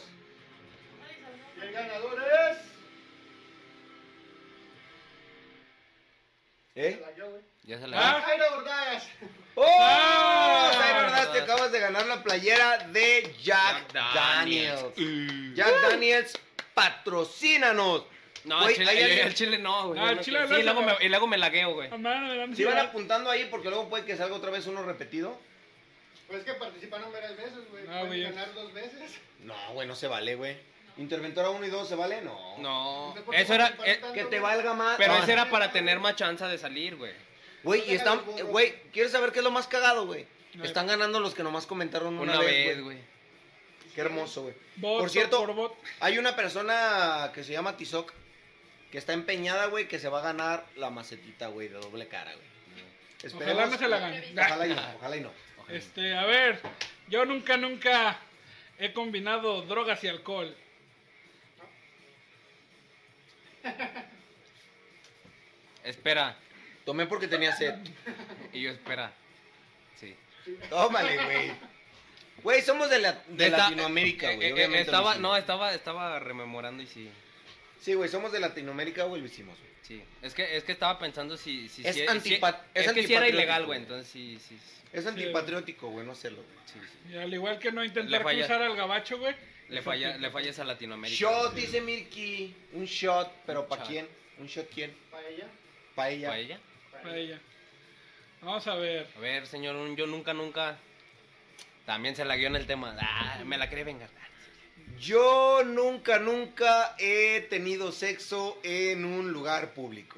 Y el ganador es.
¿Eh?
La yo, güey.
Ya se la.
Ah.
Jairo Ordaz.
¡Oh!
Ah.
Jairo Ordaz, te acabas de ganar la playera de Ah, Jack,
Jack Daniels. Mm.
Daniels. Mm. Jack Daniels, patrocínanos.
No,
Güey,
el chile,
hay
el-
alguien-
el chile no, güey.
Ah, el
No,
chile
sí,
no,
y luego,
no.
me, y luego me lagueo, güey.
Ah, madre, dame
Si van
cigarro.
apuntando ahí porque luego puede que salga otra vez uno repetido.
Pues que participaron varias veces, güey.
No,
Pueden
güey, ya-
ganar dos veces.
No, güey, no se vale, güey. Interventora 1 y 2, ¿se vale? No.
No.
Entonces, ¿por qué
Eso era.
participaron
eh,
tanto,
Que te
güey?
valga más.
pero
No,
eso
no.
era para tener más chance de salir, güey.
Güey, y están.
Déjalo,
eh,
borro.
Güey, ¿quieres saber qué es lo más cagado, güey?
No.
Están ganando los que nomás comentaron una,
Una vez,
güey.
güey.
Qué hermoso, güey.
Voto
Por cierto,
por voto.
Hay una persona que se llama Tizoc que está empeñada, güey, que se va a ganar la macetita, güey, de doble cara, güey. Esperemos- Ah,
Ojalá no se la gane.
Ojalá y
<laughs>
no, ojalá y no.
Este, a ver, yo nunca, nunca he combinado drogas y alcohol.
Espera.
Tomé porque tenía sed.
Y yo, espera. Sí.
Tómale, güey. Güey, somos de, la, de
Esta-
Latinoamérica, güey.
eh, eh,
obviamente lo
estaba,
hicimos.
no, estaba, estaba rememorando y sí.
Sí, güey, somos de Latinoamérica, güey, lo hicimos, güey.
Sí. Es que, es que estaba pensando si. si
Es
si-
antipa-
si-
es
es que si
antipatriótico,
era ilegal,
güey.
güey. Entonces sí, sí. sí,
Es antipatriótico, güey, no hacerlo, güey.
sí, sí.
Y al igual que no intentar
Le falla.
cruzar al gabacho, güey.
Le, falla, le fallas a Latinoamérica.
Shot,
güey.
dice Milky. Un shot, pero
Un
¿pa'
shot.
quién? ¿Un shot quién?
Para ella.
Pa' ella.
¿Para ella?
Para ella. Vamos a ver.
A ver, señor, un yo nunca, nunca. También se la guió en el tema. Ah, me la quería vengar.
Yo nunca, nunca he tenido sexo en un lugar público.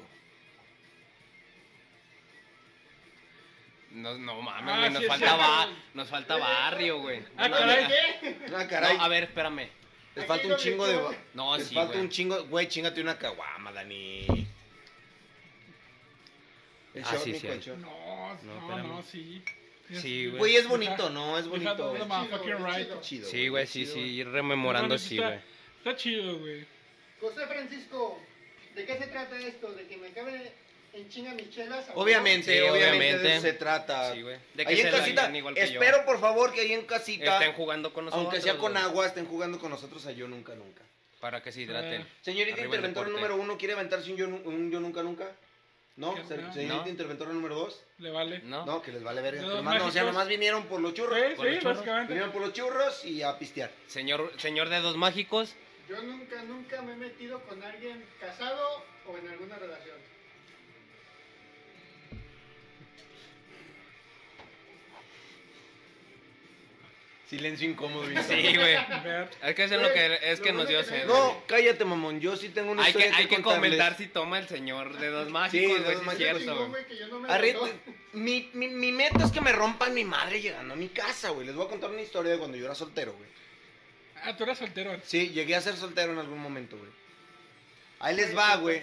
No, no mames,
Ah,
güey, nos,
sí es
falta
cierto,
ba-
güey.
nos falta barrio, güey.
Ah,
No,
caray.
Ah, caray.
No, a ver, espérame.
les falta un chingo de...
Aquí
No,
les
sí,
falta
güey.
un chingo... Güey, chingate una caguama, Dani. El
Ah,
shot,
sí,
Nico,
sí.
el shot.
No, no,
espérame.
no, sí.
Sí, güey.
Güey, es bonito, ¿no? Es bonito, güey.
Chido,
Fucking
güey,
right.
chido.
Chido,
Sí, güey, sí,
chido,
sí, ir rememorando,
No,
sí,
necesita-
güey.
Está chido, güey.
José Francisco, ¿de qué se trata esto? ¿De que me acabe en chinga mis chelas?
Obviamente,
Sí,
obviamente, de
obviamente.
eso se trata.
Sí, güey. De que
ahí en
se la
casita,
hagan igual que yo.
espero por favor que ahí en casita,
Estén jugando con nosotros.
aunque sea con
güey,
agua, estén jugando con nosotros a Yo Nunca Nunca.
Para que se hidraten.
Señorita
Arriba el
interventora
deporte.
número uno, ¿quiere aventarse un Yo, Nu- un yo Nunca Nunca? ¿No?
¿Qué?
Se-
No.
Señorita
No.
interventora número dos,
Le vale.
¿No?
no, que les vale verga.
Los
Nomás, no, o sea,
mágicos.
nomás vinieron por los churros.
Sí,
Con los
sí,
churros.
básicamente.
Vinieron por los churros y a pistear.
Señor, señor Dedos Mágicos,
Yo nunca, nunca me he metido con alguien casado o en alguna relación.
Silencio <laughs> incómodo.
sí, güey.
Ver.
Es que eso es lo que, es que nos dio sed. güey.
No, cállate, mamón. Yo sí tengo una
hay que,
historia
hay que
contarles.
comentar si toma el señor Dedos Mágicos,
Dedos
güey, si es
Mágicos.
Chingón,
cierto, güey.
güey, que yo no me
Arre- <laughs>
meto.
mi, mi, mi meta es que me rompan mi madre llegando a mi casa, güey. Les voy a contar una historia de cuando yo era soltero, güey.
Ah, tú eras soltero.
Sí, llegué a ser soltero en algún momento, güey. Ahí les va, güey.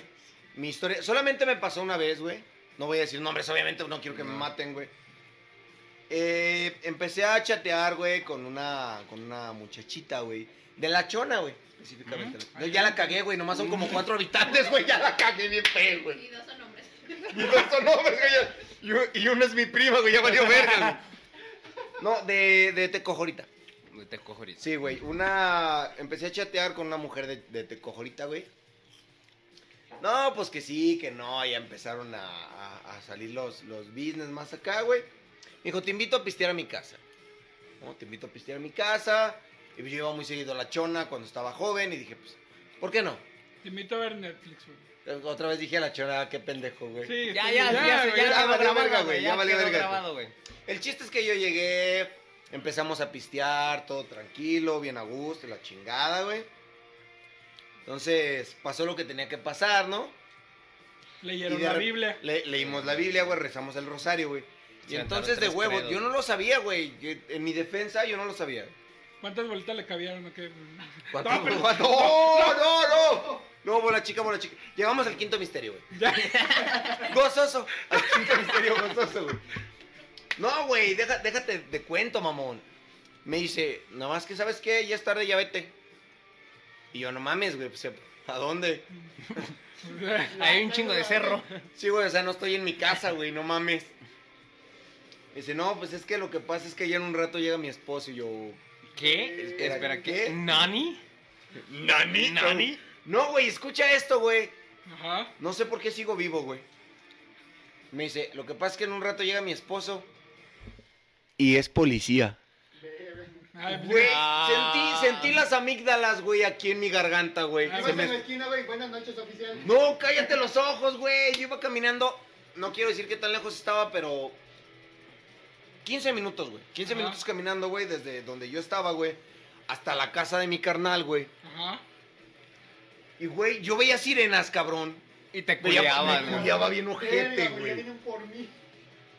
Mi historia. Solamente me pasó una vez, güey. No voy a decir nombres, obviamente, no quiero que me maten, güey. Eh, empecé a chatear, güey, con una, con una muchachita, güey. De la chona, güey. Específicamente.
Ujú.
Yo ya la cagué, güey. Nomás son como cuatro habitantes, güey. Ya la cagué bien feo, güey.
Y dos son hombres.
Y dos son hombres, güey. ya- Y, u- y uno es mi prima, güey. Ya valió verga, güey. No, de, de Tecojorita.
De Tecojoriz.
Sí, güey. Una. Empecé a chatear con una mujer de, de Tecojolita, güey. No, pues que sí, que no. Ya empezaron a, a- a salir los, los business más acá, güey. Me dijo, te invito a pistear a mi casa. ¿No? Te invito a pistear a mi casa. Y yo iba muy seguido a la chona cuando estaba joven. Y dije, pues, ¿por qué no?
Te invito a ver Netflix, güey.
Otra vez dije a la chona, "Ah, qué pendejo, güey.
Sí,
Ya,
sí,
ya, ya, ya,
güey,
ya
ya, quedó
valió
grabado,
verga, güey, ya
Ya
valió
quedó
verga.
grabado, güey.
El chiste es que yo llegué, empezamos a pistear, todo tranquilo, bien a gusto, la chingada, güey. Entonces, pasó lo que tenía que pasar, ¿no?
Leyeron
Y de
la
re-
Biblia.
Le- leímos la Biblia, güey, rezamos el rosario, güey. Y
Sí,
entonces, de
andaron tres
huevo,
credos.
yo no lo sabía, güey. Yo- En mi defensa, yo no lo sabía.
¿Cuántas bolitas le cabían
<laughs>
o qué?
¿Cuánto?
No, pero-
¿Cuánto? ¡No, no, no! No, bola chica, bola chica. Llegamos al quinto misterio, güey.
Ya.
<laughs> Gozoso. Al quinto misterio gozoso, güey. No, güey, deja- déjate de cuento, mamón. Me dice, nada más que, ¿sabes qué? Ya es tarde, ya vete. Y yo, no mames, güey, pues, ¿a dónde?
Hay un chingo de cerro.
Sí, güey, o sea, no estoy en mi casa, güey, no mames. Me dice, no, pues es que lo que pasa es que ya en un rato llega mi esposo y yo...
¿Qué?
Espera,
Espera,
¿qué?
¿qué? ¿Nani? ¿Nani? ¿Nani?
No, güey, escucha esto, güey.
Ajá.
No sé por qué sigo vivo, güey. Me dice, lo que pasa es que en un rato llega mi esposo. Y es policía.
Ay, pues,
Güey,
Ah.
sentí, sentí las amígdalas, güey, aquí en mi garganta, güey.
Ah,
Se
Ibas
me-
en la esquina, güey. Buenas noches, oficial.
No, cállate los ojos, güey. Yo iba caminando, no quiero decir qué tan lejos estaba, pero... 15 minutos, güey. 15
Ajá.
minutos caminando, güey, desde donde yo estaba, güey. Hasta la casa de mi carnal, güey.
Ajá.
Y, güey, yo veía sirenas, cabrón.
Y te
Veía-
culiaban,
me
güey.
culiaba bien
Verga,
ojete,
güey, ya
güey.
vienen por mí.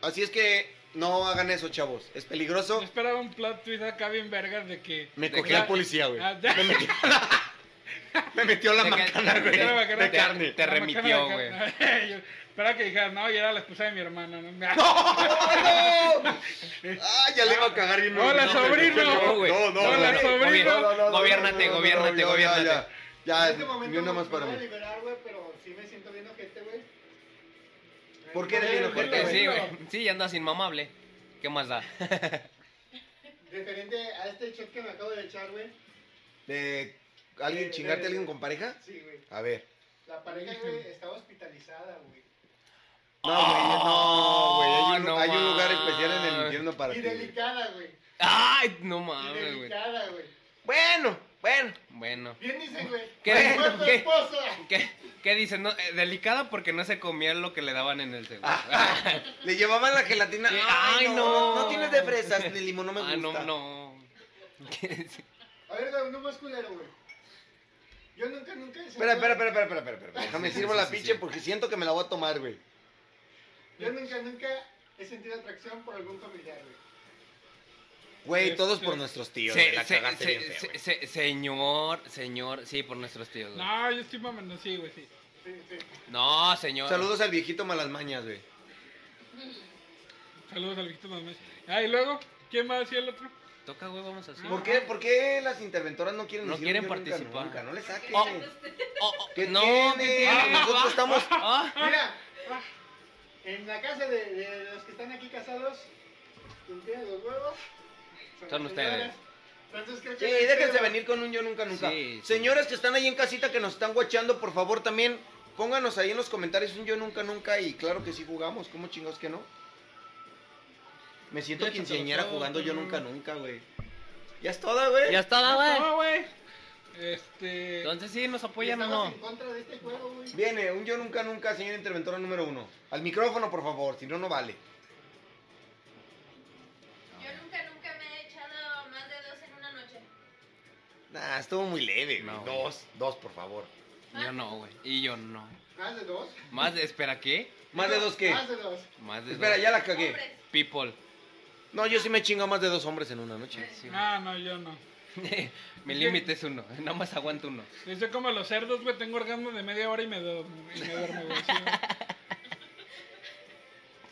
Así es que no hagan eso, chavos. Es
Yo
peligroso.
esperaba un plot twist acá bien vergas de que.
Me
¿De
cogió
qué?
la policía, güey.
Ah, ya.
Me metió la <laughs>
¿De qué?
macana, güey.
Ya me imagino
De
que-
carne.
Te
la
remitió,
macana de carne. <laughs> Yo Esperaba que dijeras, no, y era la esposa de mi hermana. No, <laughs>
¡Oh, no! Ah, ya le iba a cagar bien.
Hola,
No,
sobrino.
No, güey. no, no.
Hola,
no, no,
sobrino.
no, no, no, no,
Gobiérnate,
no, no,
gobiérnate,
no, ya,
gobiérnate.
ya, Ya,
en este momento
ni una Ah, más
me
para
voy a
mí.
liberar, güey, pero sí me siento bien ojete, güey.
¿Por qué eres bien
Porque
ojete,
Porque sí,
güey.
güey. Sí, y andas inmamable. ¿Qué más da? <laughs>
Referente a este shot que me acabo de echar, güey.
De alguien
Eh,
chingarte a
eh,
alguien con pareja?
Sí, güey.
A ver.
La pareja, güey, estaba hospitalizada, güey.
No, güey, no, güey. Hay un,
no
hay un lugar
mames.
especial en el infierno para ti.
Y
güey.
delicada, güey.
Ay, no
Y
mames, güey.
delicada, güey.
Bueno, bueno.
Bueno.
Bien dicen, güey.
¿Qué?
"Ahí fue tu
¿Qué?
esposa".
¿Qué, qué dicen? No, eh, delicada porque no se comía lo que le daban en el segundo.
Ah, Le llevaban la gelatina.
Sí,
Ay,
ay,
no.
no.
No tienes de fresas ni limón, no me gusta.
ah, no, no. ¿Qué?
A ver, güey, uno más culero, güey. Yo nunca, nunca. he
Espera,
sentido-
espera, espera, espera, espera, espera. Déjame
sí,
sirvo
sí,
la
sí,
pinche
sí.
porque siento que me la voy a tomar, güey.
Yo nunca, nunca he sentido atracción por algún familiar, güey.
Güey,
Sí,
todos
sí.
por nuestros tíos.
Este, Se-
güey, la
se-
cagaste
se-
bien feo,
se-
güey.
se- señor, señor, sí, por nuestros tíos. güey.
No, yo estoy mamando, sí, güey, sí.
Sí, sí.
No, señor.
Saludos al viejito malas mañas, güey.
Saludos al Víctor Mamés. Ah, y luego, ¿quién va a decir el otro?
Toca, güey, vamos así.
¿Por qué, por qué las interventoras no quieren
No
decir
quieren
yo nunca,
participar.
Nunca, no le saquen.
Oh, oh, oh,
¿Qué
no,
tiene?
¿qué tiene?
Nosotros estamos-
<laughs> Ah, ah.
Mira, en la casa de, de los que están aquí casados, quien tiene los huevos
Son
las
ustedes.
señoras. Entonces creo
Sí,
que.
déjense venir con un yo nunca, nunca.
Sí, sí.
Señoras que están ahí en casita que nos están guachando, por favor, también pónganos ahí en los comentarios un yo nunca, nunca. Y claro que sí jugamos, ¿cómo chingados que no? Me siento
Ya, échatelo
quinceañera
todo,
jugando yo
cabrón.
nunca, nunca, güey. Ya es toda, güey.
Ya está, güey.
No, güey. Este.
Entonces sí, nos
pues
apoyan o
Estamos
no.
en contra de este juego, güey.
Viene, un yo nunca nunca, señor interventora número uno. Al micrófono, por favor, si no, no vale.
Yo nunca, nunca me he echado más de dos en una noche.
Nah, estuvo muy leve, güey.
No, güey.
dos, dos, por favor.
Yo no, güey. Y yo no.
¿Más de dos?
Más de, espera, ¿qué?
¿Más de dos qué?
Más de dos.
Más de
Espera,
dos.
ya la cagué.
Hombres.
People.
No, yo sí me chingo a más de dos hombres en una noche.
Sí, güey.
Ah, no, yo no.
<laughs> Mi límite es uno. <laughs> Nada más aguanto uno.
Yo soy como los cerdos, güey. Tengo orgasmo de media hora y me, do- y me duermo, güey. Sí, güey.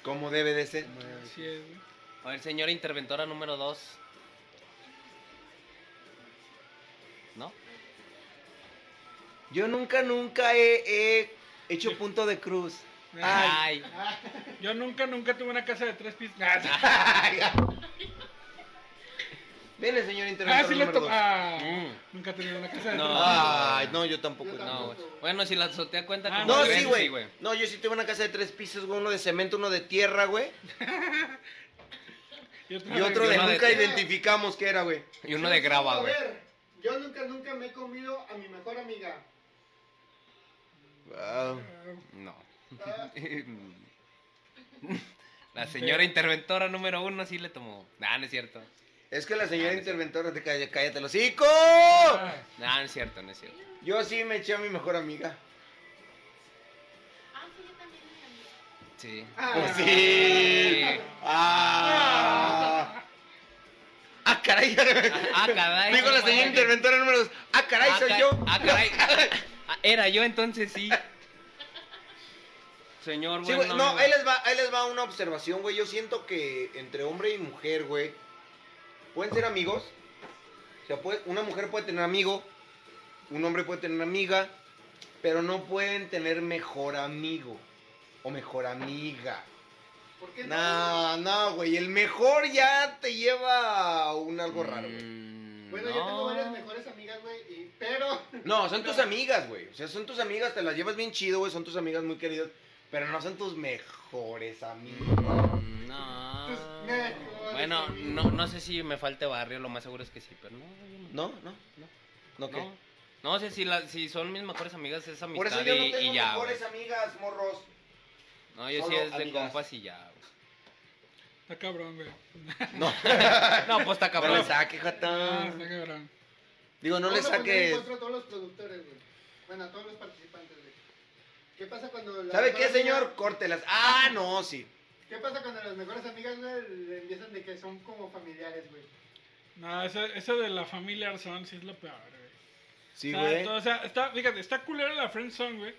¿Cómo debe de ser?
Así es, güey.
A ver, señora interventora número dos. ¿No?
Yo nunca, nunca he, he hecho punto de cruz. Ay. Ah,
Ay.
Ah, Yo nunca, nunca tuve una casa de tres pisos. Ah, sí.
Viene, señor
Ah,
interventor
sí le
número
tocó.
dos.
Ah,
Mm.
Nunca he tenido una casa de
No.
terreno.
Ay, no, yo tampoco.
Yo
no.
No,
tampoco.
güey. Bueno, si la azotea cuenta
Ah,
como
No,
tren,
sí, güey. No, yo sí tengo una casa de tres pisos, güey. Uno de cemento, uno de tierra, güey. Y otro de
Uno de
nunca
tierra.
identificamos qué era, güey.
Y uno de grava,
A
güey.
ver, yo nunca, nunca me he comido a mi mejor amiga.
Wow.
No. <laughs>
Ah,
La señora interventora número uno sí le tomó. Nah, no es cierto.
Es que la señora interventora te calla, cállate los hocico.
Ah,
Nah, no es cierto, no es cierto.
Yo sí me eché a mi mejor amiga.
Ah, sí, yo también me llamé.
Sí.
Pues sí. Ah. Ah, caray. <laughs>
Ah, caray.
Digo la
güey.
señora interventora número dos. Ah, caray,
Ah,
soy
ca-
yo.
Ah, caray. Ah, Era yo entonces sí. Señor,
Sí,
bueno.
güey, no, ahí les, va, ahí les va una observación, güey. Yo siento que entre hombre y mujer, güey, pueden ser amigos. O sea, puede- una mujer puede tener amigo, un hombre puede tener amiga, pero no pueden tener mejor amigo o mejor amiga.
¿Por qué no?
No, no, güey, el mejor ya te lleva a un algo raro, güey.
Mm,
Bueno, yo tengo varias mejores amigas, güey, y- pero <laughs>
No, son tus amigas, güey. O sea, son tus amigas, te las llevas bien chido, güey, son tus amigas muy queridas, pero no son tus mejores amigas.
Mm, No.
Pues, mejor
Bueno,
es
no, no sé si me falte barrio, lo más seguro es que sí, pero no. yo no.
No, no, no. ¿No qué?
No, no sé si, la- si son mis mejores amigas, es amistad
Por eso yo
y,
no
y
tengo
ya.
mejores
güey.
amigas, morros.
No, yo sí
solo
es de
amigas.
compas y ya. güey.
está cabrón, güey.
<laughs> No,
No, pues está
no le
cabrón.
saque,
Ah,
jatón.
está cabrón.
Digo, no le
Vamos a poner en
saques.
contra a todos los productores, güey. Bueno, a todos los participantes, güey. ¿Qué pasa cuando las
¿Sabe qué,
mejores
señor?
amigas-
Córtelas. Ah, no, sí.
¿Qué pasa cuando las mejores amigas, güey, le empiezan de que son como familiares, güey?
No, eso, eso de la familia Arzón sí es lo peor, güey.
Sí,
o sea, todo- o sea, está, fíjate, está culero la friendzone, güey.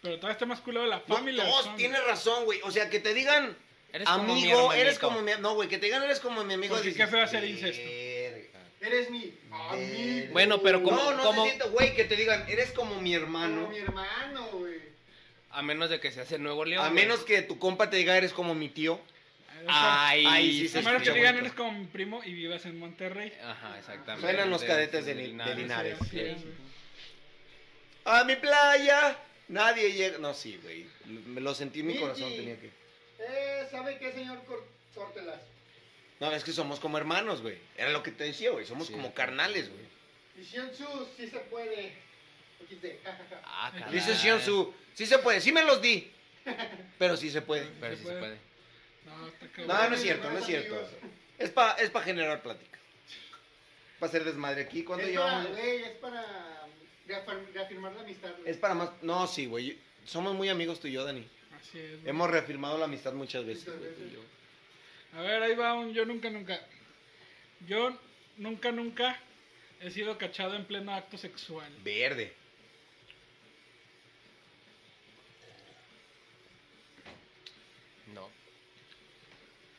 Pero todavía está más culero la
No,
familia
todos
Arzón,
tienes
güey.
razón, güey. O sea, que te digan
Eres como mi
amigo, eres
hermanito.
como mi. No, güey, que te digan eres como mi amigo.
Porque
dices,
qué feo hacer incesto.
"Verga".
Eres mi amigo.
Bueno, pero como-
No, no
como-
te siento, güey, que te digan eres como mi
Como
hermano.
mi hermano, güey.
A menos de que se hace Nuevo León.
A
güey.
menos que tu compa te diga eres como mi tío.
Ahí está.
Ay,
Ahí sí se
a menos que
escucha
digan,
Ah, bonito.
eres como mi primo y vivas en Monterrey.
Ajá, exactamente.
Suenan los cadetes de, Li-
Linares.
de Linares.
Sí,
Sí.
güey.
A mi playa. Nadie llega. No, sí, güey. Me lo sentí en mi
Miki.
corazón, tenía que.
Eh, ¿sabe qué, señor? Cor- Córtelas.
No, es que somos como hermanos, güey. Era lo que te decía, güey. Somos
Sí.
como carnales, güey.
Y Shensu, sí se puede. Aquí te-
Ah, caray.
Dice Sion Su, sí se puede, sí me los di. Pero sí se puede.
Pero sí se puede.
No, está
No,
cabrón.
no es cierto, no es cierto.
Amigos.
Es para es pa generar plática. Para hacer desmadre aquí. ¿Cuándo
Es para,
llevamos?
güey, es para reafir- reafirmar la amistad, güey.
Es para más. No, sí, güey. Somos muy amigos tú y yo, Dani.
Así es, güey.
Hemos reafirmado la amistad muchas veces, güey. tú y yo.
A ver, ahí va un yo nunca, nunca. Yo nunca, nunca he sido cachado en pleno acto sexual.
Verde.
No.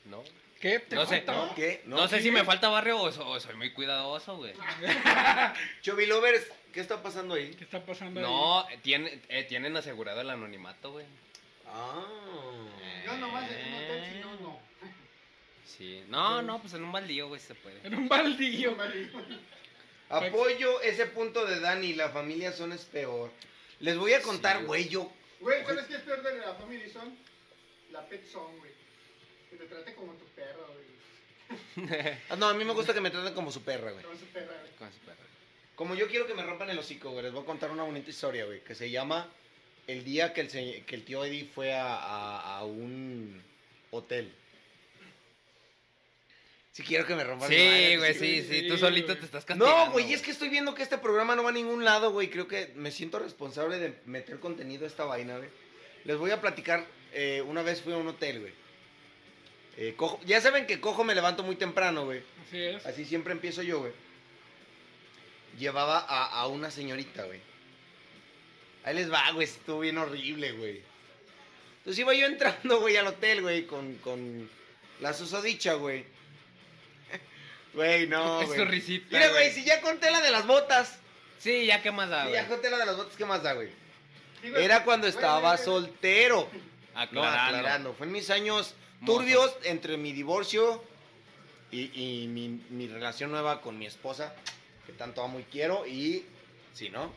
No.
¿Qué? ¿Te
No sé,
falta?
no.
¿Qué?
No, sé si me falta barrio o, so- o soy muy cuidadoso, güey.
Ah,
Chovy Lovers, ¿qué está pasando ahí?
<laughs> ¿Qué está pasando ahí?
No, tienen, eh, tienen asegurado el anonimato, güey.
Ah.
Yo nomás en un hotel, si no, no.
Sí. No, no, pues en un baldío, güey, se puede.
En un baldío.
Apoyo ese punto de Dani, la familia son es peor. Les voy a contar,
Sí.
güey, yo. <laughs>
Güey, ¿sabes qué es peor de la Family Son? La Pet Son, güey. Que te trate como tu perro, güey.
Ah, no, a mí me gusta que me traten como su perra, güey.
Como su perra, güey.
Con su perro.
Como yo quiero que me rompan el hocico, güey, les voy a contar una bonita historia, güey, que se llama El día que el, se- que el tío Eddie fue a, a- a un hotel. Si quiero que me rompan el
Sí,
madre,
güey,
sí,
sí,
sí,
sí. Tú
sí,
solito
güey.
te estás castigando.
No, güey, es que estoy viendo que este programa no va a ningún lado, güey. Creo que me siento responsable de meter contenido a esta vaina, güey. Les voy a platicar. eh, una vez fui a un hotel, güey. Eh, cojo- ya saben que cojo me levanto muy temprano, güey.
Así es.
Así siempre empiezo yo, güey. Llevaba a, a una señorita, güey. Ahí les va, güey. Estuvo bien horrible, güey. Entonces iba yo entrando, güey, al hotel, güey, con, con la susodicha, güey. <laughs> Güey, no,
Es
güey.
su risita,
Mira, güey,
güey.
si ya conté la de las botas.
Sí, ya qué más da,
si
güey.
ya conté la de las botas, ¿qué más da, güey?
Digo,
Era cuando
güey,
estaba
güey, güey.
soltero. No,
Aclarando.
aclarando. Fue en mis años turbios entre mi divorcio y, y mi, mi relación nueva con mi esposa, que tanto amo y quiero, y si no.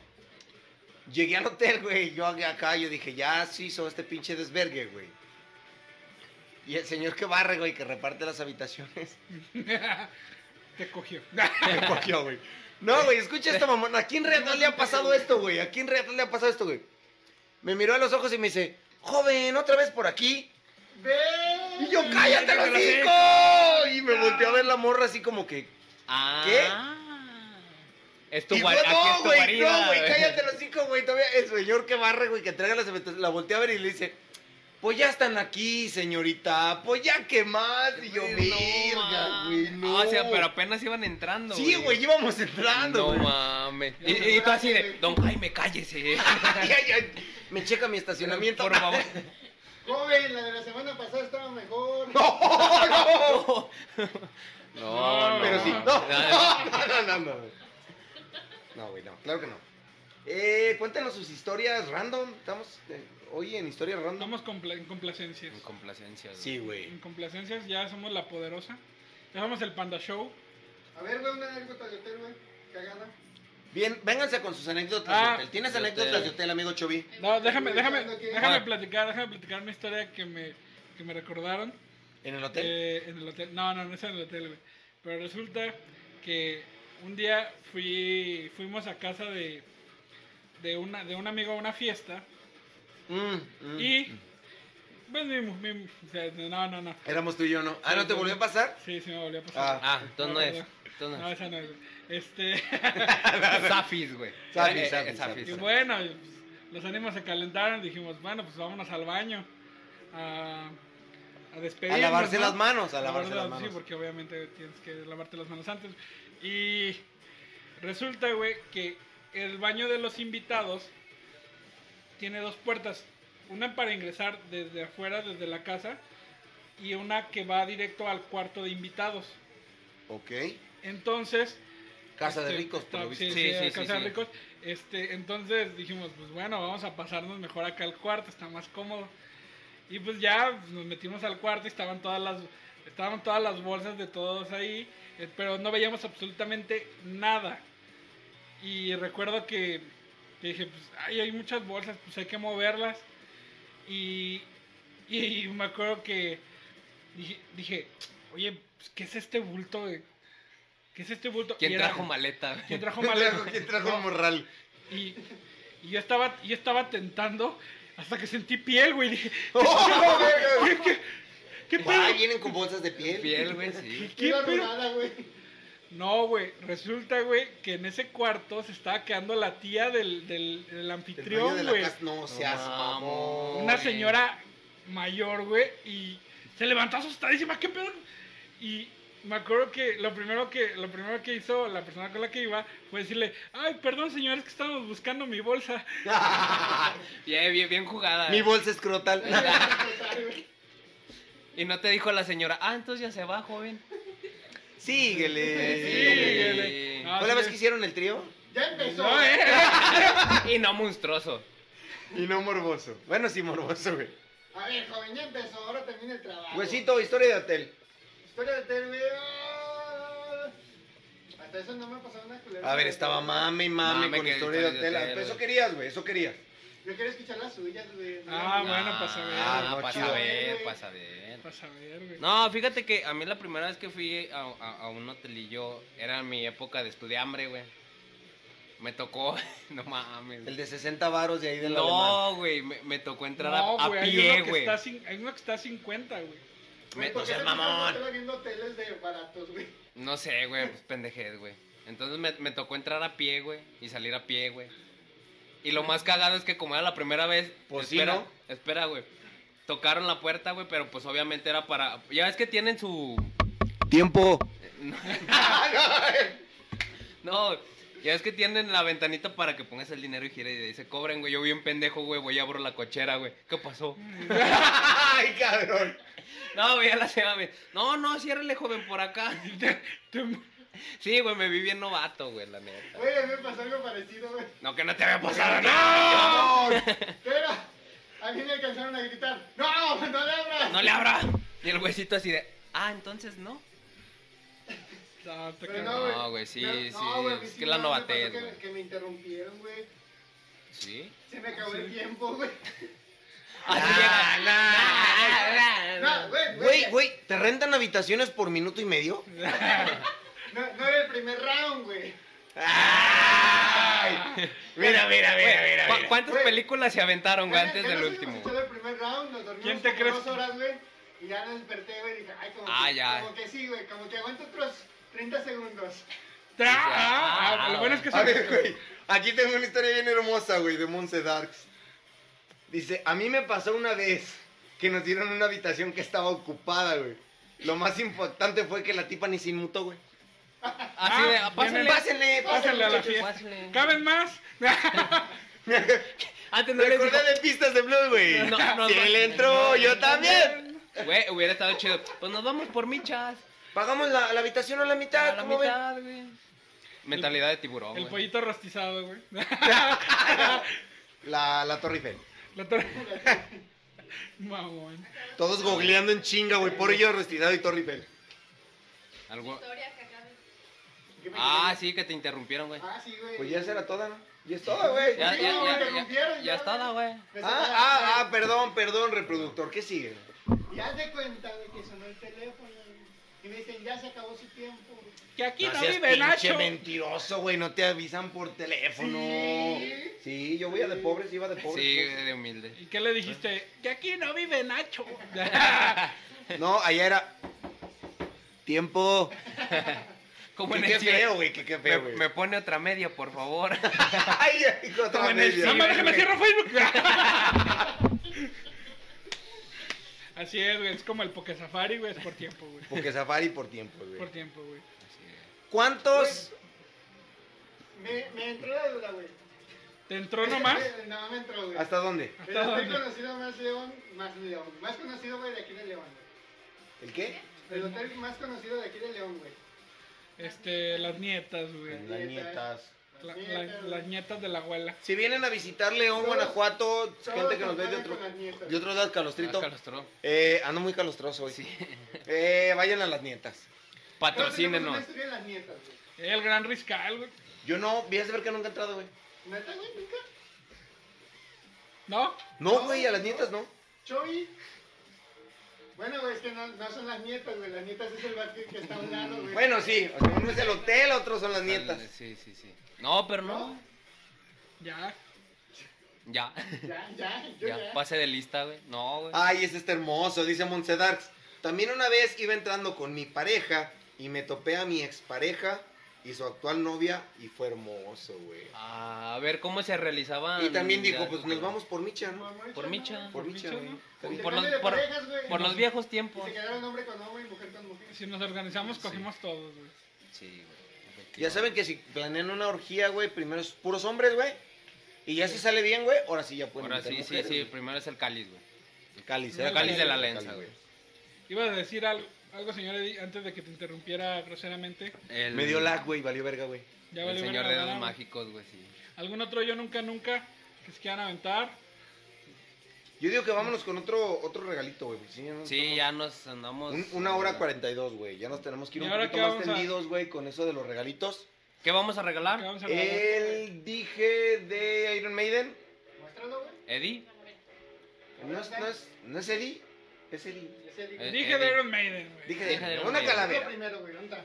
Llegué al hotel, güey, yo acá, yo dije, ya se hizo este pinche desvergue, güey. Y el señor que barre, güey, que reparte las habitaciones, <laughs>
<laughs> Te cogió. <laughs>
me cogió, güey. No, güey, escucha esta mamona, ¿a quién realmente le ha pasado esto, güey? ¿A quién realmente le ha pasado esto, güey? Me miró a los ojos y me dice, joven, otra vez por aquí.
¡Ve!
Y yo, cállate, los hocico. Y me volteó a ver la morra así como que.
Ah. Es tu
y
guar-
fue,
aquí es
no,
tu
güey,
guarida.
no, güey, cállate, los hocico, güey. Todavía el señor que barre, güey, que entrega las eventos, la voltea a ver y le dice. Pues ya están aquí, señorita. Pues ya que más. Y yo, verga, güey, no.
Ah, O sea, pero apenas iban entrando.
Sí, güey, íbamos entrando,
No
güey.
mames. Y, y tú así de, don Jaime, cállese.
<laughs> Ay, ay, ay. Me checa mi <laughs> estacionamiento. <laughs>
eh". Por favor.
Joven, la de la semana pasada estaba mejor.
No, no.
No, no.
Pero sí, no.
No,
No,
no.
no, no, no. No, güey, no. Claro que no. Eh, cuéntanos sus historias random. Estamos eh, hoy en historias random.
Estamos compla- en complacencias.
En complacencia. güey.
Sí, güey.
En complacencias ya somos la poderosa. Ya somos el Panda Show.
A ver, güey, una anécdota de hotel, güey. Cagada.
Bien, vénganse con sus anécdotas
Ah,
de hotel. ¿Tienes
de
anécdotas
hotel.
de hotel, amigo Chovi?
No, déjame, déjame,
Bueno, ¿qué?
déjame
Ah.
platicar, déjame platicar una historia que me, que me recordaron.
¿En el hotel?
Eh, en el hotel. No, no, no es en el hotel, güey. Pero resulta que un día fui, fuimos a casa de, de, una, de un amigo a una fiesta.
Mm, mm.
Y. Pues, mi, mi- o sea, no, no, no.
Éramos tú y yo, ¿no? Ah, ¿no te volvió a pasar?
Sí, sí me volvió a pasar.
Ah, entonces no es.
no,
Entonces no es.
esa no es. güey. Este.
Zafis, güey.
Zafis,
Eh, eh,
zafis,
y
zafis.
bueno, y, pues, los ánimos se calentaron. Dijimos, bueno, pues vámonos al baño. A, a
A
despedirnos.
lavarse
¿no?
las manos, a
La
lavarse
verdad,
las manos.
Sí, porque obviamente tienes que lavarte las manos antes. Y resulta, güey, que el baño de los invitados tiene dos puertas. Una para ingresar desde afuera, desde la casa, y una que va directo al cuarto de invitados.
Ok.
Entonces...
Casa de
este,
ricos, por lo
está-
visto. <laughs>
Sí, <laughs>
Sí,
sí,
sí,
casa
sí,
de
sí.
ricos. Este, entonces dijimos, pues bueno, vamos a pasarnos mejor acá al cuarto, está más cómodo. Y pues ya nos metimos al cuarto y estaban todas las estaban todas las bolsas de todos ahí, eh, pero no veíamos absolutamente nada. Y recuerdo que, que dije, pues ay, hay muchas bolsas, pues hay que moverlas. Y, y, me acuerdo que dije, dije, oye, pues, ¿qué es este bulto? güey? ¿Qué es este bulto? Y
¿Quién
era-
trajo maleta? güey?
¿Quién trajo
¿Quién
maleta?
trajo, quién trajo el morral?
Y, y yo estaba, yo estaba tentando hasta que sentí piel, güey. Dije,
<laughs> ¡Oh, verga!
"Oye, ¿qué, qué pedo?
Ah, vienen con bolsas de piel.
Piel, güey, sí.
<laughs>
¿Qué
Iba
pedo?".
rodada, güey.
No, güey. Resulta, güey, que en ese cuarto se estaba quedando la tía del, del, del
Del dueño de
anfitrión,
la
güey.
casa. No seas
mamón.
mamón.
Una
güey.
señora mayor, güey, y se levantó asustadísima, ¿qué pedo? Y me acuerdo que lo primero que lo primero que hizo la persona con la que iba fue decirle, "Ay, perdón, señores, que estábamos buscando mi bolsa."
Bien, bien, bien jugada.
<laughs> Mi bolsa escrotal. <laughs>
Y no te dijo la señora, ah, entonces ya se va, joven.
<laughs>
Síguele.
güey.
¿Fue
Ah,
Pues la vez
sí.
que hicieron el trío?
Ya empezó.
No, eh.
<laughs> Y no monstruoso.
Y no morboso. Bueno, sí, morboso, güey.
A ver, joven, ya empezó. Ahora termina el trabajo.
Huesito, historia de hotel.
Historia de hotel, güey. Ah. Hasta eso no me ha pasado una culera.
A ver, estaba mame y mame,
Mame,
con
que
historia de hotel. Ah, Eso querías, güey, eso querías.
Yo quiero escuchar las suyas, güey.
Ah, bueno, pasa ver.
Ah,
No,
pasa
chido.
ver, pasa ver.
Para saber, güey.
No, fíjate que a mí la primera vez que fui a, a- a un hotelillo era mi época de estudiambre, güey. Me tocó, <laughs> no mames.
El de 60 varos de ahí del alemán.
no, güey, me, me tocó entrar a-
No,
a,
güey, hay
pie,
uno que
güey.
está cin- Hay uno que está a 50, güey.
Me-
¿Por
No
qué
seas
te pasas
mamón.
todo viendo hoteles de baratos, güey?
No sé, güey, pues pendejez, güey. Entonces me, me tocó entrar a pie, güey, y salir a pie, güey. Y lo más cagado es que como era la primera vez,
Pues sí,
espera,
¿no?
espera, güey. Tocaron la puerta, güey, pero pues obviamente era para ya ves que tienen su
Tiempo.
no, ya ves que tienen la ventanita para que pongas el dinero y gira y dice, "Cobren, güey." Yo bien pendejo, güey, voy y abro la cochera, güey. ¿Qué pasó?
Ay, cabrón.
No, güey, a la señora me, "No, no, ciérrele, joven, por acá." <laughs> Sí, güey, me vi bien novato, güey, la neta.
Oye, a mí me pasó algo parecido, güey.
No que no te había pasado nada.
¡No!
<laughs>
Pero a mí me alcanzaron a gritar. <laughs> ¡No! ¡No le abras!
No le abra. Y el huesito así de, ah, entonces no.
Ah, está
Pero
cagado.
No, güey, sí,
Pero-
sí,
güey, a mí
es que la
me- me pasó
novatez,
que-
güey.
Que me interrumpieron, güey.
¿Sí?
Se me acabó el tiempo,
<laughs>
güey.
Ah,
No, güey,
Güey, güey, ¿te rentan habitaciones por minuto y medio?
No, no era el primer round, güey.
¡Ay! Mira, mira, mira, mira.
¿Cu-
mira.
¿Cuántas
Güey.
películas se aventaron, güey,
Bueno,
antes
ya
del
nos
último?
habíamos echado el primer round, nos dormimos
¿Quién te
como
crees?
dos horas, güey. Y ya nos desperté, güey, y dije, ay, como,
Ah,
que,
ya.
como que sí, güey, como que aguanto otros 30 segundos. <laughs>
Ah, ah, ah, lo bueno es que
A
son-
ver, güey, aquí tengo una historia bien hermosa, güey, de Monse Darks. Dice, a mí me pasó una vez que nos dieron una habitación que estaba ocupada, güey. Lo más impactante fue que la tipa ni se inmutó, güey.
Así de,
Ah,
ah, pásenle.
Pásenle,
Pásenle a la
pásenle.
fiesta.
Pásenle.
¿Caben más?
<laughs>
Antes no les dijo,
Recordé de pistas de blues, güey.
No, no,
si
no.
él entró, yo también.
güey, hubiera estado chido. Pues nos vamos por michas.
Pagamos la, la habitación a la mitad,
A la
¿cómo ven?
mitad, güey. Mentalidad de tiburón,
El
güey.
pollito
<laughs>
rostizado, güey.
La, la Torre Eiffel.
La torre. Mamón.
Todos googleando en chinga, güey. Por ello, retirado y Torre Eiffel.
Algo-
Historia que acabe.
Que me
Ah,
quedé-
sí, que te interrumpieron, güey.
Ah, sí, güey.
Pues ya será toda, ¿no? Ya es toda, güey.
Ya, ya,
sí,
ya,
no, me
ya,
interrumpieron,
ya
ya,
está, da, güey.
Me
Ah,
sacó la-
ah, ah, perdón, perdón, reproductor. ¿Qué sigue?
Y haz de cuenta, güey, que sonó el teléfono. güey. Y me dicen, ya se acabó su tiempo. güey.
Que aquí no,
seas
vive
pinche
Nacho.
mentiroso, güey. No te avisan por teléfono.
Sí.
Sí, yo voy a de pobres, iba de pobres.
Sí,
pues.
de humilde.
¿Y qué le dijiste? Que aquí no vive
<laughs>
Nacho. <laughs>
No, allá era. Tiempo.
Como
Qué,
en
qué
el
feo,
cielo.
güey. Qué, qué
Me,
feo, güey.
me pone otra media, por
<laughs>
favor.
Ay, ay, otra
Como en el
media.
No me
güey,
déjame
güey.
cierro
<laughs>
Facebook. Así es, güey. Es como el Poké Safari, güey. Es por tiempo, güey.
Porque Safari por tiempo,
Por
güey.
tiempo, güey.
¿Cuántos?
Me, me entró la duda, güey.
¿Te entró nomás?
No, me entró, güey.
¿Hasta dónde?
Pero
¿Hasta
estoy
dónde?
conocido más León, más León. Más conocido, güey, de aquí de León. güey.
¿El qué?
El hotel más conocido de aquí de León, güey.
Este, las nietas, güey.
Las nietas.
La- la-
Las nietas,
las nietas de la abuela.
Si vienen a visitar León,
Todos-
Guanajuato,
Todos
gente que nos ve de
comparan
otro,
con las nietas.
de otro lado, Calostrito.
Calostro.
Eh, ando muy calostroso hoy. Eh, vayan a las nietas.
Todos tenemos
Patrocínenos.
una
pues,
historia de las nietas, güey.
Eh, El gran riscal, güey.
Yo no, vi a ver que nunca he entrado, güey.
¿Neta, güey? ¿Nunca?
¿No?
No,
No,
güey, a las nietas no.
Choy. Bueno, güey, es que no, no son las nietas, güey. Las nietas es el barrio que está a un lado, güey.
Bueno, sí, o sea, uno es el hotel, otro son las nietas.
Sí, sí, sí. No, pero no.
¿no?
Ya.
Ya.
Ya, ya, yo ya.
Ya. Pase de lista, güey. No, güey.
Ay, es este hermoso, dice Montse Darks. También una vez iba entrando con mi pareja y me topé a mi expareja y su actual novia y fue hermoso, güey.
A ver cómo se realizaban.
Y también dijo,
Ah, ya
pues
sus-
nos vamos por Micha, ¿no?
Por Micha.
Por
Por
Micha,
Micha,
güey.
¿no?
Y
También-
se
por los-
cambian de
por-
parejas, güey.
Por los viejos tiempos.
Y se quedaron hombre con hombre y mujer con mujer.
Si nos organizamos,
Sí.
cogemos todos, güey.
Sí, güey.
Ya saben que si planean una orgía, güey, primero es puros hombres, güey. Y ya si sale bien, güey, ahora sí ya pueden
Ahora
meter
sí, sí,
mujeres,
sí.
güey.
Primero es el cáliz, güey.
El cáliz,
El
era
cáliz de
la
el
lenza,
cáliz,
güey.
Iba a decir algo, algo señor Eddie, antes de que te interrumpiera groseramente.
El,
Me dio lag, güey, valió verga, güey.
Ya
El
valió
señor
verga,
de
¿verdad,
dedos
güey?
mágicos, güey, sí.
¿Algún otro yo nunca, nunca que se quieran aventar?
Yo digo que vámonos con otro, otro regalito, güey. porque si no,
Sí, ya nos andamos.
Un- una hora 42, güey. Ya nos tenemos que ir
¿Y
un
ahora
poquito
qué
más
vamos a-
tendidos, güey, con eso de los regalitos.
¿Qué vamos a
Ah,
¿Qué
regalar?
vamos a regalar?
El dije de Iron Maiden.
Muéstralo, güey.
Eddie.
¿No es, no es, no es Eddie? Es Eddie.
Ese el
Eh,
dije.
Dije
Eddie.
de Iron Maiden, güey.
Dije de,
Dije de Iron
Una
Maiden.
Lo
calavera.
primero, güey, ¿dónde está?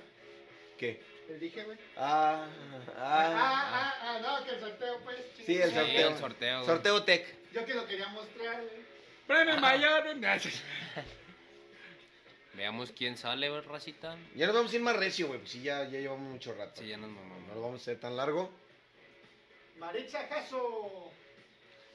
¿Qué?
El dije, güey.
Ah, ah.
Ah, ah, ah, no, que el sorteo, pues.
Sí, el
Sí,
chingada.
sorteo.
el sorteo, Ah, güey.
Sorteo Tech.
Yo que lo quería mostrar, güey.
Premio Mayor. <laughs> güey. Gracias.
Veamos quién sale, güey, racita.
Ya nos vamos a ir más recio, güey. Si ya, ya llevamos mucho rato.
Sí, ya nos
No lo
mamamos.
vamos a hacer tan largo.
Maritza Caso.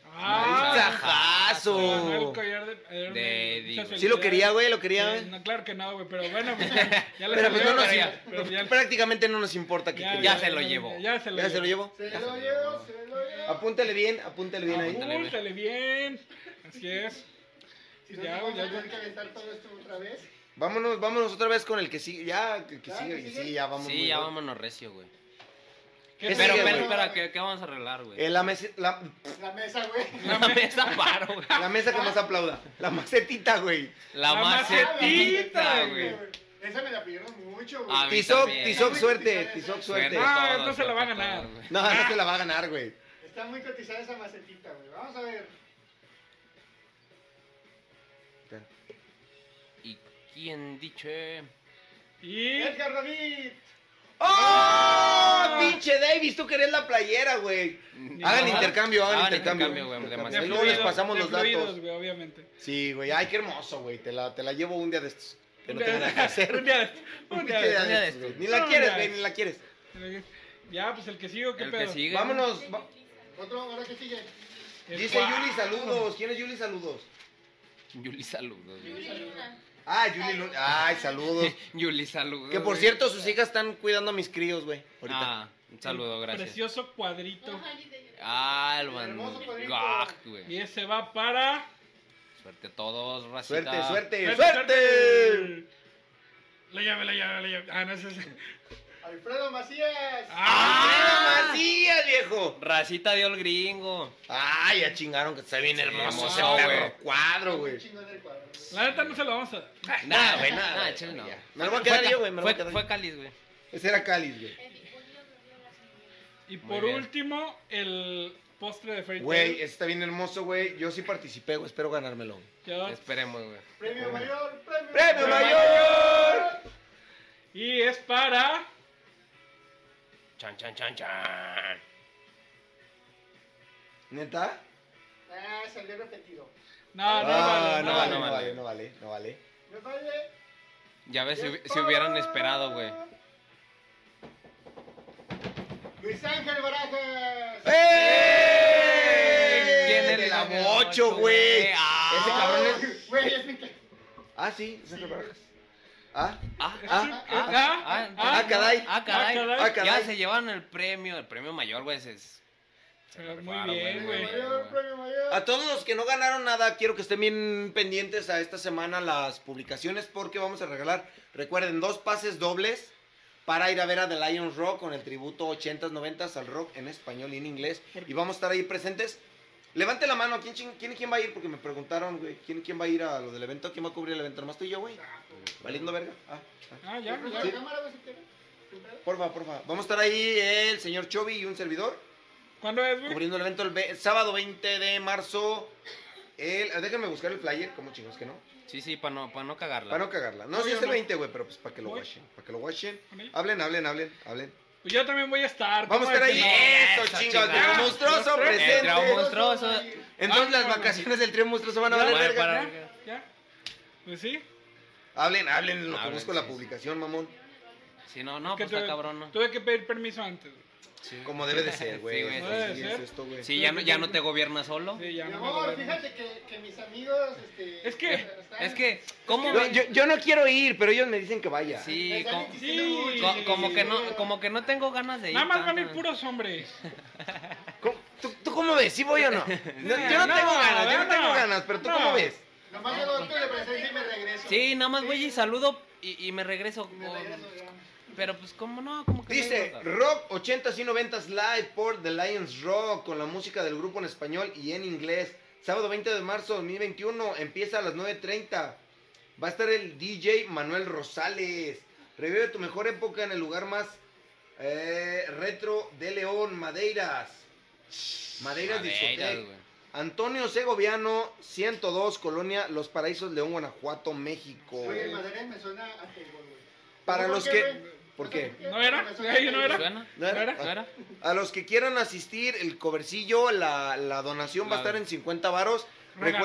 Ah,
¡Cajazo!
ganó el collar de Iron
De
Maiden.
Eddie,
Muchas
güey.
Sí lo quería, güey, lo quería,
felicidades.
güey.
No, claro que no, güey, pero bueno,
<laughs>
pues, ya le
Pero pues
salió,
no nos,
pero
ya-
ya-
<laughs>
pero ya-
prácticamente no nos importa que
ya-
quería.
ya se lo llevó.
Ya se lo
¿Ya se lo
llevó.
llevo?
Se
Ya se
lo
lo
llevo, se lo llevo.
Apúntale bien, apúntale bien ahí.
Ah, Apúntale.
Apúntale Ah, bien. Así es.
Si no,
Ya,
ya,
ya,
ya,
ya.
que aventar todo esto otra vez.
Vámonos, vámonos otra vez con el que sigue. Ya, que, que
¿Ya?
sigue.
¿Que
y
sigue?
Sí, ya vamos.
Sí,
muy
ya
bien.
vámonos recio, güey.
¿Qué
Pero,
sigue,
pero,
güey?
espera, ¿qué, qué vamos a arreglar, güey? <laughs>
Eh, la, mesa, la,
La mesa, güey. <laughs>
La mesa paro, güey.
la mesa que
Ah.
más aplauda. La macetita, güey.
La,
La
macetita,
macetita,
güey. Ah,
Esa me la pidieron mucho. mucho, güey.
A mí
Tizoc,
también.
Tizoc,
Está muy
suerte,
cotizada
Tizoc,
esa-
suerte.
Ah,
Suerte,
no se la va a
suerte,
ganar.
todos, güey.
No, no se la va a ganar, güey.
Está muy cotizada esa macetita, güey. Vamos a ver.
¿Y quién dice?
Y.
Edgar David.
¡Oh! ¡Pinche Davis! Tú querías la playera, güey. Hagan
no,
intercambio, hagan
hagan
intercambio.
intercambio, güey, de
Ahí
Macedonia.
luego les pasamos
de
los
fluidos,
datos.
güey, obviamente.
Sí, güey. Ay, qué hermoso, güey. Te la, te la llevo un día de estos. Que no tengo nada que
<laughs> un
hacer.
día de estos,
<laughs>
un
Un
día de
día
estos.
de estos, güey. Ni la quieres, güey, ni la quieres.
Ya, pues el que sigo, ¿qué
El
pedo?
que sigue.
Vámonos. va-
Otro, ahora que sigue.
El
Dice
cuarto.
Yuli saludos. ¿Quién es Yuli saludos?
Yuli saludos. güey. <laughs>
Yuri Luna.
Ah, Yuli Luna. Ay, <laughs> saludos.
Yuli saludos.
Que por
güey.
cierto, sus hijas están cuidando a mis críos, güey. Ahorita.
Ah, un saludo, gracias.
Precioso cuadrito.
Ay, de-
Ah, el Van
Hermoso cuadrito.
Gogh,
Y
güey.
ese va para.
Suerte a todos, racita.
Suerte, suerte,
¡Suerte,
suerte.
suerte! La llave, la llave, la llave. Ah, no, ese es.
Alfredo Macías.
¡Ah!
¡Ah, Macías, viejo!
Racita dio el gringo.
Ay, ya chingaron que está bien hermoso ese
hermoso,
perro
güey.
cuadro,
Qué
güey.
chingón el cuadro. güey.
La neta no se lo vamos a dar.
Nah, güey, nada.
nah,
güey,
chile, no.
ya. Me lo voy a quedar
Fue-
yo, güey, me lo voy a
fue-
quedar
Fue
yo.
cáliz, güey.
Ese era Cáliz, güey.
Eddie, odio verlo en las mujeres.
Y
Muy
por
bien.
último, el postre de Fairy
Güey,
Tail.
ese está bien hermoso, güey. Yo sí participé, güey. Espero ganármelo.
Yo-
Esperemos, güey.
Premio mayor, premio,
¡Premio mayor!
Y es para.
Chan, chan, chan, chan.
¿Neta?
Ah, salió repetido.
No, no,
Ah,
vale,
no, vale, no
no
vale,
vale.
no vale, no vale.
Me vale.
Ya ves, si,
Y es
hubi- si hubieran
para-
esperado, güey.
Luis Ángel Barajas.
¡Ey!
¿Quién
De
eres,
la
Daniel
bocho,
Bocho,
güey.
güey? Ah.
¡Eh! Ese
Ah,
cabrón es.
Güey, es mi que-
Ah, sí, Sergio Barajas. Ah,
Ah,
ah,
Ah,
ah.
ah,
ah, caray.
Ah, caray.
Ah, caray.
Ah, caray.
Ya se llevan el premio, el premio mayor, güey. Se, se
Pero muy
rifaron,
bien,
Premio
güey.
mayor, premio mayor.
A todos los que no ganaron nada, quiero que estén bien pendientes a esta semana las publicaciones porque vamos a regalar, recuerden, dos pases dobles para ir a ver a The Lions Rock con el tributo 80s, 90s al rock en español y en inglés. Y vamos a estar ahí presentes. Levante la mano, ¿quién, chin- quién, quién va a ir? Porque me preguntaron, güey, ¿quién, ¿quién va a ir a lo del evento? ¿Quién va a cubrir el evento? Nomás tú y yo, güey. Valiendo verga. Ah, ah.
Ah, ya,
Pues
ya.
la
Sí.
cámara, güey, si quieres. Sin pedo.
Porfa, porfa. Vamos a estar ahí el señor Chovy y un servidor.
¿Cuándo es, güey?
cubriendo el evento el, ve- el sábado 20 de marzo. El, ah, déjenme buscar el flyer, como chingos que no.
Sí, sí, para no, pa' no cagarla.
Para no cagarla. No, sí es el 20, güey, pero pues para que lo
Voy.
washen. Para que lo washen.
Voy.
Hablen, hablen, hablen, hablen.
Pues yo también voy a estar.
Vamos a estar
¿cómo
ahí.
es
no?
Eso,
Eso,
chingados.
chingada.
Trio monstruoso
Nosotros-
presente.
Entra un monstruoso.
Ah,
Entonces las
Vámonos.
vacaciones del trío monstruoso van a
Ya,
valer
güey,
verga.
que
para-
no?
Eh.
Ya, ya. Pues sí.
Hablen, hablen lo que
Hablen,
busco la
sí, sí.
publicación, mamón.
Si no, no,
Que
pues está
tuve-
cabrón, ¿no?
Tuve que pedir permiso antes. güey.
Como debe de ser,
Sí,
güey.
güey,
Así
debe de
es
ser.
esto, güey.
Sí, ya no, ya no te gobierna solo.
Sí, ya
Mi
no me
amor,
lo vemos.
fíjate que, que mis amigos, este,
Es que-
están-
Es que, ¿cómo
Yo,
ven?
yo- yo no quiero ir, pero ellos me dicen que vaya.
Sí, co-
están insistiendo
Sí.
mucho.
co- como que no, como que no tengo ganas de ir.
Nada más van a ir
tanto.
puros hombres.
¿Cómo- ¿Tú, tú cómo ves? ¿Sí voy o no? No, yo no,
No,
tengo ganas, yo no
no.
tengo ganas, pero tú cómo
No.
ves?
Nomás llego a tu de presencia y me regreso.
Sí, nada más voy y saludo y, y me regreso.
Y me
o-
regreso, ya.
Pero pues, ¿cómo no? Como que
Dice
no,
Rock 80s y 90s Live por The Lions Rock con la música del grupo en español y en inglés. Sábado 20 de marzo de 2021, empieza a las 9.30. Va a estar el DJ Manuel Rosales. Revive tu mejor época en el lugar más eh, retro de León, Madeiras. Madeiras,
Madeiras,
Discoteca.
güey.
Antonio Segoviano, 102, Colonia Los Paraísos, León, Guanajuato, México.
Oye, el Madrid me suena a table, güey.
Para
¿Por
los
qué,
que-
güey?
¿Por
O sea,
qué?
¿No era?
Me suena a
Ahí no
table.
era.
¿Suena?
¿No era?
¿No era?
A los que quieran asistir, el cobercillo, la, la donación va a
Claro.
estar en 50 varos.
Regalado.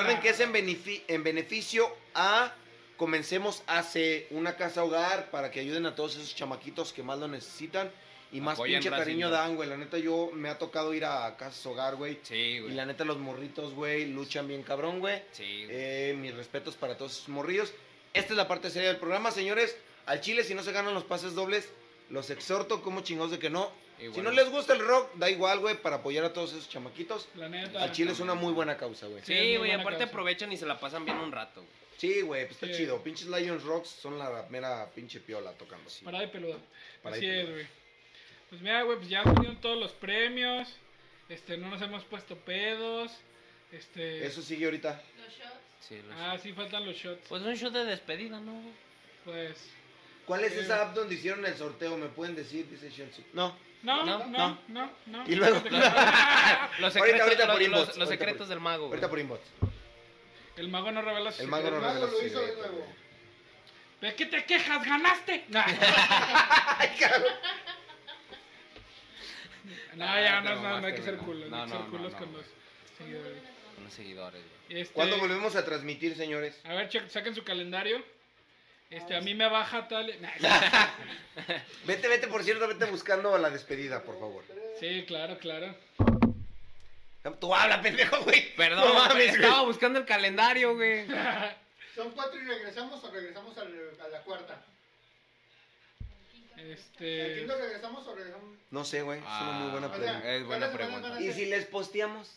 <laughs> Recuerden que es en, benefi- en beneficio a Comencemos AC, una casa hogar, para que ayuden a todos esos chamaquitos que más lo necesitan. Y más
Apoyen
pinche cariño
Brasil, ¿no?
dan, güey. La neta, yo me ha tocado ir a casas hogar, güey.
Sí,
Y
güey.
la neta, los morritos, güey, luchan bien cabrón, güey.
Sí, güey.
Eh, mis respetos para todos esos morrillos. Esta es la parte seria del programa, señores. Al Chile, si no se ganan los pases dobles, los exhorto como chingados de que no.
Igual.
Si no les gusta el rock, da igual, güey, para apoyar a todos esos chamaquitos.
La neta.
Al Chile es una muy buena causa, güey.
es
Sí,
muy
güey,
buena
aparte
causa.
aprovechan y se la pasan bien un rato, güey.
Sí, güey, pues está
Sí.
chido. Pinches Lions Rocks son la mera pinche piola tocando. Sí.
Parada de peluda.
Parada
Así
de
es,
peluda.
güey. Pues mira, güey, pues ya salieron todos los premios. Este, no nos hemos puesto pedos. Este.
Eso sigue ahorita.
Los shots.
Sí, lo
Ah, sí, Ah, faltan los shots.
Pues un show de despedida, ¿no? güey?
Pues.
¿Cuál es
Eh.
esa app donde hicieron el sorteo? ¿Me pueden decir? Dice Shonsu. No.
No,
No,
no,
no.
no, no.
Y luego-
<laughs> Los secretos,
Ah, Ahorita- ahorita
los-
por inbox,
los- los
ahorita
secretos
por-
del mago, güey.
Ahorita por inbox. <laughs>
El mago no revela sus
El mago no
El mago
revela
lo
sus
hizo de
secretos,
nuevo.
güey.
secretos. ¿De qué te quejas? ¡Ganaste! No,
Ay, cabrón.
no
Ah,
ya,
te
no, no, no hay
mamaste,
que ser
güey, no.
culos. No,
No,
hay que ser
no,
culos
no,
con
no.
los
¿Cuándo
seguidores.
vuelven a trabajar?
Con los seguidores, güey.
Este,
¿Cuándo volvemos a transmitir, señores?
A ver, chequen saquen su calendario. Este, a mí me baja tal. <laughs> Nah,
Vete, vete, por cierto, vete buscando a la despedida, por favor.
sí, claro, claro.
Tú habla, Ah, pendejo, güey.
Perdón,
No
güey,
mames,
estaba
güey.
buscando el calendario, güey.
¿Son cuatro y regresamos o regresamos al- a la cuarta? ¿Al
Este.
quinto regresamos o regresamos?
No sé, güey. Es una muy buena
Ah,
pregunta.
Es buena
¿cuáles van a-
pregunta.
van a
¿Y
ser?
si les posteamos?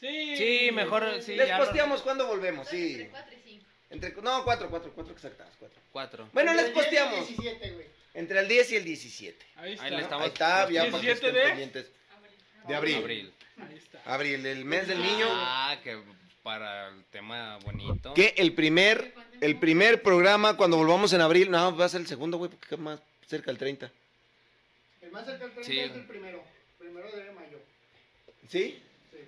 Sí.
Sí, mejor, sí.
Les
ya lo-
posteamos cuando volvemos,
Entonces, entre
sí.
cuatro y cinco.
Entre, no, cuatro, cuatro, cuatro exactas, cuatro.
Cuatro.
Bueno,
Entre
les
el diez y el
posteamos.
17, güey.
Entre el 10 y el 17.
Ahí está.
Ahí le estamos.
Ahí está, ya para que
17
estén
de-
pendientes. De abril.
Abril.
Ahí está.
Abril, el mes del niño.
Ah, que para el tema bonito.
Que el primer, el primer programa, cuando volvamos en abril, no, va a ser el segundo, güey, porque más cerca del 30.
El más cerca al 30
Sí.
es el primero. Primero de mayo.
¿Sí?
Sí.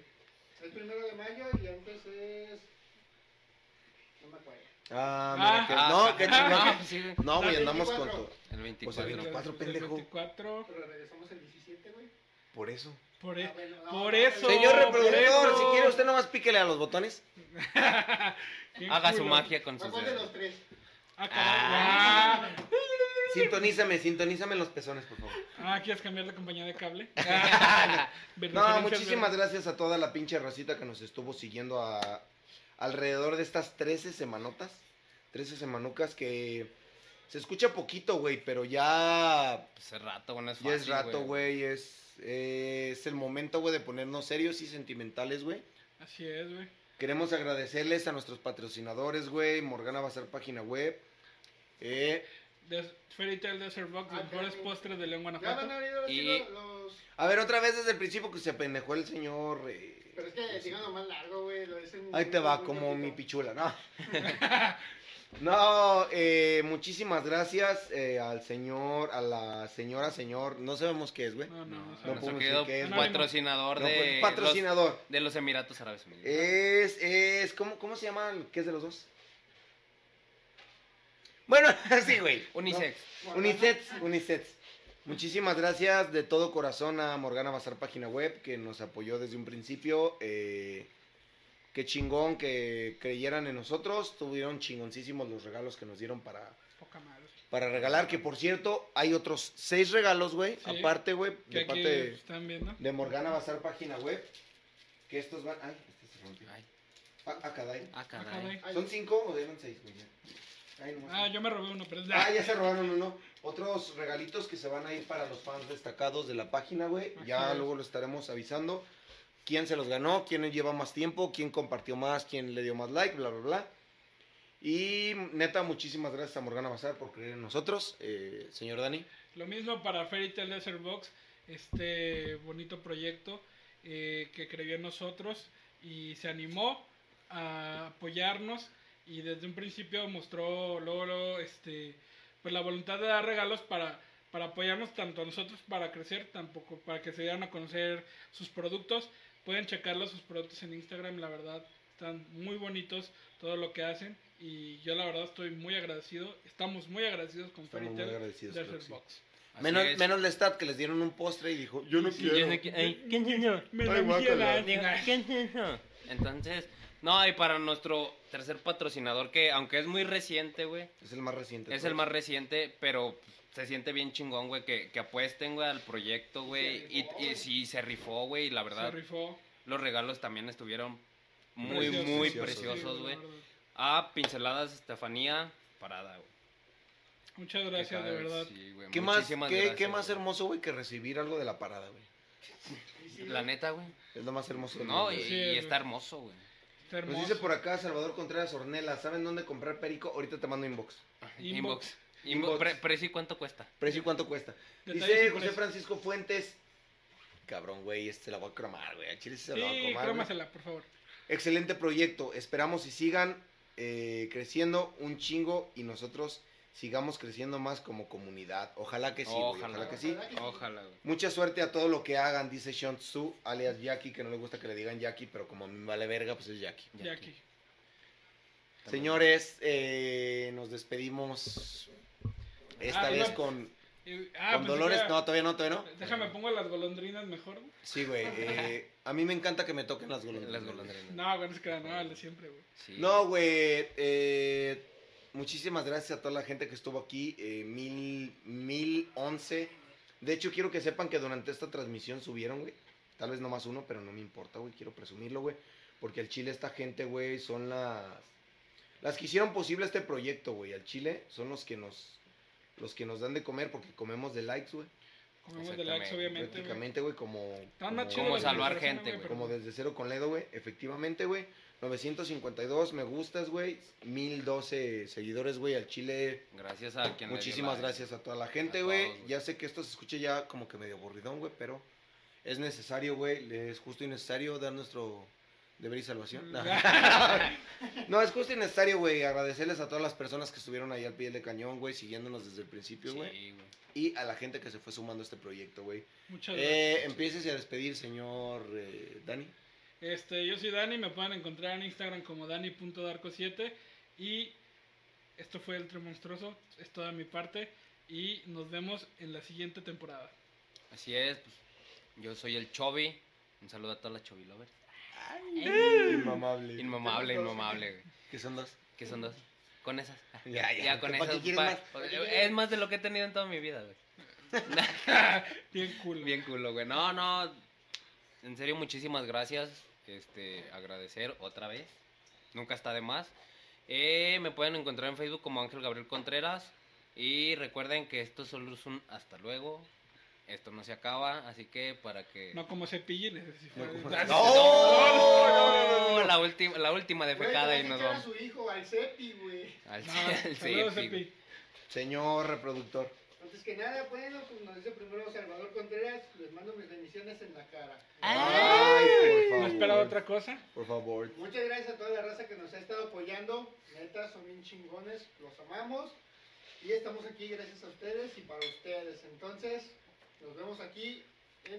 El primero de mayo y antes es. No me acuerdo.
Ah,
Ah,
mira, que, no, qué
Ah,
chingón.
pues sí, güey. <laughs>
No, güey,
Ah,
andamos con
24.
todo.
El
O sea,
24.
de los cuatro, pendejo.
24.
Pero regresamos el 17, güey.
Por eso.
Por,
Ah,
e-
bueno, no,
por
no,
eso.
Señor
por
reproductor,
eso.
si quiere usted nomás píquele a los botones.
Qué
Haga su
culo.
magia con
¿A
sus
cuál de
dedos.
los
<laughs>
tres?
Ah,
Ah.
caray.
Sintonízame, sintonízame los pezones, por favor.
Ah, ¿quieres cambiar la compañía
<laughs>
de cable? Ah,
No, muchísimas gracias a toda la pinche racita que nos estuvo siguiendo a alrededor de estas 13 semanotas. 13 semanucas que se escucha poquito, güey, pero ya,
Pues es rato, bueno, es
ya
fácil,
es rato, güey. Es, eh, es el momento, güey, de ponernos serios y sentimentales, güey.
Así es, güey.
Queremos agradecerles a nuestros patrocinadores, güey. Morgana va a ser página web. Eh,
Des- Fairy Tail Desert Box, los
Ah,
mejores
claro.
postres de León,
Ya van
Guanajuato.
a abrir ahora sí
Y-
los- los.
a ver, otra vez desde el principio que se apendejó el señor. eh,
Pero es que
pues
digan lo más largo, güey. Lo dicen.
Ahí te va,
muy
como mi
cortito.
pichula, ¿no? <laughs> No, eh, muchísimas gracias eh, al señor, a la señora, señor, no sabemos qué es, güey.
No, no, no.
No
sabes.
puedo
Nuestro
decir
querido
que es.
patrocinador
No,
de,
pues, patrocinador. Eh,
Los, de los Emiratos Árabes Unidos.
Es, es, ¿cómo, ¿cómo se llama? ¿Qué es de los dos? Bueno, <laughs> sí, güey.
Unisex.
No, Unisets, Unisets. Muchísimas gracias de todo corazón a Morgana Bazar Página Web, que nos apoyó desde un principio. eh, qué chingón que creyeran en nosotros. Tuvieron chingoncísimos los regalos que nos dieron para,
Poca madre.
para regalar, que por cierto, hay otros seis regalos, güey.
Sí.
Aparte, güey,
Que
de
aquí
parte de-
están viendo.
de Morgana Bazar Página Web. Que estos van. Ay, este se rompió.
Ay,
Ah, ah, caray.
ah,
Ah,
caray.
caray.
¿Son cinco o eran seis, güey? Ya. Ay, nomás.
Ah, yo me robé uno, pero es
<laughs> Ah, ya se
<laughs>
robaron uno. Otros regalitos que se van a ir para los fans destacados de la página, güey. Ya
Ajá.
luego lo estaremos avisando. Quién se los ganó, quién lleva más tiempo, quién compartió más, quién le dio más like, bla, bla, bla. Y neta, muchísimas gracias a Morgana Bazar por creer en nosotros. Eh, señor Dani,
Lo mismo para Fairy Tail Desert Box, este bonito proyecto eh, que creyó en nosotros y se animó a apoyarnos y desde un principio mostró luego, luego, este pues la voluntad de dar regalos para para apoyarnos tanto a nosotros para crecer, tampoco para que se dieran a conocer sus productos. Pueden checarlos sus productos en Instagram, la verdad están muy bonitos todo lo que hacen y yo la verdad estoy muy agradecido, estamos muy agradecidos con Fairy
estamos muy
Tail
agradecidos. claro que
Desert
sí.
Box.
Así
Menos,
es.
menos Lestat que les dieron un postre y dijo, yo no quiero.
Yo sé que- ay, ¿quién soy yo?
Me
Ay,
la
guácala.
hicieron.
Digo, ¿quién soy yo? Entonces, no, y para nuestro tercer patrocinador, que aunque es muy reciente, güey,
Es el más reciente. de
es el
todos.
más reciente, pero se siente bien chingón, güey, que, que apuesten, güey, al proyecto, güey. Y,
rifó,
y
güey.
sí, se rifó, güey, y la
Se
verdad,
rifó.
los regalos también estuvieron muy,
Preciosos.
muy
Preciosos.
preciosos,
Sí,
güey.
la verdad.
Ah, pinceladas Estefanía Parada, güey.
Muchas
Que
gracias,
cada
de
vez-
verdad.
sí, güey,
¿Qué más, qué,
muchísimas
qué
gracias,
más
güey.
hermoso, güey, que recibir algo de la parada, güey?
La neta, güey.
Es lo más hermoso del
No,
mundo,
y,
güey.
Sí,
y
güey.
está hermoso, güey.
Está hermoso.
Nos Pues dice por acá Salvador Contreras Ornella, ¿saben dónde comprar perico? Ahorita te mando inbox.
Inbox.
Inbox.
Inbox.
Inbox.
Pre- precio y cuánto cuesta.
Precio y cuánto cuesta.
Detalles
Dice
y
José
precios.
Francisco Fuentes. Cabrón, güey, este se la voy a cromar, güey. A Chile se ¿eh? la voy a
Sí,
cromar. güey.
crómasela, por favor.
Excelente proyecto. Esperamos y sigan eh, creciendo un chingo y nosotros sigamos creciendo más como comunidad. Ojalá que sí, güey,
Ojalá.
ojalá que sí.
Ojalá que
Ojalá, güey.
Mucha suerte a todo lo que hagan, dice Sean Tzu, alias Jackie, que no le gusta que le digan Jackie, pero como a mí me vale verga, pues es Jackie.
Ya aquí.
Señores, eh, nos despedimos esta
Ah,
vez
no.
con,
Eh, ah,
con
pues,
Dolores.
deja-
No, todavía no, todavía no.
Déjame pongo las golondrinas mejor. güey.
Sí, güey. eh, a mí me encanta que me toquen las golondrinas.
Las golondrinas.
No, bueno, es que no, de siempre, güey.
Sí.
No, güey. eh, muchísimas gracias a toda la gente que estuvo aquí. eh, mil, mil once. De hecho, quiero que sepan que durante esta transmisión subieron, güey. Tal vez no más uno, pero no me importa, güey. Quiero presumirlo, güey. Porque al Chile esta gente, güey, son las... Las que hicieron posible este proyecto, güey. Al Chile son los que nos... Los que nos dan de comer porque comemos de likes, güey.
Comemos de likes,
Exactamente,
obviamente. güey.
Prácticamente, güey, como...
Están más chidos
Como
las
salvar
golondrinas,
gente, güey.
Como desde cero con Ledo, güey. Efectivamente, güey. 952 me gustas, güey. 1012 seguidores, güey, al Chile.
Gracias a quien le dio
Muchísimas
like.
gracias a toda la gente,
A
güey.
todos, güey.
Ya sé que esto se escuche ya como que medio aburridón, güey, pero es necesario, güey. Es justo y necesario dar nuestro deber y salvación.
Mm.
No, <laughs> No, es justo y necesario, güey. Agradecerles a todas las personas que estuvieron ahí al pie del cañón, güey, siguiéndonos desde el principio, güey.
Sí, güey.
Y a la gente que se fue sumando a este proyecto, güey.
<laughs> Muchas gracias.
Eh, empieces a despedir, señor eh, Dani.
Este, yo soy Dani, me pueden encontrar en Instagram como Dani.darko7 y esto fue El Trio Monstruoso, es toda mi parte y nos vemos en la siguiente temporada. <laughs>
Así es, pues, yo soy el Chobi. Un saludo a todas las Chobi lovers.
Inmamable.
Inmamable, inmamable, güey.
¿Qué son
<laughs>
dos?
¿Qué son dos? Con esas.
Ya, ya.
Ya, con
¿Para qué
esas.
quieres
pa-
más?
Es más de lo que he tenido en toda mi vida, güey.
Bien cool.
Bien culo, güey. No, no. En serio, muchísimas gracias. Este, agradecer otra vez. Nunca está de más. Eh, me pueden encontrar en Facebook como Ángel Gabriel Contreras. Y recuerden que esto solo es un hasta luego. Esto no se acaba, así que para que.
No como cepillines. así fue.
No como-
Ah, <laughs>
¡No!
La última, la última
Güey, le
defecada
vas a
y nos
echar a
vamos.
su hijo, al Cepi, güey.
Al,
No,
al
saludos,
CFI, güey.
Cepi.
Señor reproductor.
Antes que nada, bueno, pues nos dice primero Salvador Contreras, les mando mis bendiciones en la cara.
Ah.
Ay, por favor.
No esperaba otra cosa.
Por favor.
Muchas gracias a toda la raza que nos ha estado apoyando. Neta, son bien chingones, los amamos. Y estamos aquí gracias a ustedes y para ustedes. Entonces, nos vemos aquí en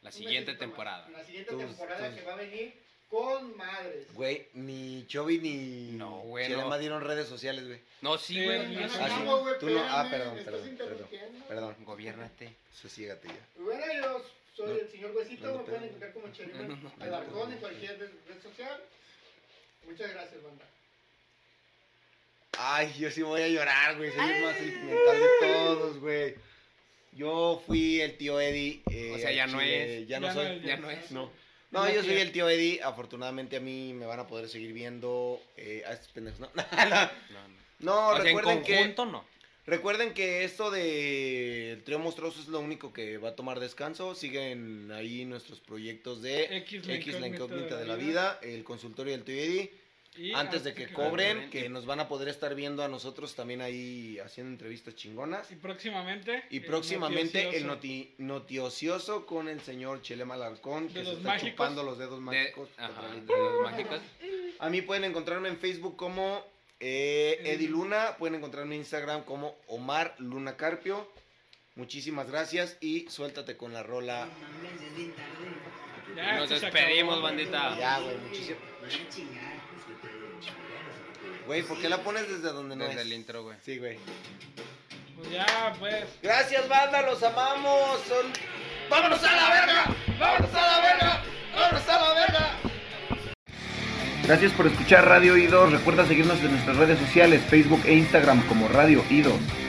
La
una
siguiente
cita más.
temporada.
La siguiente
Tus-
temporada
tus-
que va a venir con madres.
Güey, ni Chovy ni.
No, güey,
Chile
no.
más dieron redes sociales, güey.
No, sí,
Sí,
güey.
no,
yo
Nos
sí.
Ah, sí.
amamos, güey,
Tú no- ah, perdón,
espérame, me
perdón,
estás
perdón,
interrumpiendo.
Perdón.
Gobiérnate.
Sosiégate ya.
Bueno, yo soy
No.
el señor Huesito,
No, no
me
te-
pueden encontrar como
No,
Chelimen
no,
no.
Alarcón en cualquier red red social. Muchas gracias, banda.
Ay, yo sí voy a llorar, güey. Soy el más sentimental de todos, güey. Yo fui el tío Eddie. eh,
O sea, ya
al
no
Chile, Ya no
Ya no
soy.
es,
Ya no es.
No. No,
No,
yo
sí.
soy el tío Eddie. Afortunadamente a mí me van a poder seguir viendo eh, a estos pendejos. No, <laughs> no,
No, no.
no,
O sea, en
recuerden que
conjunto no.
recuerden que esto de el trío monstruoso es lo único que va a tomar descanso. Siguen ahí nuestros proyectos de
X,
X la incógnita de la vida, el consultorio del tío Eddie.
Y
Antes de que
cobren,
cobren,
que-
que nos van a poder estar viendo a nosotros también ahí haciendo entrevistas chingonas.
Y próximamente.
Y
el
próximamente el
noticioso.
noti, notiocioso con el señor Chelema Alarcón, que se
De los
está
mágicos.
chupando los dedos mágicos.
de, ajá,
Otra vez.
de los mágicos.
A mí pueden encontrarme en Facebook como eh,
Eddie
Eddie Luna, pueden encontrarme en Instagram como Omar Luna Carpio. Muchísimas gracias y suéltate con la rola.
Ya,
Nos
esto se
despedimos,
acabó.
bandita.
Ya, güey, muchísimas. Güey, ¿por qué la pones desde donde no
Desde
es?
el intro, güey.
Sí, güey.
Pues ya, pues.
Gracias, banda, los amamos. Son... ¡Vámonos a la verga! ¡Vámonos a la verga! ¡Vámonos a la verga!
Gracias por escuchar Radio I2. Recuerda seguirnos en nuestras redes sociales, Facebook e Instagram como Radio I2.